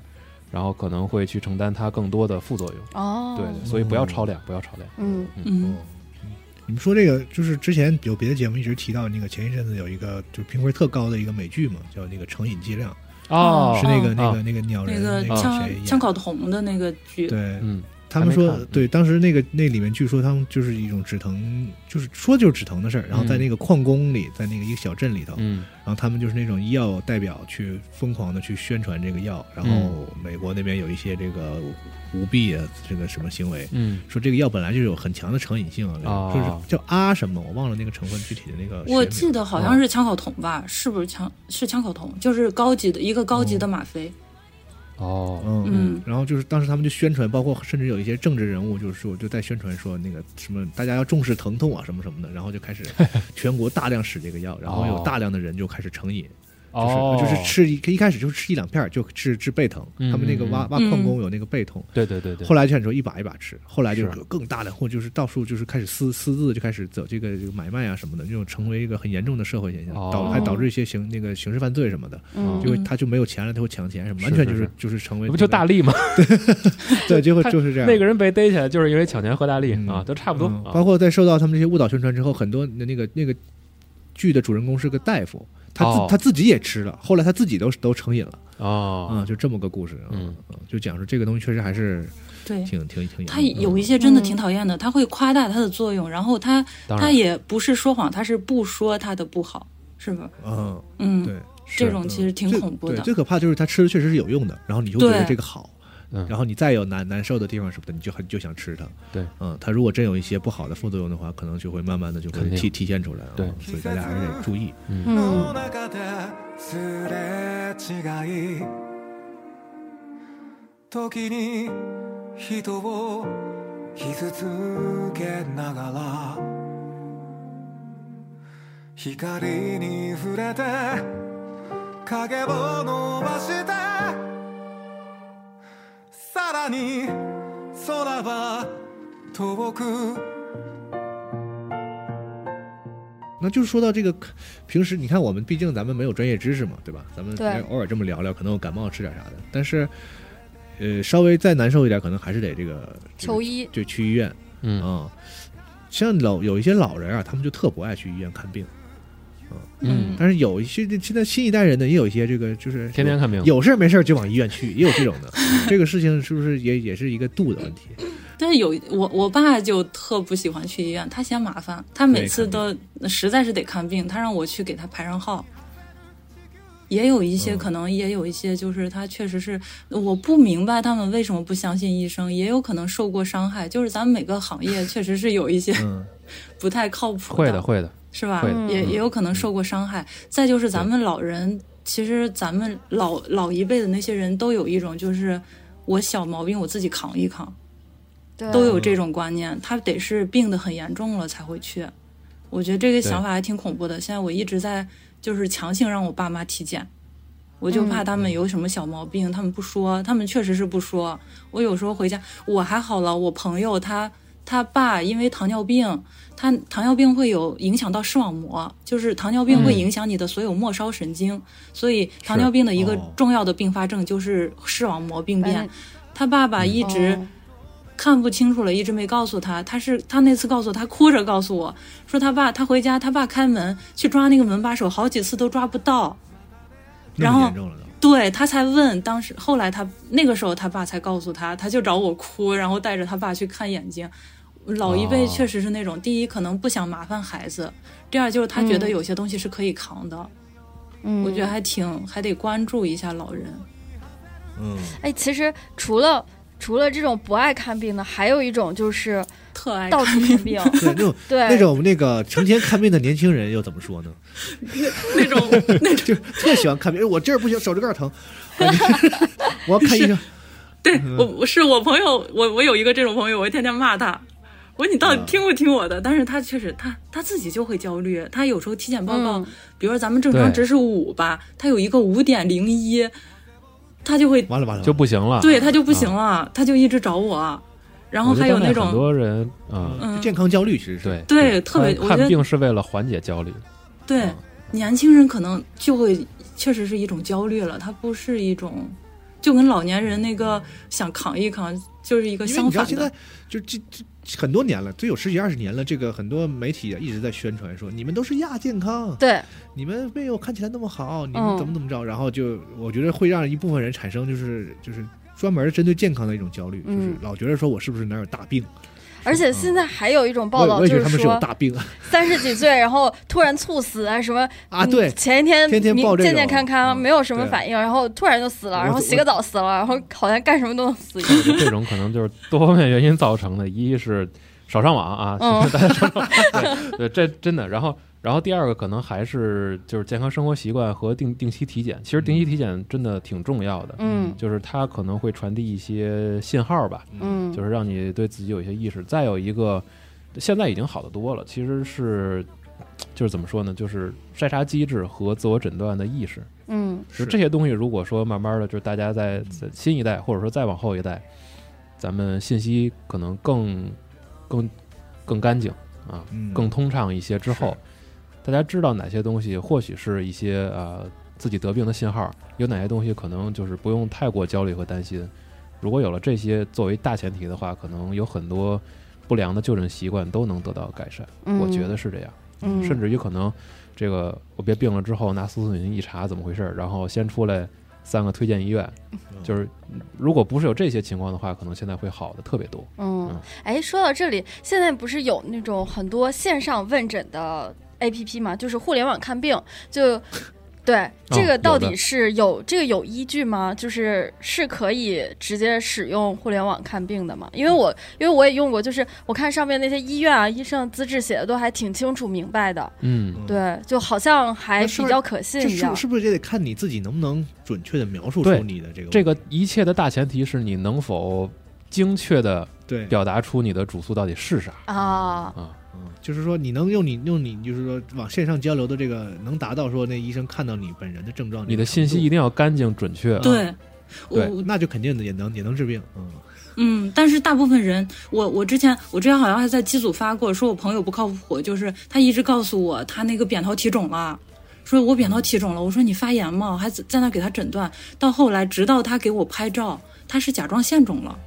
Speaker 4: 然后可能会去承担它更多的副作用。
Speaker 3: 哦，
Speaker 4: 对对，所以不要超量，不要超量。
Speaker 3: 嗯
Speaker 5: 嗯
Speaker 2: 你们说这个，就是之前有别的节目一直提到那个，前一阵子有一个就是评分特高的一个美剧嘛，叫那个《成瘾剂量》，
Speaker 4: 哦
Speaker 2: 是那个那
Speaker 4: 哦
Speaker 2: 个那个鸟
Speaker 5: 那
Speaker 2: 人
Speaker 5: 个
Speaker 2: 那
Speaker 5: 枪
Speaker 2: 谁演
Speaker 5: 枪
Speaker 2: 的？
Speaker 5: 口筒的那个剧，
Speaker 2: 对，
Speaker 4: 嗯，
Speaker 2: 他们
Speaker 4: 还没
Speaker 2: 说
Speaker 4: 看，
Speaker 2: 对，当时那个那里面据说他们就是一种止疼，就是说就是止疼的事儿。然后在那个矿工里，在那个一个小镇里头，
Speaker 4: 嗯
Speaker 2: 然后他们就是那种医药代表去疯狂的去宣传这个药。然
Speaker 4: 嗯
Speaker 2: 后美国那边有一些这个舞弊啊，这个什么行为，
Speaker 4: 嗯
Speaker 2: 说这个药本来就有很强的成瘾性啊，
Speaker 4: 哦
Speaker 2: 就是叫阿什么，我忘了那个成分具体的那个学名。啊
Speaker 5: 我记得好像是枪口筒吧？是不是枪是枪口筒？就是高级的一个高级的吗啡。
Speaker 4: 哦
Speaker 2: 嗯
Speaker 5: 嗯
Speaker 2: 然后就是当时他们就宣传，包括甚至有一些政治人物，就是说就在宣传说那个什么大家要重视疼痛啊什么什么的，然后就开 始全国大量使这个药，然后有大量的人就开始成瘾，
Speaker 4: 哦，
Speaker 2: 就是就是吃一一开始就是吃一两片儿就治治背疼，
Speaker 4: 嗯
Speaker 2: 他们那个挖
Speaker 4: 嗯
Speaker 2: 挖矿工有那个背痛。
Speaker 4: 对对对对，
Speaker 2: 后来就像你说一把一把吃，后来就是更大量，或者就是到处就是开始私私自就开始走这个这个买卖啊什么的，就成为一个很严重的社会现象，
Speaker 4: 哦
Speaker 2: 导还导致一些刑那个刑事犯罪什么的，
Speaker 3: 嗯
Speaker 2: 就会
Speaker 5: 嗯
Speaker 2: 他就没有钱了，他会抢钱什么，
Speaker 4: 是
Speaker 2: 完全
Speaker 4: 是
Speaker 2: 就是就是成为
Speaker 4: 不就
Speaker 2: 那个
Speaker 4: 大力吗？
Speaker 2: 对，结果
Speaker 4: 他
Speaker 2: 就是这样。
Speaker 4: 那个人被逮起来就是因为抢钱喝大力
Speaker 2: 嗯
Speaker 4: 啊，都差不多
Speaker 2: 嗯
Speaker 4: 啊。
Speaker 2: 包括在受到他们这些误导宣传之后，很多那个那个剧的主人公是个大夫，他自、
Speaker 4: 哦
Speaker 2: 他自己也吃了，后来他自己都都成瘾了
Speaker 4: 哦，
Speaker 2: 啊、就这么个故事啊、
Speaker 4: 嗯
Speaker 2: 就讲说这个东西确实还是
Speaker 5: 对，
Speaker 2: 挺挺挺嗯
Speaker 5: 它
Speaker 2: 严重的
Speaker 5: 有一些真的挺讨厌的，它会夸大它的作用，然后它
Speaker 4: 嗯当
Speaker 5: 它
Speaker 4: 然
Speaker 5: 也不是说谎，它是不说它的不好，是不是？
Speaker 2: 嗯，
Speaker 5: 嗯，
Speaker 2: 对，
Speaker 5: 这种其实挺
Speaker 2: 最
Speaker 5: 恐怖
Speaker 2: 对
Speaker 5: 的。
Speaker 2: 最可怕就是他吃的确实是有用的，然后你就觉得
Speaker 5: 对
Speaker 2: 这个好。
Speaker 4: 嗯
Speaker 2: 然后你再有难难受的地方什么的，你就很就想吃它。
Speaker 4: 对，
Speaker 2: 嗯，它如果真有一些不好的副作用的话，可能就会慢慢的就会
Speaker 4: 肯定
Speaker 2: 体体现出来啊。
Speaker 4: 对
Speaker 2: 所以大家还是得注意。
Speaker 1: の中ですれ違い時に人を傷つけながら光に触れて影を伸ばしてさらに空は遠く
Speaker 2: 那就是说到这个，平时你看我们毕竟咱们没有专业知识嘛，对吧？咱们
Speaker 3: 对
Speaker 2: 哎偶尔这么聊聊，可能我感冒吃点啥的，但是，呃，稍微再难受一点，可能还是得这个这个
Speaker 3: 求医，
Speaker 2: 就去医院啊、
Speaker 4: 嗯
Speaker 2: 像老有一些老人啊，他们就特不爱去医院看病，
Speaker 4: 嗯，
Speaker 2: 但是有一些现在新一代人呢，也有一些这个就是
Speaker 4: 天天看病，
Speaker 2: 有事儿没事儿就往医院去，也有这 种的。这个事情是不是也也是一个度的问题？
Speaker 5: 但是有我我爸就特不喜欢去医院，他嫌麻烦，他每次都实在是得看病，他让我去给他排上号。也有一些、
Speaker 2: 嗯
Speaker 5: 可能也有一些，就是他确实是我不明白他们为什么不相信医生，也有可能受过伤害。就是咱们每个行业确实是有一些
Speaker 2: 嗯，
Speaker 5: 不太靠谱
Speaker 4: 会的会的，
Speaker 5: 是吧
Speaker 4: 会的？
Speaker 5: 也
Speaker 4: 嗯
Speaker 5: 也有可能受过伤害。再就是咱们老人，其实咱们老老一辈的那些人都有一种就是我小毛病我自己扛一扛。
Speaker 3: 对
Speaker 5: 都有这种观念，他得是病得很严重了才会去。我觉得这个想法还挺恐怖的。现在我一直在就是强行让我爸妈体检，我就怕他们有什么小毛病，他们不说，他们确实是不说。我有时候回家，我还好了，我朋友他他爸因为糖尿病，他糖尿病会有影响到视网膜，就是糖尿病会影响你的所有末梢神经，所以糖尿病的一个
Speaker 2: 哦
Speaker 5: 重要的并发症就是视网膜病
Speaker 3: 把
Speaker 5: 变。
Speaker 3: 那
Speaker 5: 他爸爸一直、
Speaker 3: 哎哦
Speaker 5: 看不清楚了，一直没告诉他。他是他那次告诉我，他哭着告诉我说他爸，他回家他爸开门去抓那个门把手，好几次都抓不到，
Speaker 2: 那
Speaker 5: 然
Speaker 2: 么
Speaker 5: 后
Speaker 2: 严重了都。
Speaker 5: 对他才问。当时后来他那个时候他爸才告诉他，他就找我哭，然后带着他爸去看眼睛。老一辈
Speaker 4: 哦
Speaker 5: 确实是那种，第一可能不想麻烦孩子，第二就是他觉得
Speaker 3: 嗯
Speaker 5: 有些东西是可以扛的。
Speaker 3: 嗯
Speaker 5: 我觉得还挺还得关注一下老人。
Speaker 2: 嗯，
Speaker 3: 哎，其实除了除了这种不爱看病的，还有一种就是
Speaker 5: 特爱
Speaker 3: 到处看病，
Speaker 2: 对，那种
Speaker 3: 对，
Speaker 2: 那种那个成天看病的年轻人又怎么说呢？
Speaker 5: 那种那 种，
Speaker 2: 就特喜欢看病，哎我这儿不行，手指盖儿疼，啊你我要看医生。
Speaker 5: 对
Speaker 4: 嗯
Speaker 5: 我我是我朋友，我我有一个这种朋友，我天天骂他，我说你
Speaker 4: 嗯
Speaker 5: 到底
Speaker 2: 啊
Speaker 5: 听不听我的？但是他确实，他他自己就会焦虑。他有时候体检报告，
Speaker 3: 嗯
Speaker 5: 比如说咱们正常
Speaker 4: 对
Speaker 5: 值是五吧，他有一个五点零一，他就会
Speaker 2: 完了完了，
Speaker 4: 就不行了。
Speaker 5: 对他就不行了，他就一直找我。然后
Speaker 4: 啊我觉得
Speaker 5: 还有
Speaker 4: 当代
Speaker 5: 那
Speaker 4: 很
Speaker 5: 种，
Speaker 4: 多人啊，
Speaker 5: 嗯，
Speaker 2: 健康焦虑其实是
Speaker 4: 对
Speaker 5: 对特别
Speaker 4: 看
Speaker 5: 我觉得
Speaker 4: 看病是为了缓解焦虑，
Speaker 5: 对
Speaker 4: 嗯，
Speaker 5: 年轻人可能就会确实是一种焦虑了，他不是一种，就跟老年人那个想扛一扛就是一个
Speaker 2: 因为
Speaker 5: 相
Speaker 2: 你知道
Speaker 5: 反
Speaker 2: 现在
Speaker 5: 的。
Speaker 2: 就这这这很多年了，都有十几二十年了。这个很多媒体啊一直在宣传说，你们都是亚健康，
Speaker 3: 对，
Speaker 2: 你们没有看起来那么好，你
Speaker 3: 嗯
Speaker 2: 们怎么怎么着，然后就我觉得会让一部分人产生就是就是专门针对健康的一种焦虑，就是
Speaker 3: 嗯
Speaker 2: 老觉得说我是不是哪有大病？
Speaker 3: 而且现在还有一种
Speaker 2: 嗯
Speaker 3: 报
Speaker 2: 我也
Speaker 3: 道，
Speaker 2: 我也觉
Speaker 3: 就
Speaker 2: 得他们是有
Speaker 3: 说
Speaker 2: 大病
Speaker 3: 三十几岁，然后突然猝死啊什么
Speaker 2: 啊，
Speaker 3: 嗯
Speaker 2: 对。
Speaker 3: 前一天
Speaker 2: 天天
Speaker 3: 你
Speaker 2: 报这
Speaker 3: 健健
Speaker 2: 种
Speaker 3: 康康，
Speaker 2: 嗯
Speaker 3: 没有什么
Speaker 2: 对
Speaker 3: 反应，然后突然就死了，
Speaker 2: 我
Speaker 3: 然后
Speaker 2: 我
Speaker 3: 洗个澡死了，然后好像干什么都能 死一样。
Speaker 4: 这种可能就是多方面原因造成的，一是少上网啊，
Speaker 3: 嗯
Speaker 4: 大家少上网对对，这真的。然后，然后第二个可能还是就是健康生活习惯和定定期体检。其实定期体检真的挺重要的，
Speaker 3: 嗯
Speaker 4: 就是它可能会传递一些信号吧，
Speaker 3: 嗯，
Speaker 4: 就是让你对自己有一些意识。再有一个，现在已经好的多了，其实是就是怎么说呢，就是筛查机制和自我诊断的意识。
Speaker 3: 嗯
Speaker 4: 就这些东西，如果说慢慢的，就是大家在在新一代，或者说再往后一代，咱们信息可能更更更干净啊，
Speaker 2: 嗯
Speaker 4: 更通畅一些之后，大家知道哪些东西或许是一些呃自己得病的信号，有哪些东西可能就是不用太过焦虑和担心。如果有了这些作为大前提的话，可能有很多不良的就诊习惯都能得到改善。
Speaker 3: 嗯，
Speaker 4: 我觉得是这样。
Speaker 3: 嗯，
Speaker 4: 甚至于可能这个我别病了之后拿搜索引擎一查怎么回事儿，然后先出来三个推荐医院，就是如果不是有这些情况的话，可能现在会好的特别多。
Speaker 3: 嗯
Speaker 4: 嗯，
Speaker 3: 哎，说到这里，现在不是有那种很多线上问诊的 APP 嘛，就是互联网看病， 就
Speaker 2: 哦
Speaker 3: 对这个
Speaker 4: 有
Speaker 3: 到
Speaker 4: 的
Speaker 3: 底是有、这个有依据吗？就是是可以直接使用互联网看病的吗？因为我因为我也用过，就是我看上面那些医院啊，医生资质写的都还挺清楚明白的，
Speaker 4: 嗯
Speaker 3: 对，就好像还
Speaker 2: 那是
Speaker 3: 比
Speaker 2: 不是
Speaker 3: 较可信
Speaker 2: 这
Speaker 3: 一
Speaker 2: 是
Speaker 3: 样
Speaker 2: 不。是不是也得看你自己能不能准确的描述
Speaker 4: 对
Speaker 2: 出你的这个
Speaker 4: 这个一切的大前提是你能否精确的
Speaker 2: 对，
Speaker 4: 表达出你的主诉到底是啥
Speaker 3: 啊，
Speaker 4: 啊？
Speaker 2: 嗯就是说你能用你用你就是说往线上交流的这个能达到说那医生看到你本人的症状这个程度，
Speaker 4: 你的信息一定要干净准确。啊
Speaker 5: 对，
Speaker 4: 嗯对
Speaker 5: 我
Speaker 2: 那就肯定也能也能治病，嗯，
Speaker 5: 嗯，但是大部分人，我我之前我之前好像还在机组发过，说我朋友不靠谱，就是他一直告诉我他那个扁桃体肿了，说我扁桃体肿了，我说你发炎吗？我还在在那给他诊断，到后来直到他给我拍照，他是甲状腺肿了，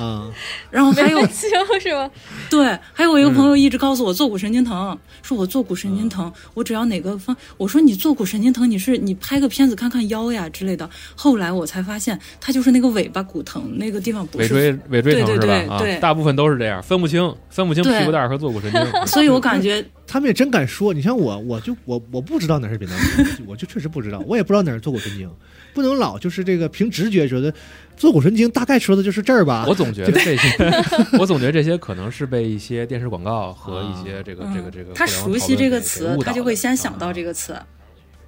Speaker 2: 啊，
Speaker 5: 然后还
Speaker 3: 没
Speaker 5: 有
Speaker 3: 问清是吗？
Speaker 5: 对，还有一个朋
Speaker 4: 嗯
Speaker 5: 友一直告诉我坐骨神经疼，说我坐骨神经疼，我只要哪个方，我说你坐骨神经疼，你是你拍个片子看看腰呀之类的。后来我才发现，他就是那个尾巴骨疼，那个地方不
Speaker 4: 尾
Speaker 5: 是。
Speaker 4: 椎尾椎疼
Speaker 5: 对
Speaker 4: 是
Speaker 5: 对
Speaker 4: 吧？
Speaker 5: 对
Speaker 4: 啊
Speaker 5: 对，
Speaker 4: 大部分都是这样，分不清分不清
Speaker 5: 对
Speaker 4: 屁股蛋儿和坐骨神 经。
Speaker 5: 所以我感觉，
Speaker 2: 他们也真敢说。你像我，我就我我不知道哪是扁桃体， 我就确实不知道，我也不知道哪儿坐骨神经，不能老就是这个凭直觉觉得坐骨神经大概说的就是这儿吧
Speaker 4: 我。总觉得 这些，我总觉得这些可能是被一些电视广告和一些这个、这个这个
Speaker 5: 嗯他
Speaker 4: 互联网
Speaker 5: 熟悉
Speaker 4: 讨论
Speaker 5: 这个
Speaker 4: 给
Speaker 5: 词，他就会
Speaker 4: 啊
Speaker 5: 先想到这个词。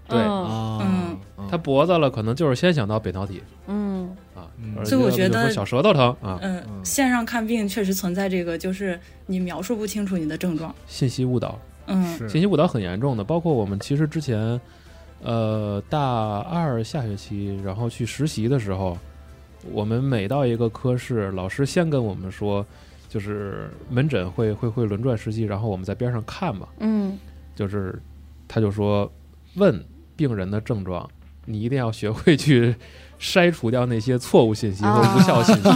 Speaker 4: 对
Speaker 3: 嗯
Speaker 2: 啊
Speaker 5: 嗯，
Speaker 2: 嗯
Speaker 4: 他脖子了，可能就是先想到扁桃体
Speaker 3: 嗯
Speaker 4: 啊
Speaker 2: 嗯，
Speaker 4: 而
Speaker 5: 所以我
Speaker 4: 要不
Speaker 5: 觉
Speaker 4: 就
Speaker 5: 得
Speaker 4: 说小舌头疼啊，
Speaker 5: 嗯
Speaker 2: 嗯，
Speaker 5: 线上看病确实存在这个，就是你描述不清楚你的症状。
Speaker 4: 信息误导，
Speaker 5: 嗯
Speaker 4: 信
Speaker 2: 是
Speaker 4: 息误导很严重的。包括我们其实之前，呃，大二下学期，然后去实习的时候，我们每到一个科室，老师先跟我们说，就是门诊会会会轮转实习，然后我们在边上看嘛。
Speaker 3: 嗯
Speaker 4: 就是他就说问病人的症状，你一定要学会去筛除掉那些错误信息和无效信息，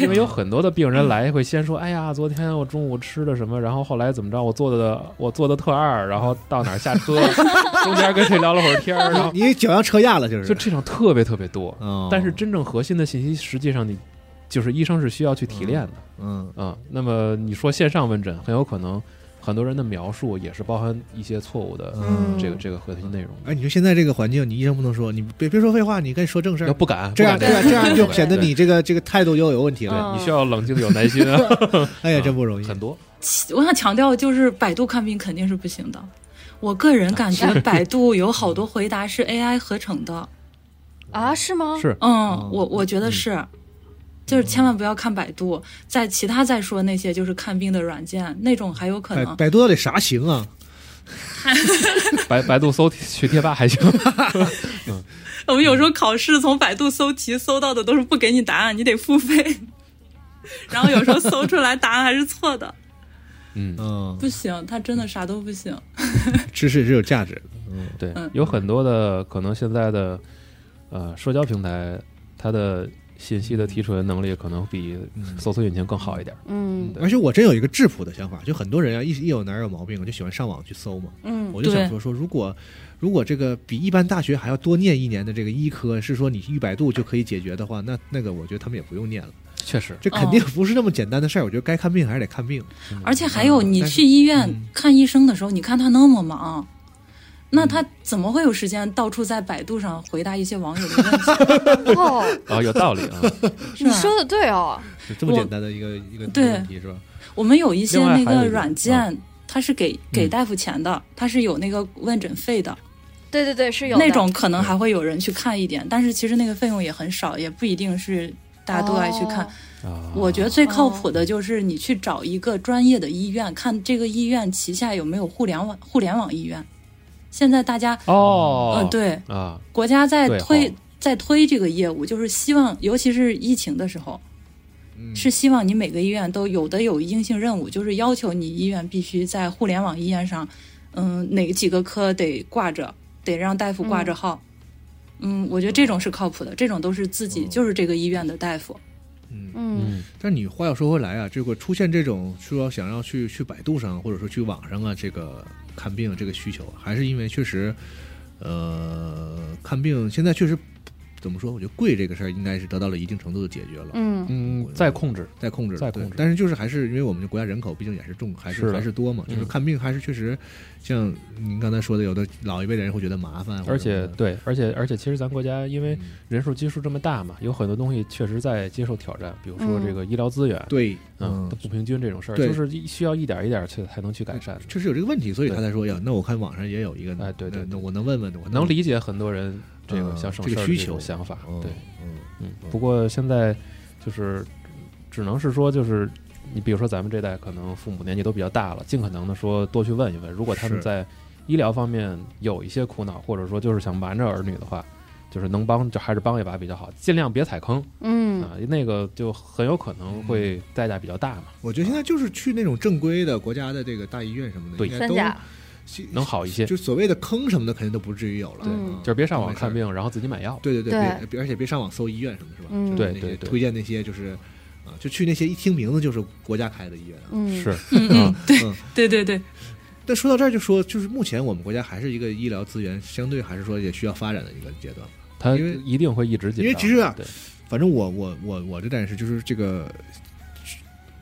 Speaker 4: 因为有很多的病人来会先说，哎呀，昨天我中午吃的什么，然后后来怎么着，我做的我做的特二，然后到哪儿下车，中间跟谁聊了会儿天儿，然后
Speaker 2: 你脚要车压了就是
Speaker 4: 就，这种特别特别多，
Speaker 2: 哦
Speaker 4: 但是真正核心的信息，实际上你就是医生是需要去提炼的。
Speaker 2: 嗯
Speaker 4: 啊、那么你说线上问诊，很有可能很多人的描述也是包含一些错误的
Speaker 2: 嗯，
Speaker 4: 这个这个核心内容的。
Speaker 2: 哎，你说现在这个环境，你医生不能说，你别别说废话，你该说正事
Speaker 4: 要
Speaker 2: 儿。
Speaker 4: 不敢，啊
Speaker 2: 这样
Speaker 4: 不
Speaker 2: 这
Speaker 4: 敢
Speaker 2: 样
Speaker 4: 对
Speaker 2: 这样就显得
Speaker 4: 对
Speaker 2: 你这个这个态度又有问题了。
Speaker 4: 对
Speaker 3: 嗯
Speaker 4: 你需要冷静有耐心啊，
Speaker 2: 哎呀，真不容易。
Speaker 4: 很多
Speaker 5: 我想强调，就是百度看病肯定是不行的。我个人感觉百度有好多回答是 AI 合成的。
Speaker 3: 啊，是吗？
Speaker 4: 是
Speaker 5: 嗯，我我觉得是，就是千
Speaker 4: 嗯
Speaker 5: 万不要看百度，在其
Speaker 4: 哎
Speaker 5: 他再说那些就是看病的软件那种还有可
Speaker 2: 百
Speaker 5: 能。
Speaker 2: 百度到底啥行啊？
Speaker 4: 百百度搜去贴吧还行。
Speaker 5: 我们有时候考试从百度搜题搜到的都是不给你答案，你得付费。 然后有时候搜出来答案还是错的，
Speaker 4: 嗯，
Speaker 2: 嗯，
Speaker 5: 不行，他真的啥都不行。
Speaker 2: 知识是有价值的。
Speaker 4: 对
Speaker 5: 嗯，
Speaker 4: 有很多的可能现在的呃社交平台，它的信息的提纯能力可能比
Speaker 2: 嗯
Speaker 4: 搜索引擎更好一点。
Speaker 3: 嗯
Speaker 4: 对
Speaker 2: 而且我真有一个质朴的想法，就很多人啊，一一有哪儿有毛病，我就喜欢上网去搜嘛。
Speaker 3: 嗯
Speaker 2: 我就想
Speaker 5: 对
Speaker 2: 说说，如果如果这个比一般大学还要多念一年的这个医科，是说你去百度就可以解决的话，那那个我觉得他们也不用念了，
Speaker 4: 确实，
Speaker 2: 这肯定
Speaker 5: 哦
Speaker 2: 不是那么简单的事儿。我觉得该看病还是得看病。
Speaker 5: 而且还有，
Speaker 2: 嗯
Speaker 5: 你
Speaker 2: 但是
Speaker 5: 去医院看医生的时候，你看他那么忙，那他怎么会有时间到处在百度上回答一些网友的问 题？
Speaker 3: 哦，
Speaker 4: 啊，有 道理啊。
Speaker 5: 是
Speaker 3: 你
Speaker 5: 吧？
Speaker 3: 说的对哦，
Speaker 2: 就这么
Speaker 5: 我
Speaker 2: 简单的一个一个
Speaker 5: 对
Speaker 2: 问题是吧？
Speaker 5: 我们有一些
Speaker 4: 另外还
Speaker 5: 那
Speaker 4: 有一个
Speaker 5: 个
Speaker 4: 啊嗯
Speaker 5: 软件，它是给给大夫钱的，它是有那个问诊费的，
Speaker 3: 对对对，是有的
Speaker 5: 那种可能还会有人去看一点，但是其实那个费用也很少，也不一定是大家都爱去看。
Speaker 3: 哦
Speaker 4: 啊，
Speaker 5: 我觉得最靠谱的就是你去找一个专业的医院，看这个医院旗下有没有互联网互联网医院。现在大家，
Speaker 4: 哦，
Speaker 5: 嗯，对，
Speaker 4: 啊，
Speaker 5: 国家在
Speaker 4: 对
Speaker 5: 推、
Speaker 4: 哦
Speaker 5: 在推这个业务，就是希望，尤其是疫情的时候，
Speaker 2: 嗯
Speaker 4: 嗯
Speaker 5: 是希望你每个医院都有的有硬性任务，就是要求你医院必须在互联网医院上，嗯，哪几个科得挂着，得让大夫挂着号。嗯我觉得这种是靠谱的，这种都是自
Speaker 4: 哦
Speaker 5: 己、就是这个医院的大夫。
Speaker 3: 嗯
Speaker 4: 嗯，
Speaker 2: 但你话又说回来啊，这个出现这种说想要去去百度上，或者说去网上啊，这个看病这个需求啊，还是因为确实，呃，看病现在确实怎么说？我觉得贵这个事儿应该是得到了一定程度的解决了，
Speaker 3: 嗯
Speaker 4: 嗯，再控制，
Speaker 2: 在控制了，
Speaker 4: 在控
Speaker 2: 对
Speaker 4: 制
Speaker 2: 但是就是还是因为我们国家人口毕竟也是重，还是
Speaker 4: 是的
Speaker 2: 还是多嘛，就是
Speaker 4: 嗯
Speaker 2: 看病还是确实像您刚才说的，有的老一辈的人会觉得麻烦，或者
Speaker 4: 而且
Speaker 2: 什么的
Speaker 4: 对，而且而且，其实咱国家因为
Speaker 2: 嗯
Speaker 4: 人数基数这么大嘛，有很多东西确实在接受挑战，比如说
Speaker 3: 嗯
Speaker 4: 这个医疗资源，
Speaker 2: 对，
Speaker 4: 嗯，都不平均这种事儿，
Speaker 2: 对
Speaker 4: 就是一需要一点儿一点儿去才能去改善。
Speaker 2: 确实有这个问题，所以他
Speaker 4: 对
Speaker 2: 才说哎呀，那我看网上也有一个，
Speaker 4: 哎对对
Speaker 2: 那
Speaker 4: 对
Speaker 2: 那我能问问的，我
Speaker 4: 能
Speaker 2: 理。
Speaker 4: 理解很多人这个
Speaker 2: 嗯
Speaker 4: 想省
Speaker 2: 这
Speaker 4: 事
Speaker 2: 个
Speaker 4: 儿
Speaker 2: 需
Speaker 4: 的这种
Speaker 2: 求
Speaker 4: 想法，
Speaker 2: 嗯
Speaker 4: 对，
Speaker 2: 嗯
Speaker 4: 嗯。不过现在就是只能是说，就是你比如说咱们这代可能父母年纪都比较大了，尽可能的说多去问一问，如果他们
Speaker 2: 是
Speaker 4: 在医疗方面有一些苦恼，或者说就是想瞒着儿女的话。就是能帮就还是帮一把比较好，尽量别踩坑
Speaker 3: 嗯
Speaker 4: 啊、那个就很有可能
Speaker 2: 嗯
Speaker 4: 会代价比较大嘛，
Speaker 2: 我觉得现在就是去那种正规的国家的这个大医院什么的，
Speaker 4: 对
Speaker 2: 应该
Speaker 3: 三
Speaker 2: 都
Speaker 3: 甲
Speaker 2: 其
Speaker 4: 能好一些。
Speaker 2: 就所谓的坑什么的，肯定都不至于有了。
Speaker 3: 对
Speaker 2: 嗯
Speaker 4: 就是别上网看，
Speaker 2: 都没事
Speaker 4: 病，然后自己买药
Speaker 2: 儿。对对
Speaker 3: 对
Speaker 2: 别别而且别上网搜医院什么，是吧？就
Speaker 3: 嗯
Speaker 2: 是那些
Speaker 4: 对对对
Speaker 2: 推荐那些就是啊，就去那些一听名字就是国家开的医院啊。
Speaker 3: 嗯
Speaker 4: 是，
Speaker 5: 嗯嗯，
Speaker 4: 啊
Speaker 5: 对
Speaker 2: 嗯
Speaker 5: 对对对，
Speaker 2: 但说到这儿，就说就是目前我们国家还是一个医疗资源相对还是说也需要发展的一个阶段。
Speaker 4: 他
Speaker 2: 因为
Speaker 4: 一定会一直紧张。
Speaker 2: 因为其实啊
Speaker 4: 对，
Speaker 2: 反正我我我我这点是就是这个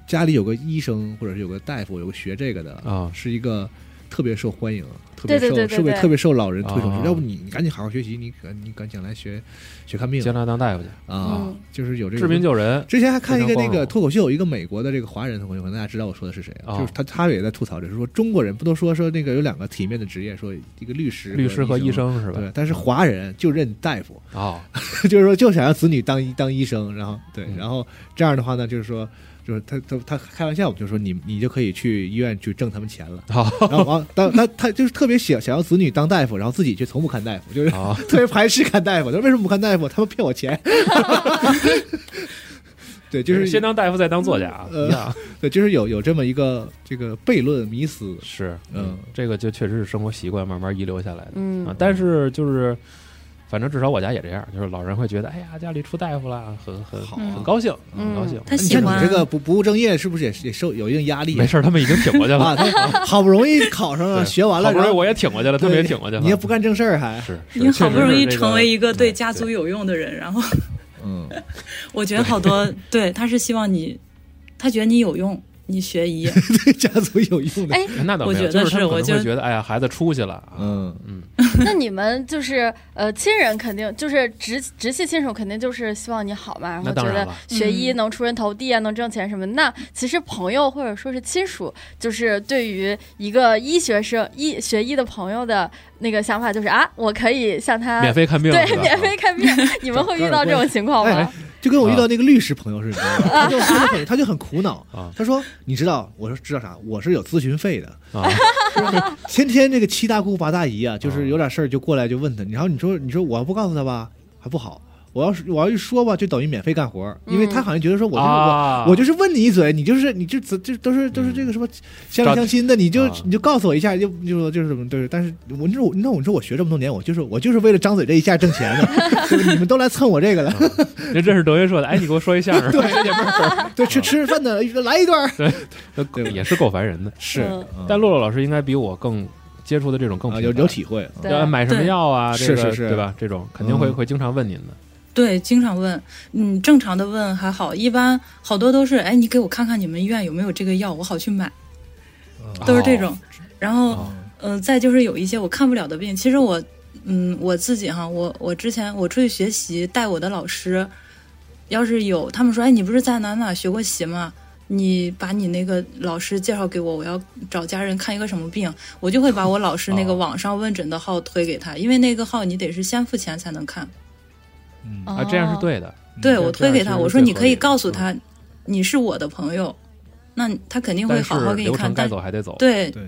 Speaker 2: 家里有个医生或者是有个大夫有个学这个的
Speaker 4: 啊
Speaker 2: 是一个特别受欢迎，特别
Speaker 3: 对
Speaker 2: 受
Speaker 3: 对对对
Speaker 2: 特别
Speaker 3: 对
Speaker 2: 特别受老人推崇
Speaker 4: 啊。
Speaker 2: 要不你你赶紧好好学习，你赶你赶紧来学学看病
Speaker 4: 将来当大夫去，
Speaker 2: 啊
Speaker 3: 嗯，
Speaker 2: 就是有这
Speaker 4: 治
Speaker 2: 个
Speaker 4: 病。救人。
Speaker 2: 之前还看一个
Speaker 4: 非常
Speaker 2: 那
Speaker 4: 光
Speaker 2: 个
Speaker 4: 荣
Speaker 2: 脱口秀，一个美国的这个华人脱口秀，可能大家知道我说的是谁啊？
Speaker 4: 啊
Speaker 2: 就是他，他也在吐槽，就是说中国人不都说说那个有两个体面的职业，说一个律师，
Speaker 4: 律师和医，生是吧？
Speaker 2: 对，但是华人就认大夫，
Speaker 4: 哦，
Speaker 2: 就是说就想让子女当医当医生，然后对，
Speaker 4: 嗯
Speaker 2: 然后这样的话呢，就是说，就是他他他开玩笑，就说你你就可以去医院去挣他们钱了。
Speaker 4: 好，
Speaker 2: 然后王当他他就是特别想想要子女当大夫，然后自己却从不看大夫，就是
Speaker 4: 好，
Speaker 2: 特别排斥看大夫。他说为什么不看大夫？他们骗我 钱。对，就是
Speaker 4: 先当大夫再当作家啊，
Speaker 2: 呃
Speaker 4: 一样
Speaker 2: 对，就是有有这么一个这个悖论迷思。
Speaker 4: 是，
Speaker 2: 嗯，
Speaker 4: 这个就确实是生活习惯慢慢遗留下来的啊
Speaker 3: 嗯。
Speaker 4: 但是就是，反正至少我家也这样，就是老人会觉得，哎呀，家里出大夫了，很很
Speaker 2: 好啊
Speaker 4: 很高兴，很
Speaker 3: 嗯
Speaker 4: 高兴。啊
Speaker 5: 他
Speaker 2: 你
Speaker 5: 喜
Speaker 2: 看你
Speaker 5: 欢
Speaker 2: 这个不不务正业，是不是也也受有一定压力？
Speaker 4: 没事儿，他们已经挺过去
Speaker 2: 啊，
Speaker 4: 了，
Speaker 2: 他好不容易考上了，
Speaker 4: 对
Speaker 2: 学完了，
Speaker 4: 好不容易
Speaker 2: 然后
Speaker 4: 我也挺过去了，他们也挺过去了。
Speaker 2: 你也不干正事儿还。
Speaker 4: 是，是
Speaker 5: 你好不容易
Speaker 4: 确实是这嗯
Speaker 5: 成为一个对家族
Speaker 4: 对
Speaker 5: 有用的人，然后
Speaker 2: 嗯，
Speaker 5: 我觉得好多对他是希望你，他觉得你有用，你学医，
Speaker 2: 对家族有用的。
Speaker 3: 哎，
Speaker 4: 那倒
Speaker 5: 我
Speaker 4: 没有，
Speaker 5: 觉得
Speaker 4: 就是他
Speaker 5: 是
Speaker 4: 们可
Speaker 5: 我
Speaker 4: 能会
Speaker 5: 就
Speaker 4: 觉得，哎呀，孩子出息了啊，
Speaker 2: 嗯，
Speaker 4: 嗯，
Speaker 3: 那你们就是呃，亲人肯定就是直直系亲属，肯定就是希望你好嘛，然后
Speaker 4: 那当
Speaker 3: 觉
Speaker 4: 然
Speaker 3: 得
Speaker 4: 了
Speaker 3: 学
Speaker 5: 嗯
Speaker 3: 医能出人头地啊，能挣钱什么的。那其实朋友或者说是亲属，就是对于一个医学生、医学医的朋友的那个想法，就是啊，我可以向他
Speaker 4: 免费看病，
Speaker 3: 对
Speaker 4: 是吧
Speaker 3: 免费看病。你们会遇到这种情况
Speaker 2: 哎
Speaker 3: 吗？
Speaker 2: 就跟我遇到那个律师朋友似的，他就他就很他就很苦恼
Speaker 4: 啊，
Speaker 2: 他说你知道，我说知道啥，我是有咨询费的，
Speaker 4: 啊，
Speaker 2: 天天这个七大姑八大姨啊，就是有点事儿就过来就问他，然后你说你说我要不告诉他吧，还不好。我要是我要一说吧，就等于免费干活儿，
Speaker 5: 嗯
Speaker 2: 因为他好像觉得说我就是我，
Speaker 4: 啊
Speaker 2: 我就是问你一嘴，你就是你就这这都是都是这个什么相
Speaker 4: 找
Speaker 2: 相亲的，你就
Speaker 4: 啊
Speaker 2: 你就告诉我一下，就就说就是怎么对，但是我你说我那我说我学这么多年，我就是我就是为了张嘴这一下挣钱的，对吧你们都来蹭我这个了，
Speaker 4: 就认识德云社的，哎，你给我说一相声，这姐妹儿
Speaker 2: 对，吃吃饭的来一段儿，对
Speaker 4: 也是够烦人的。
Speaker 2: 是
Speaker 3: 嗯
Speaker 4: 但洛洛老师应该比我更接触的这种更
Speaker 2: 啊
Speaker 4: 频
Speaker 2: 有
Speaker 4: 繁
Speaker 2: 有体会，
Speaker 3: 对
Speaker 4: 要买什么药啊？
Speaker 2: 对
Speaker 4: 这个
Speaker 2: 是是是
Speaker 4: 对吧？这种肯定会
Speaker 2: 嗯
Speaker 4: 会经常问您的。
Speaker 5: 对，经常问，嗯，正常的问还好，一般好多都是，哎，你给我看看你们医院有没有这个药，我好去买，都是这种。然后，嗯、再就是有一些我看不了的病，其实我，嗯，我自己哈，我我之前我出去学习带我的老师，要是有他们说，哎，你不是在哪哪学过习吗？你把你那个老师介绍给我，我要找家人看一个什么病，我就会把我老师那个
Speaker 4: 哦
Speaker 5: 网上问诊的号推给他，因为那个号你得是先付钱才能看。
Speaker 2: 嗯
Speaker 4: 啊，这样是对的。
Speaker 5: 哦对啊
Speaker 4: 这
Speaker 5: 我
Speaker 4: 样
Speaker 5: 推给
Speaker 4: 这
Speaker 5: 他，
Speaker 4: 样
Speaker 5: 我
Speaker 4: 是
Speaker 5: 说
Speaker 4: 最
Speaker 5: 你
Speaker 4: 合
Speaker 5: 可
Speaker 4: 理
Speaker 5: 以
Speaker 4: 的
Speaker 5: 告诉
Speaker 4: 嗯
Speaker 5: 他你是我的朋友，那他肯定会
Speaker 4: 但
Speaker 5: 好
Speaker 4: 是
Speaker 5: 好给你
Speaker 4: 流
Speaker 5: 看。
Speaker 4: 程该
Speaker 5: 但
Speaker 4: 走还得走。
Speaker 5: 对
Speaker 2: 对，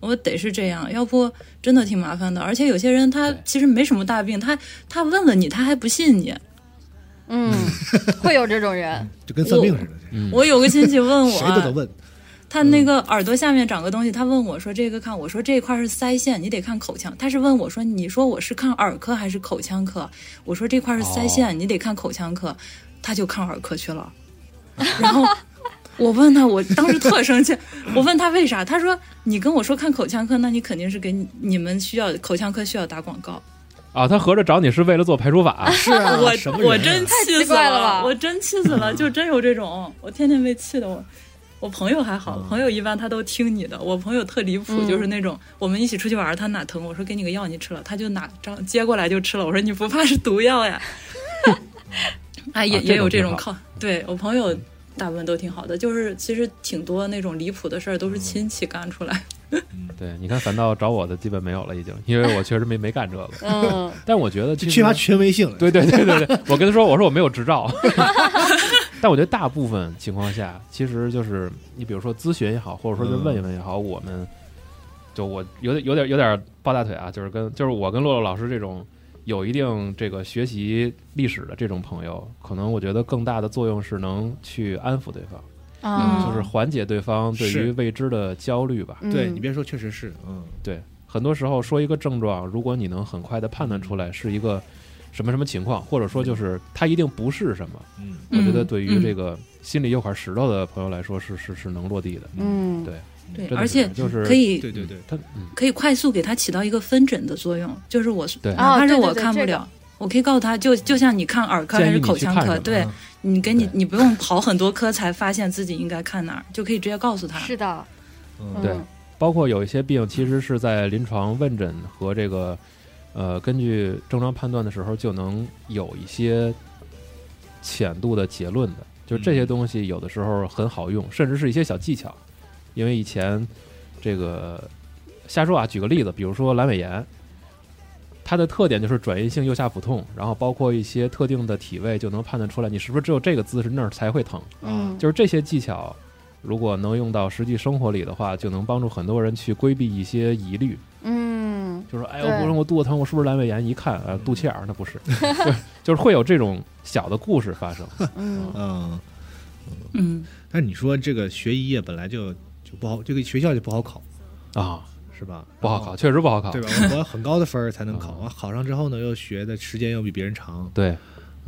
Speaker 5: 我得是这样，要不真的挺麻烦的。而且有些人他
Speaker 4: 对
Speaker 5: 其实没什么大病，他他问了你，他还不信你。
Speaker 3: 嗯，会有这种人，
Speaker 2: 就跟算命似的，
Speaker 4: 嗯，
Speaker 5: 我有个亲戚问我
Speaker 2: 谁都得
Speaker 5: 啊，
Speaker 2: 问，
Speaker 5: 他那个耳朵下面长个东西，他问我说这个看，我说这块是腮腺，你得看口腔。他是问我说，你说我是看耳科还是口腔科？我说这块是腮腺，
Speaker 4: 哦
Speaker 5: 你得看口腔科，他就看耳科去了。 然后我问他，我当时特生气，我问他为啥？他说你跟我说看口腔科，那你肯定是给你你们需要口腔科需要打广告。
Speaker 4: 啊，他合着找你是为了做排除法，
Speaker 2: 是啊，
Speaker 5: 我
Speaker 2: 什么人啊
Speaker 5: 我真气
Speaker 3: 太奇
Speaker 5: 死
Speaker 3: 怪了吧
Speaker 5: 我真气死了，就真有这种，我天天被气的我。我朋友还好，朋友一般他都听你的。我朋友特离谱，
Speaker 3: 嗯
Speaker 5: 就是那种我们一起出去玩，他哪疼，我说给你个药你吃了，他就拿张接过来就吃了。我说你不怕是毒药 呀？啊，也
Speaker 4: 啊这
Speaker 5: 也有
Speaker 4: 种
Speaker 5: 这
Speaker 4: 挺
Speaker 5: 种
Speaker 4: 好
Speaker 5: 靠，对我朋友大部分都挺好的，就是其实挺多那种离谱的事儿都是亲戚干出来。
Speaker 4: 对，你看，反倒找我的基本没有了，已经，因为我确实没没干这个。
Speaker 3: 嗯，
Speaker 4: 但我觉得其
Speaker 2: 就
Speaker 4: 实
Speaker 2: 缺乏权威性了，
Speaker 4: 对对对对对，我跟他说，我说我没有执照。但我觉得大部分情况下，其实就是你比如说咨询也好，或者说就问一问也好，我们就我有点有点有点抱大腿啊，就是跟就是我跟洛洛老师这种有一定这个学习历史的这种朋友，可能我觉得更大的作用是能去安抚对方，
Speaker 3: 啊，
Speaker 4: 就是缓解对方对于
Speaker 2: 是
Speaker 4: 未知的焦虑吧。
Speaker 3: 嗯
Speaker 2: 对你别说，确实是，嗯，
Speaker 4: 对，很多时候说一个症状，如果你能很快的判断
Speaker 5: 嗯
Speaker 4: 出来是一个什么什么情况，或者说就是它一定不是什么，
Speaker 2: 嗯，
Speaker 4: 我觉得
Speaker 5: 嗯
Speaker 4: 对于这个心里有块石头的朋友来说是，是是能落地的。
Speaker 3: 嗯，
Speaker 4: 对
Speaker 5: 对，
Speaker 4: 真的
Speaker 5: 而
Speaker 4: 是
Speaker 5: 且
Speaker 4: 就是
Speaker 5: 可以
Speaker 2: 对对对，
Speaker 4: 他嗯
Speaker 5: 可以快速给他起到一个分诊的作用，就是我
Speaker 4: 对
Speaker 5: 哪怕是
Speaker 3: 哦对对
Speaker 5: 我
Speaker 3: 对
Speaker 5: 看不
Speaker 3: 这
Speaker 5: 了，
Speaker 3: 个
Speaker 5: 我可以告诉他就就像你看耳科还
Speaker 4: 建议
Speaker 5: 是
Speaker 4: 你
Speaker 5: 口
Speaker 4: 去
Speaker 5: 腔
Speaker 4: 看什
Speaker 5: 科，
Speaker 4: 么
Speaker 5: 对
Speaker 2: 嗯
Speaker 5: 你给你
Speaker 4: 对
Speaker 5: 你不用跑很多科才发现自己应该看哪儿，就可以直接告诉他。
Speaker 3: 是的，
Speaker 2: 嗯
Speaker 3: 嗯
Speaker 4: 对，包括有一些病其实是在临床问诊和这个呃根据症状判断的时候就能有一些浅度的结论的，就这些
Speaker 2: 嗯
Speaker 4: 东西有的时候很好用，甚至是一些小技巧，因为以前这个瞎说啊，举个例子，比如说阑尾炎。它的特点就是转移性右下腹痛，然后包括一些特定的体位就能判断出来你是不是只有这个姿势那儿才会疼。
Speaker 2: 啊
Speaker 3: 嗯，
Speaker 4: 就是这些技巧，如果能用到实际生活里的话，就能帮助很多人去规避一些疑虑。
Speaker 3: 嗯，
Speaker 4: 就是哎，
Speaker 3: 对
Speaker 4: 我说我肚子疼，我是不是阑尾炎？一看啊，肚脐眼儿，那不是， 就是就是会有这种小的故事发生。
Speaker 3: 嗯，
Speaker 2: 嗯，
Speaker 5: 嗯，
Speaker 2: 但是你说这个学医啊，本来就就不好，这个学校就不好考，
Speaker 4: 啊，
Speaker 2: 是吧？
Speaker 4: 不好考，，嗯确实不好考。
Speaker 2: 对吧？我我很高的分儿才能考，啊，考上之后呢，又学的时间又比别人长，
Speaker 4: 对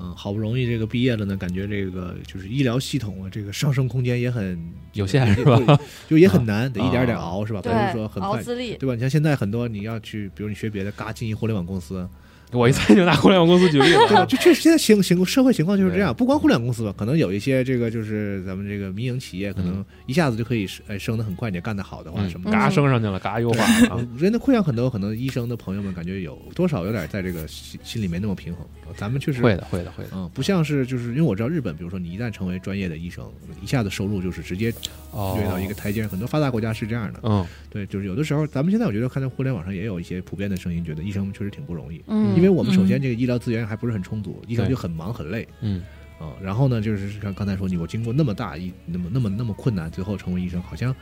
Speaker 2: 嗯，好不容易这个毕业了呢，感觉这个就是医疗系统啊，这个上升空间也很
Speaker 4: 有限是吧？
Speaker 2: 对就也很难，得
Speaker 4: 啊
Speaker 2: 一点点熬，是吧？不是
Speaker 3: 对
Speaker 2: 说，很
Speaker 3: 熬
Speaker 2: 快。
Speaker 3: 资历，
Speaker 2: 对吧？你像现在很多你要去，比如你学别的，嘎进一互联网公司，
Speaker 4: 我一猜就拿互联网公司举例啊
Speaker 2: 对吧？
Speaker 4: 了。
Speaker 2: 就确实现在情情社会情况就是这样，
Speaker 4: 对
Speaker 2: 不光互联网公司吧，可能有一些这个就是咱们这个民营企业，可能一下子就可以是哎升得很快，你干得好的话，
Speaker 4: 嗯
Speaker 2: 什么的
Speaker 4: 嘎升上去了，嘎优化了 啊！
Speaker 2: 真的会让很多可能医生的朋友们感觉有多少有点在这个心心里没那么平衡。咱们确实
Speaker 4: 会，的，会的，会的。
Speaker 2: 嗯，不像是就是因为我知道日本，比如说你一旦成为专业的医生，一下子收入就是直接
Speaker 4: 哦
Speaker 2: 跃到一个台阶，很多发达国家是这样的。
Speaker 4: 嗯，
Speaker 2: 对，就是有的时候咱们现在我觉得看到互联网上也有一些普遍的声音，觉得医生们确实挺不容易，
Speaker 3: 嗯，
Speaker 2: 因为我们首先
Speaker 5: 嗯
Speaker 2: 这个医疗资源还不是很充足，医生就很忙很累。
Speaker 4: 嗯，
Speaker 2: 啊。然后呢，就是像刚才说你，我经过那么大一那么那么那么困难，最后成为医生，好像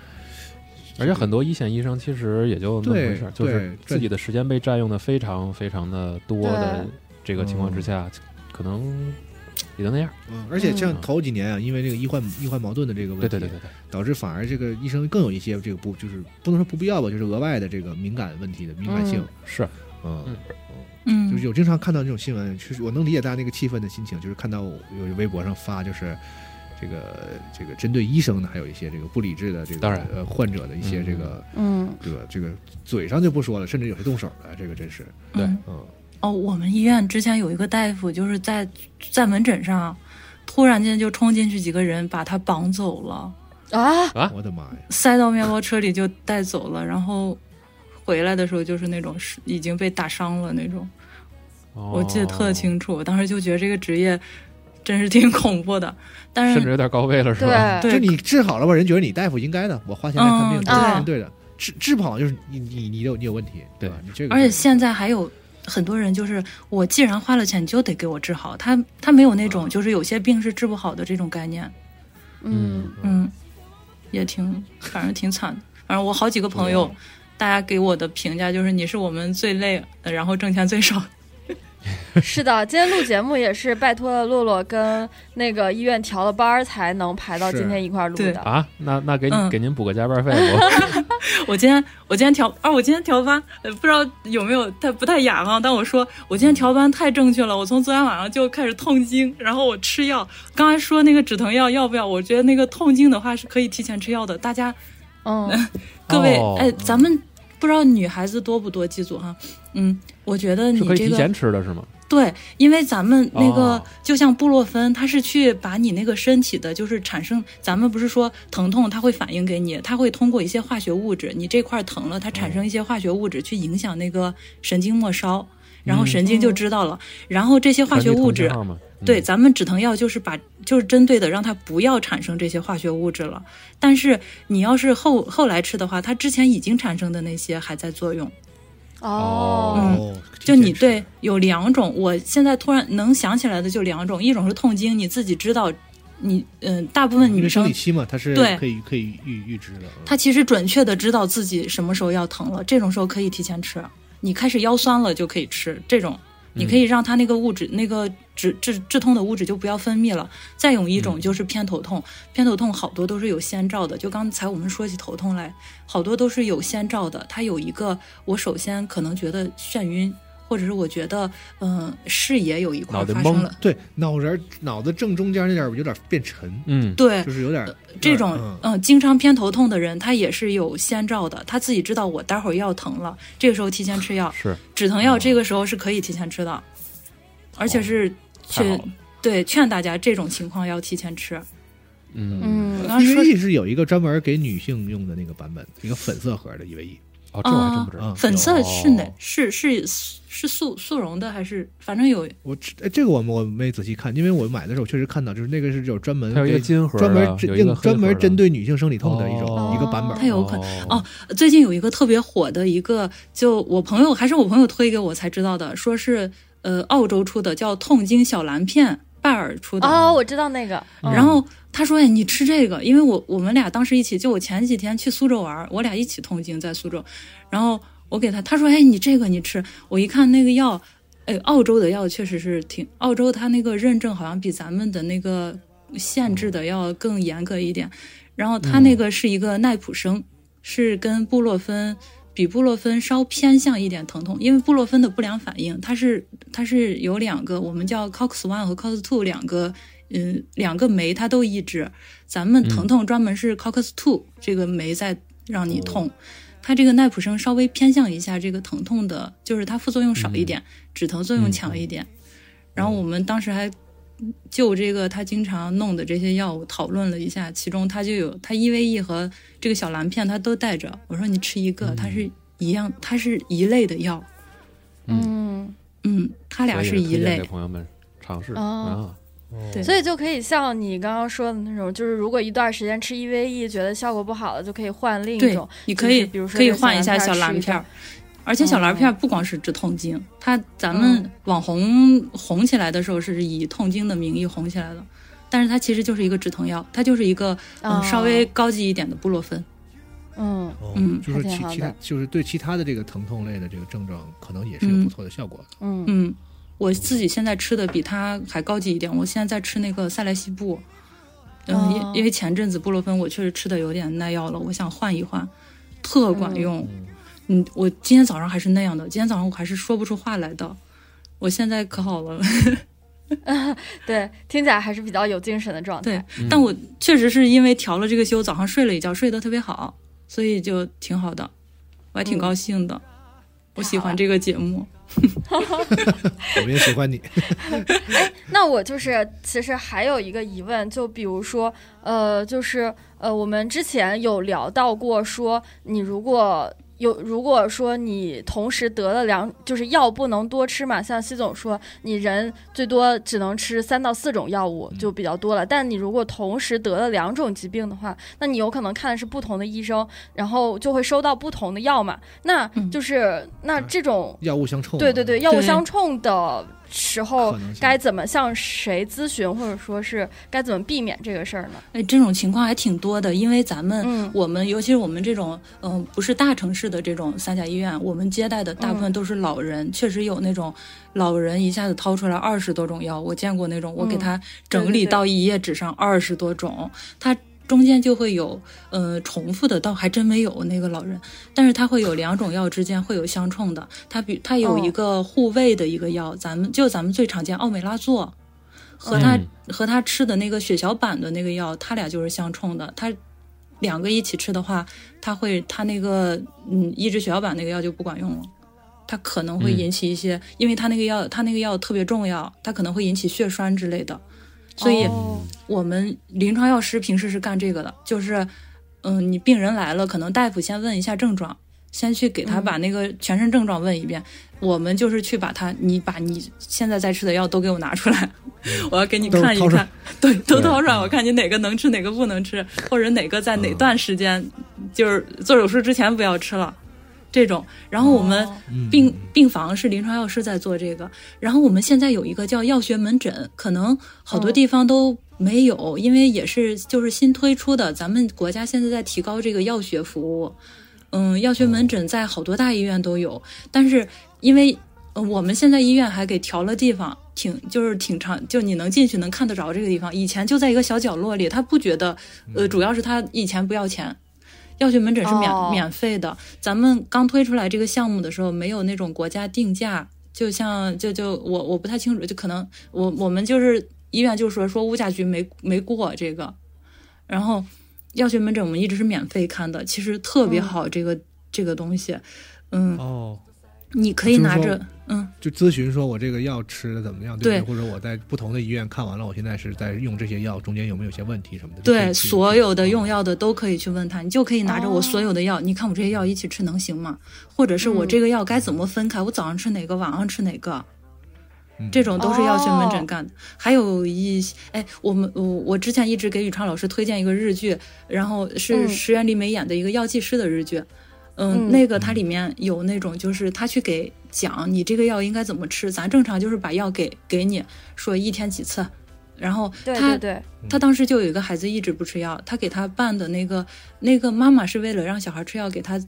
Speaker 4: 而且很多一线医生其实也就那么
Speaker 2: 对
Speaker 4: 回事儿，就是
Speaker 2: 对
Speaker 4: 自己的时间被占用的非常非常的多的这个情况之下，可能也就那样。
Speaker 2: 嗯，而且像
Speaker 4: 嗯
Speaker 2: 头几年啊，因为这个医患医患矛盾的这个问
Speaker 4: 对
Speaker 2: 题，
Speaker 4: 对对对对，
Speaker 2: 导致反而这个医生更有一些这个不就是不能说不必要吧，就是额外的这个敏感问题的敏感性，
Speaker 4: 是
Speaker 2: 嗯。
Speaker 4: 嗯
Speaker 5: 嗯
Speaker 2: 就是有经常看到这种新闻，就是我能理解大家那个气愤的心情，就是看到有微博上发就是这个这个针对医生的，还有一些这个不理智的这个
Speaker 4: 当然
Speaker 2: 呃患者的一些这个、
Speaker 3: 嗯，
Speaker 2: 这个这个嘴上就不说了，甚至有些动手的，这个真是
Speaker 4: 对
Speaker 5: 嗯
Speaker 2: 嗯
Speaker 5: 哦，我们医院之前有一个大夫，就是在在门诊上，突然间就冲进去几个人，把他绑走了，
Speaker 3: 啊，
Speaker 4: 啊
Speaker 2: 我的妈呀，
Speaker 5: 塞到面包车里就带走了，然后回来的时候就是那种是已经被打伤了那种，我记得特，
Speaker 4: 哦
Speaker 5: 清楚。我当时就觉得这个职业真是挺恐怖的，但
Speaker 4: 甚至
Speaker 5: 是
Speaker 4: 有点高位了，是吧？
Speaker 3: 对，
Speaker 2: 这
Speaker 5: 对
Speaker 2: 你治好了吧，人觉得你大夫应该的，我花钱来看病，
Speaker 5: 嗯
Speaker 2: 这是
Speaker 3: 对
Speaker 2: 对的。治治不好就是你你你有你有问题，
Speaker 4: 对
Speaker 2: 吧？你这个
Speaker 5: 而且现在还有很多人就是，我既然花了钱，你就得给我治好。他他没有那种就是有些病是治不好的这种概念，
Speaker 3: 嗯，
Speaker 5: 嗯，也挺反正挺惨的。反正我好几个朋友，大家给我的评价就是你是我们最累，呃然后挣钱最少的。
Speaker 3: 是的，今天录节目也是拜托了洛洛跟那个医院调了班儿才能排到
Speaker 2: 是
Speaker 3: 今天一块儿录
Speaker 5: 对
Speaker 3: 的。
Speaker 4: 啊，那那给你
Speaker 5: 嗯
Speaker 4: 给您补个加班 费，我
Speaker 5: 我今天我今天调啊，我今天调班，呃，不知道有没有太不太雅哈、但我说我今天调班太正确了，我从昨天晚上就开始痛经，然后我吃药。刚才说那个止疼药要不要？我觉得那个痛经的话是可以提前吃药的，大家
Speaker 3: 嗯，
Speaker 5: 各位，
Speaker 4: 哦
Speaker 5: 哎，咱们不知道女孩子多不多，记住哈。嗯，我觉得你
Speaker 4: 是可以
Speaker 5: 这
Speaker 4: 提
Speaker 5: 个
Speaker 4: 前吃的是吗？
Speaker 5: 对，因为咱们那个、
Speaker 4: 哦
Speaker 5: 就像布洛芬，它是去把你那个身体的，就是产生，咱们不是说疼痛，它会反应给你，它会通过一些化学物质，你这块儿疼了，它产生一些化学物质去影响那个神经末梢，然后神经就知道了，然后这些化学物
Speaker 4: 传递同
Speaker 5: 质
Speaker 4: 信号嘛，嗯
Speaker 5: 对，咱们止疼药就是把就是针对的让它不要产生这些化学物质了。但是你要是后后来吃的话，它之前已经产生的那些还在作用。
Speaker 3: 哦，
Speaker 5: 嗯
Speaker 2: 哦，
Speaker 5: 就
Speaker 2: 真
Speaker 5: 你
Speaker 2: 是
Speaker 5: 对有两种，我现在突然能想起来的就两种，一种是痛经，你自己知道，你嗯、大部分
Speaker 2: 因
Speaker 5: 女
Speaker 2: 为生
Speaker 5: 生
Speaker 2: 理期嘛，它是
Speaker 5: 对
Speaker 2: 可以可以预预知的。嗯
Speaker 5: 她其实准确的知道自己什么时候要疼了，这种时候可以提前吃。你开始腰酸了就可以吃这种，你可以让它那个物质、那个止止止痛的物质就不要分泌了。再有一种就是偏头痛，偏头痛好多都是有先兆的。就刚才我们说起头痛来，好多都是有先兆的。它有一个，我首先可能觉得眩晕，或者是我觉得嗯、呃视野有一块
Speaker 4: 脑袋
Speaker 5: 发生
Speaker 4: 懵
Speaker 5: 了，
Speaker 2: 对，脑仁儿脑子正中间那点儿有点儿变沉，
Speaker 4: 嗯，
Speaker 5: 对，
Speaker 2: 就是有点儿
Speaker 5: 呃这种
Speaker 2: 嗯
Speaker 5: 嗯、经常偏头痛的人，他也是有先兆的，他自己知道我待会儿要疼了，这个时候提前吃药，
Speaker 4: 是
Speaker 5: 止疼
Speaker 4: 哦
Speaker 5: 药这个时候是可以提前吃的，而且是
Speaker 4: 太好
Speaker 5: 去
Speaker 4: 了
Speaker 5: 对劝大家这种情况要提前吃。
Speaker 4: 嗯
Speaker 3: 嗯，
Speaker 5: 刚刚说
Speaker 2: EVE 是有一个专门给女性用的那个版本，一个粉色盒的 EVE
Speaker 4: 哦，这我还真不知道
Speaker 2: 啊，
Speaker 5: 粉色
Speaker 4: 哦
Speaker 5: 是哪、是是是速速溶的还是反正有
Speaker 2: 我这哎这个我我没仔细看，因为我买的时候确实看到，就是那个是有专门
Speaker 4: 它有一个
Speaker 2: 给
Speaker 4: 金盒
Speaker 2: 嗯
Speaker 4: 的，啊
Speaker 2: 专门
Speaker 4: 有
Speaker 2: 针
Speaker 4: 一个
Speaker 2: 应
Speaker 4: 黑
Speaker 2: 专
Speaker 4: 盒
Speaker 2: 门
Speaker 4: 的
Speaker 2: 针对女性生理痛的一种、
Speaker 4: 哦
Speaker 2: 一个版本。
Speaker 5: 它有可
Speaker 4: 哦
Speaker 5: 最近有一个特别火的一个，就我朋友还是我朋友推给我才知道的，说是呃澳洲出的叫痛经小蓝片，拜耳出的
Speaker 3: 哦，我知道那个，嗯
Speaker 5: 然后他说：“哎，你吃这个，因为我我们俩当时一起，就我前几天去苏州玩儿，我俩一起痛经在苏州，然后我给他，他说：哎，你这个你吃。我一看那个药，哎，澳洲的药确实是挺，澳洲它那个认证好像比咱们的那个限制的要更严格一点，然后它那个是一个奈普生，是跟布洛芬。”比布洛芬稍偏向一点疼痛，因为布洛芬的不良反应，它是它是有两个，我们叫 COX one 和 COX two 两个，嗯，两个酶它都抑制。咱们疼痛专门是 COX two 这个酶在让你痛，它这个奈普生稍微偏向一下这个疼痛的，就是它副作用少一点，止疼作
Speaker 4: 嗯
Speaker 5: 用强一点。然后我们当时还就这个他经常弄的这些药讨论了一下，其中他就有他 EVE 和这个小蓝片他都带着。我说你吃一个，
Speaker 4: 嗯
Speaker 5: 它是一样，它是一类的药，
Speaker 3: 嗯，
Speaker 5: 嗯，
Speaker 4: 所
Speaker 5: 它俩
Speaker 4: 以
Speaker 5: 是一
Speaker 4: 推荐
Speaker 5: 类
Speaker 4: 给。朋友们尝试
Speaker 3: 哦
Speaker 4: 啊，
Speaker 5: 对
Speaker 3: 所以就可以像你刚刚说的那种，就是如果一段时间吃 EVE 觉得效果不好了，就可以换另一
Speaker 5: 对
Speaker 3: 种，，啊
Speaker 5: 你可
Speaker 3: 就是
Speaker 5: 以
Speaker 3: 比如说
Speaker 5: 可以
Speaker 3: 这个
Speaker 5: 换一下
Speaker 3: 小
Speaker 5: 小
Speaker 3: 蓝
Speaker 5: 蓝
Speaker 3: 片
Speaker 5: 片
Speaker 3: 儿
Speaker 5: 儿，而且小蓝
Speaker 3: 嗯
Speaker 5: 片不光是治痛经，它咱们网红红起来的时候是以痛经的名义红起来的，但是它其实就是一个止疼药，它就是一个嗯
Speaker 3: 哦
Speaker 5: 稍微高级一点的布洛芬。
Speaker 3: 嗯，
Speaker 7: 哦
Speaker 5: 嗯
Speaker 8: 就是
Speaker 3: 还挺
Speaker 8: 其
Speaker 3: 好
Speaker 8: 其
Speaker 3: 的
Speaker 8: 他就是对其他的这个疼痛类的这个症状，可能也是有
Speaker 5: 嗯
Speaker 8: 不错的效果的。
Speaker 3: 嗯
Speaker 5: 嗯，我自己现在吃的比它还高级一点，我现在在吃那个赛莱西布。嗯，因、
Speaker 3: 哦
Speaker 5: 因为前阵子布洛芬我确实吃的有点耐药了，我想换一换，特管用。嗯，我今天早上还是那样的，今天早上我还是说不出话来的。我现在可好了，
Speaker 3: 对，听起来还是比较有精神的状态
Speaker 5: 对。但我确实是因为调了这个休，早上睡了一觉，睡得特别好，所以就挺好的，我还挺高兴的。我喜欢这个节目，嗯
Speaker 8: 我们也喜欢你，
Speaker 3: 那我就是其实还有一个疑问，就比如说，呃，就是呃，我们之前有聊到过说，你如果呃有如果说你同时得了两，就是药不能多吃嘛，像西总说，你人最多只能吃三到四种药
Speaker 5: 嗯
Speaker 3: 物就比较多了。但你如果同时得了两种疾病的话，那你有可能看的是不同的医生，然后就会收到不同的药嘛。那
Speaker 5: 嗯
Speaker 3: 就是、那这种
Speaker 8: 药物相冲嘛。
Speaker 3: 对对对，药物
Speaker 5: 对
Speaker 3: 相冲的时候
Speaker 8: 啊可能性
Speaker 3: 该怎么向谁咨询，或者说是该怎么避免这个事儿呢？
Speaker 5: 哎，这种情况还挺多的，因为咱们
Speaker 3: 嗯
Speaker 5: 我们尤其是我们这种，嗯、不是大城市的这种三甲医院，我们接待的大部分都是老
Speaker 3: 嗯
Speaker 5: 人，确实有那种老人一下子掏出来二十多种药，我见过那种，我给
Speaker 3: 嗯
Speaker 5: 他
Speaker 3: 对
Speaker 5: 整
Speaker 3: 对
Speaker 5: 理
Speaker 3: 对
Speaker 5: 到一页纸上二十多种，他。中间就会有，呃，重复的倒还真没有那个老人，但是他会有两种药之间会有相冲的，他比他有
Speaker 3: 哦
Speaker 5: 一个护胃的一个药，咱们就咱们最常见奥美拉唑，和他、
Speaker 4: 嗯
Speaker 5: 和他吃的那个血小板的那个药，它俩就是相冲的。它两个一起吃的话，它会它那个嗯抑制血小板那个药就不管用了，它可能会
Speaker 4: 嗯
Speaker 5: 引起一些，因为它那个药它那个药特别重要，它可能会引起血栓之类的。所以
Speaker 3: 哦
Speaker 4: 嗯
Speaker 5: 我们临床药师平时是干这个的，就是嗯、你病人来了，可能大夫先问一下症状。先去给他
Speaker 3: 嗯
Speaker 5: 把那个全身症状问一遍，我们就是去把他，你把你现在在吃的药都给我拿出来， 我要给你
Speaker 8: 都
Speaker 5: 看一
Speaker 8: 掏出
Speaker 5: 看
Speaker 8: 来，
Speaker 5: 对，都
Speaker 8: 对
Speaker 5: 掏出来，我看你哪个能吃，哪个不能吃，或者哪个在哪段时间，就是做手术之前不要吃了，这种。然后我们
Speaker 3: 哦
Speaker 8: 嗯
Speaker 5: 病病房是临床药师在做这个，然后我们现在有一个叫药学门诊，可能好多
Speaker 3: 哦
Speaker 5: 地方都没有，因为也是就是新推出的，咱们国家现在在提高这个药学服务。嗯，药学门诊在好多大医院都有，但是因为、呃我们现在医院还给调了地方，挺就是挺长，就你能进去能看得着这个地方。以前就在一个小角落里，他不觉得，
Speaker 8: 嗯
Speaker 5: 呃，主要是他以前不要钱。药学门诊是免、
Speaker 3: 哦
Speaker 5: 免费的，咱们刚推出来这个项目的时候，没有那种国家定价，就像就就我我不太清楚，就可能我我们就是医院就说说物价局没没过这个，然后药学门诊我们一直是免费看的，其实特别好这个、这个东西，嗯，
Speaker 7: 哦，
Speaker 5: 你可
Speaker 8: 就
Speaker 5: 以
Speaker 8: 是
Speaker 5: 拿
Speaker 8: 说
Speaker 5: 着，嗯，
Speaker 8: 就咨询说我这个药吃的怎么样，对不对？
Speaker 5: 对
Speaker 8: 或者我在不同的医院看完了，我现在是在用这些药，中间有没有一些问题什么的？就可
Speaker 5: 对，
Speaker 8: 以去嗯
Speaker 5: 所有的用药的都可以去问他，你就可以拿着
Speaker 3: 哦
Speaker 5: 我所有的药，你看我这些药一起吃能行吗？或者是我
Speaker 3: 嗯
Speaker 5: 这个药该怎么分开？我早上吃哪个，晚上吃哪个？
Speaker 8: 嗯
Speaker 5: 这种都是药学门
Speaker 3: 哦
Speaker 5: 诊干的。还有一些，哎，我们我我之前一直给宇昌老师推荐一个日剧，然后是
Speaker 3: 嗯
Speaker 5: 石原里美演的一个药剂师的日剧。嗯，
Speaker 3: 嗯
Speaker 5: 那个它里面有那种，就是他去给讲你这个药应该怎么吃。咱正常就是把药给给你说一天几次，然后他
Speaker 3: 对对对，
Speaker 5: 他当时就有一个孩子一直不吃药，他给他拌的那个那个妈妈是为了让小孩吃药，给他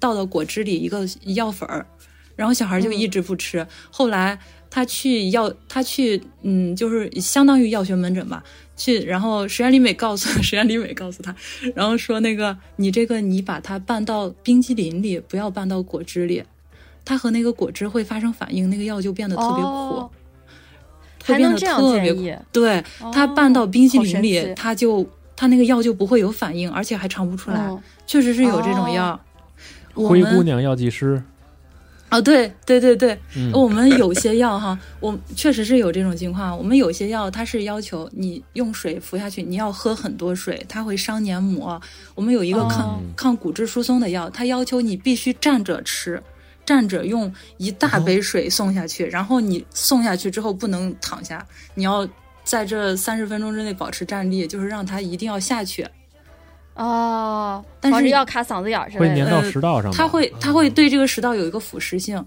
Speaker 5: 倒到果汁里一个药粉儿，然后
Speaker 3: 嗯
Speaker 5: 小孩就一直不吃。后来他去药，他去嗯，就是相当于药学门诊吧，去，然后石原里美告诉 石原里美告诉他，然后说那个你这个你把它拌到冰激凌里，不要拌到果汁里，它和那个果汁会发生反应，那个药就变得特别苦。
Speaker 3: 哦
Speaker 5: 会
Speaker 3: 还
Speaker 5: 变
Speaker 3: 能
Speaker 5: 得
Speaker 3: 这样
Speaker 5: 特
Speaker 3: 建
Speaker 5: 别
Speaker 3: 议
Speaker 5: 苦对，它
Speaker 3: 哦
Speaker 5: 拌到冰淇
Speaker 3: 好
Speaker 5: 淋
Speaker 3: 神
Speaker 5: 里，
Speaker 3: 奇
Speaker 5: 它就它那个药就不会有反应，而且还尝不出来。
Speaker 3: 嗯
Speaker 5: 确实是有这
Speaker 3: 哦
Speaker 5: 种药。我
Speaker 4: 灰姑
Speaker 5: 们
Speaker 4: 娘药剂师，
Speaker 5: 哦，对对对对，
Speaker 4: 嗯
Speaker 5: 我们有些药哈， 我确实是有这种情况。我们有些药它是要求你用水服下去，你要喝很多水，它会伤黏膜。我们有一个抗、
Speaker 4: 嗯
Speaker 5: 抗骨质疏松的药，它要求你必须站着吃，站着用一大杯水送下去，然后你送下去之后不能躺下，你要在这三十分钟之内保持站立，就是让它一定要下去。
Speaker 3: 哦，
Speaker 5: 但
Speaker 3: 防
Speaker 5: 是
Speaker 3: 止药卡嗓子眼儿之
Speaker 4: 会
Speaker 3: 类
Speaker 4: 粘
Speaker 3: 的。
Speaker 4: 到
Speaker 5: 呃
Speaker 4: 食道上吗？
Speaker 5: 它会它会对这个食道有一个腐蚀性。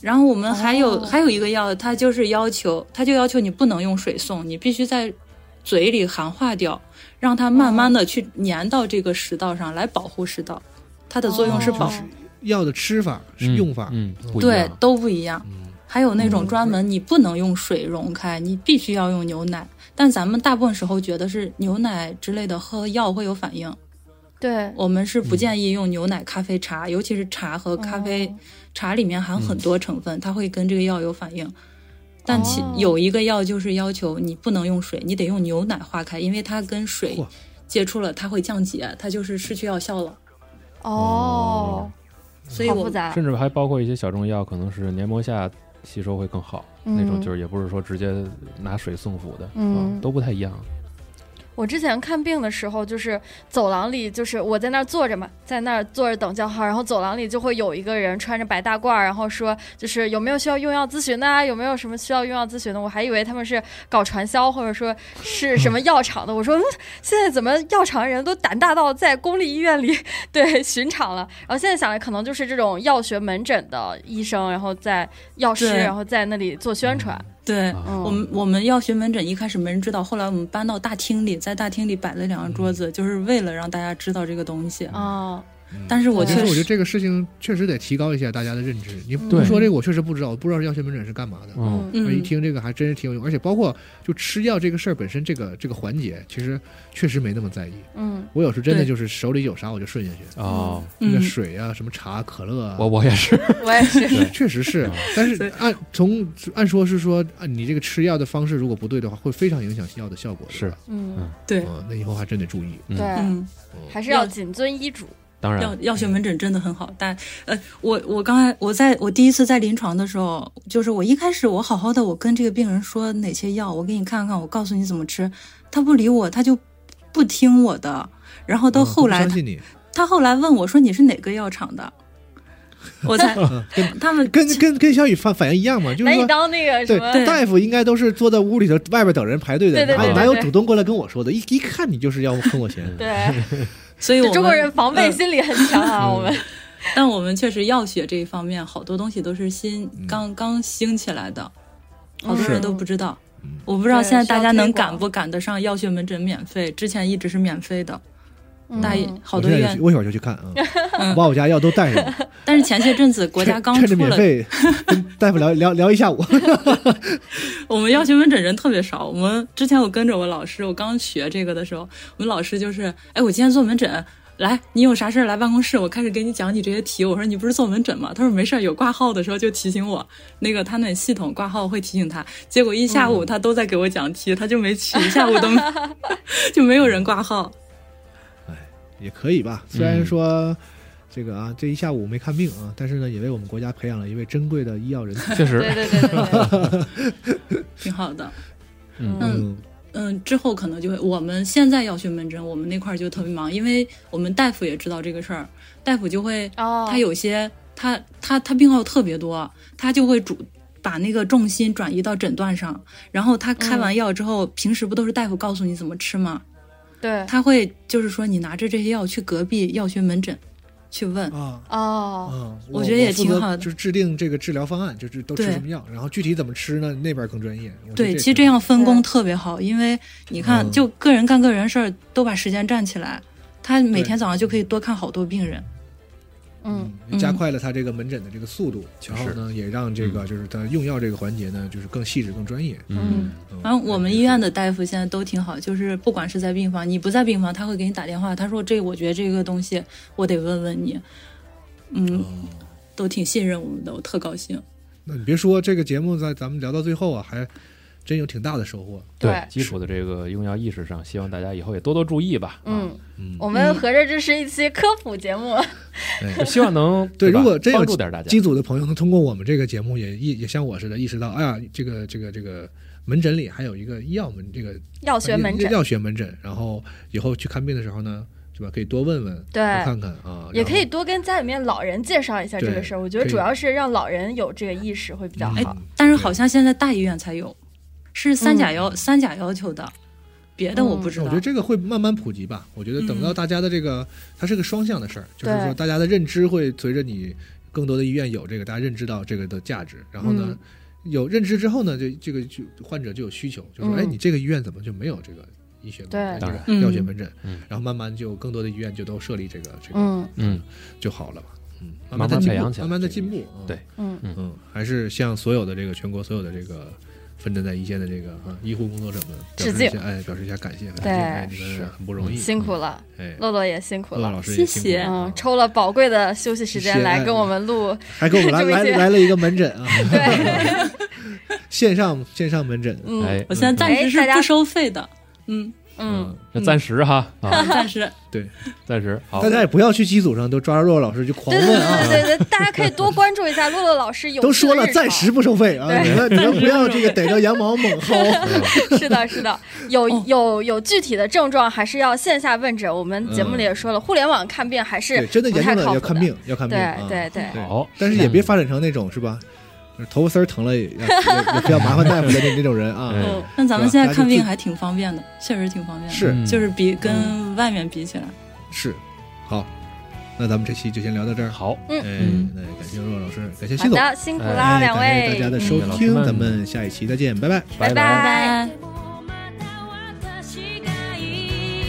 Speaker 5: 然后我们还有、
Speaker 3: 哦
Speaker 5: 还有一个药，它就是要求，它就要求你不能用水送，你必须在嘴里含化掉，让它慢慢的去粘到这个食道上来保护食道。它的作用是保、
Speaker 3: 哦
Speaker 2: 药的吃法是
Speaker 4: 嗯
Speaker 2: 用法，
Speaker 4: 嗯，不一
Speaker 5: 对
Speaker 4: 样。
Speaker 5: 都不一样。
Speaker 9: 嗯
Speaker 5: 还有那种专门你不能用水溶开，你必须要用牛奶。但咱们大部分时候觉得是牛奶之类的喝药会有反应，
Speaker 3: 对，
Speaker 5: 我们是
Speaker 2: 嗯
Speaker 5: 不建议用牛奶、咖啡、茶，尤其是茶和咖啡，
Speaker 3: 哦
Speaker 5: 茶里面含很多成分，它会跟这个药有反应。但其
Speaker 3: 哦
Speaker 5: 有一个药就是要求你不能用水，你得用牛奶化开，因为它跟水
Speaker 2: 嚯
Speaker 5: 接触了，它会降解，它就是失去药效了。
Speaker 3: 哦，
Speaker 5: 所以
Speaker 3: 好
Speaker 5: 我
Speaker 3: 复杂。
Speaker 4: 甚至还包括一些小众药，可能是黏膜下吸收会更好，那种
Speaker 3: 嗯
Speaker 4: 就是也不是说直接拿水送服的，
Speaker 3: 嗯
Speaker 4: 啊都不太一样。
Speaker 3: 我之前看病的时候，就是走廊里，就是我在那儿坐着嘛，在那儿坐着等叫号，然后走廊里就会有一个人穿着白大褂儿，然后说就是有没有需要用药咨询的啊，有没有什么需要用药咨询的？我还以为他们是搞传销或者说是什么药厂的。我说、嗯、现在怎么药厂人都胆大到在公立医院里 对巡场了？然后现在想来，可能就是这种药学门诊的医生，然后在药师，
Speaker 5: 对
Speaker 3: 然后在那里做宣传。
Speaker 5: 对
Speaker 4: 啊
Speaker 3: 嗯，
Speaker 5: 我们我们药学门诊一开始没人知道，后来我们搬到大厅里，在大厅里摆了两张桌子，
Speaker 2: 嗯
Speaker 5: 就是为了让大家知道这个东西。
Speaker 3: 哦，
Speaker 4: 嗯
Speaker 5: 但是我
Speaker 2: 其实
Speaker 5: 确
Speaker 2: 我觉得
Speaker 5: 实，
Speaker 2: 这个事情确实得提高一下大家的认知。你
Speaker 3: 嗯
Speaker 2: 不
Speaker 4: 对
Speaker 2: 说这个，我确实不知道，我不知道药学门诊是干嘛的。
Speaker 4: 嗯，
Speaker 2: 我一
Speaker 5: 嗯，
Speaker 2: 听这个还真是挺有用，而且包括就吃药这个事儿本身，这个这个环节其实确实没那么在意。
Speaker 3: 嗯，
Speaker 2: 我有时真的
Speaker 5: 对
Speaker 2: 就是手里有啥我就顺下去，
Speaker 4: 哦，
Speaker 2: 那个
Speaker 5: 嗯
Speaker 2: 水啊、什么茶、可乐啊，
Speaker 4: 我嗯我也是，
Speaker 3: 嗯我也是。
Speaker 2: 确实是。但是
Speaker 5: 对
Speaker 2: 按从按说是说，啊，你这个吃药的方式如果不对的话，会非常影响药的效果的。
Speaker 4: 是
Speaker 2: 吧
Speaker 3: 嗯，
Speaker 5: 对，
Speaker 2: 嗯，那以后还真得注意。
Speaker 4: 嗯
Speaker 3: 对。
Speaker 5: 嗯。
Speaker 3: 还是
Speaker 5: 要
Speaker 3: 要谨遵医嘱。
Speaker 4: 当
Speaker 5: 药
Speaker 2: 嗯
Speaker 4: 然，
Speaker 5: 药学门诊真的很好，但呃，我我刚才我在我第一次在临床的时候，就是我一开始我好好的，我跟这个病人说哪些药，我给你看看，我告诉你怎么吃，他不理我，他就不听我的，然后到
Speaker 2: 嗯
Speaker 5: 后来
Speaker 2: 不
Speaker 5: 他、
Speaker 2: 相信你，
Speaker 5: 他后来问我说你是哪个药厂的，我才他们
Speaker 2: 嗯跟跟跟小雨反反应一样嘛，就是
Speaker 3: 难以
Speaker 2: 说。
Speaker 3: 当那个什
Speaker 2: 对
Speaker 3: 么，
Speaker 5: 对
Speaker 2: 大夫应该都是坐在屋里头，外边等人排队的，
Speaker 3: 对对
Speaker 2: 哪
Speaker 4: 对
Speaker 2: 哪有
Speaker 3: 对
Speaker 2: 主动过来跟我说的？一一看你就是要坑我钱。
Speaker 3: 对，
Speaker 5: 所以我
Speaker 3: 就
Speaker 5: 们
Speaker 3: 中国人防备
Speaker 5: 嗯
Speaker 3: 心理很强啊。我们
Speaker 5: 但我们确实药学这一方面，好多东西都是新
Speaker 2: 嗯
Speaker 5: 刚刚兴起来的，好多人都不知道。
Speaker 2: 嗯
Speaker 5: 我不知道
Speaker 3: 对
Speaker 5: 现在大家能
Speaker 3: 需要推广
Speaker 5: 赶不赶得上药学门诊免费，之前一直是免费的，大
Speaker 3: 嗯
Speaker 5: 好
Speaker 2: 我
Speaker 5: 多
Speaker 2: 现在就
Speaker 5: 院
Speaker 2: 去，。我一会儿就去看啊，
Speaker 5: 嗯
Speaker 2: 我 把我家药都带上了。
Speaker 5: 但是前些阵子 国家
Speaker 2: 趁
Speaker 5: 刚
Speaker 2: 趁着
Speaker 5: 出
Speaker 2: 免
Speaker 5: 了，
Speaker 2: 费跟大夫聊聊聊一下午。
Speaker 5: 我们药学门诊人特别少。我们之前我跟着我老师，我刚学这个的时候，我们老师就是，哎，我今天做门诊。来，你有啥事儿来办公室，我开始给你哎讲你这些题。我说你不是做门诊吗？他说没事儿，有挂号的时候就提醒我。那个他那系统挂号会提醒他。结果一下午他都在给我讲题，他就没去，一下午都没就没有人挂号。
Speaker 2: 也可以吧。虽
Speaker 5: 嗯
Speaker 2: 然说这个啊，这一下午没看病啊，但是呢，也为我们国家培养了一位珍贵的医药人才。
Speaker 4: 确实
Speaker 3: 对，对对 对对，
Speaker 5: 挺好的。
Speaker 3: 嗯
Speaker 2: 嗯，
Speaker 5: 嗯，之后可能就会，我们现在要学门诊，我们那块儿就特别忙，因为我们大夫也知道这个事儿，大夫就会
Speaker 3: 哦，
Speaker 5: 他有些他他他病号特别多，他就会主把那个重心转移到诊断上，然后他开完药之后，平时不都是大夫告诉你怎么吃吗？
Speaker 3: 对
Speaker 5: 他会就是说你拿着这些药去隔壁药学门诊去问，
Speaker 2: 啊。
Speaker 3: 哦，
Speaker 2: 嗯，
Speaker 5: 我觉得也
Speaker 2: 负责
Speaker 5: 挺好的
Speaker 2: 就是制定这个治疗方案，就是都吃
Speaker 5: 对
Speaker 2: 什么药，然后具体怎么吃呢？那边更专业。我觉得
Speaker 5: 对，
Speaker 2: 也
Speaker 5: 其
Speaker 2: 挺
Speaker 5: 实这样分
Speaker 3: 对
Speaker 5: 工特别好，因为你看，
Speaker 2: 嗯
Speaker 5: 就个人干个人事儿，都把时间占起来，他每
Speaker 2: 对
Speaker 5: 天早上就可以多看好多病人。
Speaker 3: 嗯，
Speaker 2: 嗯加快了他这个门诊的这个速度，然后
Speaker 4: 实
Speaker 2: 呢，也让这
Speaker 5: 嗯
Speaker 2: 个就是他用药这个环节呢，就是更细致、更专业。
Speaker 4: 嗯，
Speaker 2: 嗯
Speaker 5: 反正我们医院的大夫现在都挺好，就是不管是在病房，你不在病房，他会给你打电话，他说这我觉得这个东西我得问问你，
Speaker 2: 哦
Speaker 5: 嗯，都挺信任我们的，我特高兴。
Speaker 2: 那你别说这个节目在咱们聊到最后啊，还真有挺大的收获。
Speaker 4: 对，基础的这个用药意识上，希望大家以后也多多注意吧。啊，
Speaker 3: 嗯，
Speaker 2: 嗯，
Speaker 3: 我们合着这是一期科普节 目，
Speaker 4: 啊就希望能
Speaker 2: 对，
Speaker 4: 吧
Speaker 2: 如果真有
Speaker 4: 帮助点大家
Speaker 2: 机，组的朋友能通过我们这个节目也意也像我似的意识到，哎呀，这个这个这个门诊里还有一个医药门这个
Speaker 3: 药学门诊，
Speaker 2: 药学门诊，然后以后去看病的时候呢，是吧？可以多问问，
Speaker 3: 对
Speaker 2: 多看看啊，
Speaker 3: 也可
Speaker 2: 然
Speaker 3: 以
Speaker 2: 后。
Speaker 3: 多跟家里面老人介绍一下这个
Speaker 2: 对
Speaker 3: 事儿。我觉得
Speaker 2: 可以
Speaker 3: 主要是让老人有这个意识会比较
Speaker 2: 嗯
Speaker 5: 哎
Speaker 3: 好。，
Speaker 5: 但是好像现在大医院才有，是三甲要、三甲要求的，别的我不知
Speaker 2: 那嗯哦
Speaker 5: 道。
Speaker 2: 我觉得这个会慢慢普及吧。我觉得等到
Speaker 5: 嗯
Speaker 2: 大家的这个，它是个双向的事儿，就是
Speaker 3: 对
Speaker 2: 说大家的认知会随着你更多的医院有这个，大家认知到这个的价值，然后呢。
Speaker 3: 嗯
Speaker 2: 有认知之后呢，这这个就患者就有需求，就说：“
Speaker 3: 嗯
Speaker 2: 哎，你这个医院怎么就没有这个医学门
Speaker 3: 对
Speaker 2: 诊、这个
Speaker 5: 嗯
Speaker 2: 药学门诊？”
Speaker 4: 嗯
Speaker 2: 然后慢慢就更多的医院就都设立这个这个
Speaker 3: 嗯
Speaker 4: 嗯，
Speaker 2: 就好了嘛。嗯，
Speaker 4: 慢
Speaker 2: 慢的
Speaker 4: 慢
Speaker 2: 进
Speaker 4: 培
Speaker 2: 步
Speaker 4: 养，起来
Speaker 2: 慢慢的
Speaker 4: 这个
Speaker 2: 进步。嗯
Speaker 4: 对
Speaker 3: 嗯
Speaker 2: 嗯，还是向所有的这个全国所有的这个奋战在一线的这个啊医护工作者们表示
Speaker 3: 致
Speaker 2: 一
Speaker 3: 敬
Speaker 2: 下，哎，表示一下感谢，感谢，
Speaker 3: 对
Speaker 2: 哎，你
Speaker 4: 是
Speaker 2: 们很不容易，
Speaker 3: 辛苦了，
Speaker 2: 哎，
Speaker 3: 洛洛也辛苦
Speaker 2: 乐乐
Speaker 3: 了。
Speaker 2: 老师
Speaker 5: 谢
Speaker 2: 也辛苦
Speaker 5: 谢
Speaker 2: 了
Speaker 3: 嗯
Speaker 2: 啊，，
Speaker 3: 抽了宝贵的休息时
Speaker 2: 谢
Speaker 3: 间
Speaker 2: 谢
Speaker 3: 来
Speaker 2: 哎
Speaker 3: 跟我们 录，
Speaker 2: 还给我 们来
Speaker 3: 这么一
Speaker 2: 来
Speaker 3: 些
Speaker 2: 来了一个门诊啊，
Speaker 3: 对，
Speaker 2: 线上线上门诊，
Speaker 3: 嗯
Speaker 4: 哎
Speaker 5: 我，现在暂时
Speaker 3: 哎大
Speaker 5: 是
Speaker 3: 家
Speaker 5: 不收费的，
Speaker 2: 哎
Speaker 5: 嗯，
Speaker 3: 嗯，
Speaker 4: 那暂时哈，啊，
Speaker 5: 暂时
Speaker 2: 对，
Speaker 4: 暂时好
Speaker 2: 大，家也不要去机组上都抓着洛老师就狂
Speaker 3: 对对
Speaker 2: 问啊，
Speaker 3: 对对对，大家可以多关注一下洛洛老师有
Speaker 2: 都说了
Speaker 3: 趣的日常
Speaker 2: 暂时不收费啊，
Speaker 3: 对
Speaker 2: 你们你们不要这个逮着羊毛猛 薅，
Speaker 3: 是的，是的，有有有具体的症状，还是要线下问诊。我们节目里也说了，互联网看病还是
Speaker 2: 对，真的
Speaker 3: 不
Speaker 2: 严
Speaker 3: 太
Speaker 2: 重了
Speaker 3: 靠
Speaker 2: 要
Speaker 3: 谱
Speaker 2: 看
Speaker 3: 的。
Speaker 2: 病，要看病啊
Speaker 3: 对，对对，
Speaker 2: 对
Speaker 4: 好，嗯
Speaker 2: 但是也别发展成那种是吧，就是头发丝儿疼了也要也也非要麻烦大夫的那那种人啊，
Speaker 4: 嗯
Speaker 3: 嗯，
Speaker 5: 但咱们
Speaker 2: 对
Speaker 5: 现
Speaker 2: 啊
Speaker 5: 在看病
Speaker 2: 大
Speaker 5: 还挺方便的，确实挺方便的，
Speaker 2: 是
Speaker 4: 嗯
Speaker 5: 就是比跟外面比起来，
Speaker 2: 是，好，那咱们这期就先聊到这儿。
Speaker 4: 好，
Speaker 2: 哎
Speaker 4: 嗯，
Speaker 2: 那感谢若老师，感谢
Speaker 3: 好
Speaker 2: 辛总，
Speaker 3: 的，辛苦
Speaker 4: 哎
Speaker 3: 啦，
Speaker 2: 哎
Speaker 3: 两
Speaker 2: 感谢大家
Speaker 3: 位，
Speaker 2: 的收
Speaker 4: 嗯老师
Speaker 2: 听，
Speaker 4: 们
Speaker 2: 咱们下一期再见，拜拜。
Speaker 3: 拜拜。
Speaker 5: 拜拜。
Speaker 6: でもまた私がいい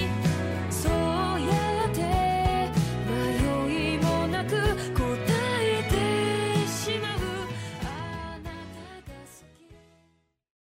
Speaker 6: そうやって迷いもなく答えてしまうあなたが好き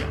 Speaker 10: 样。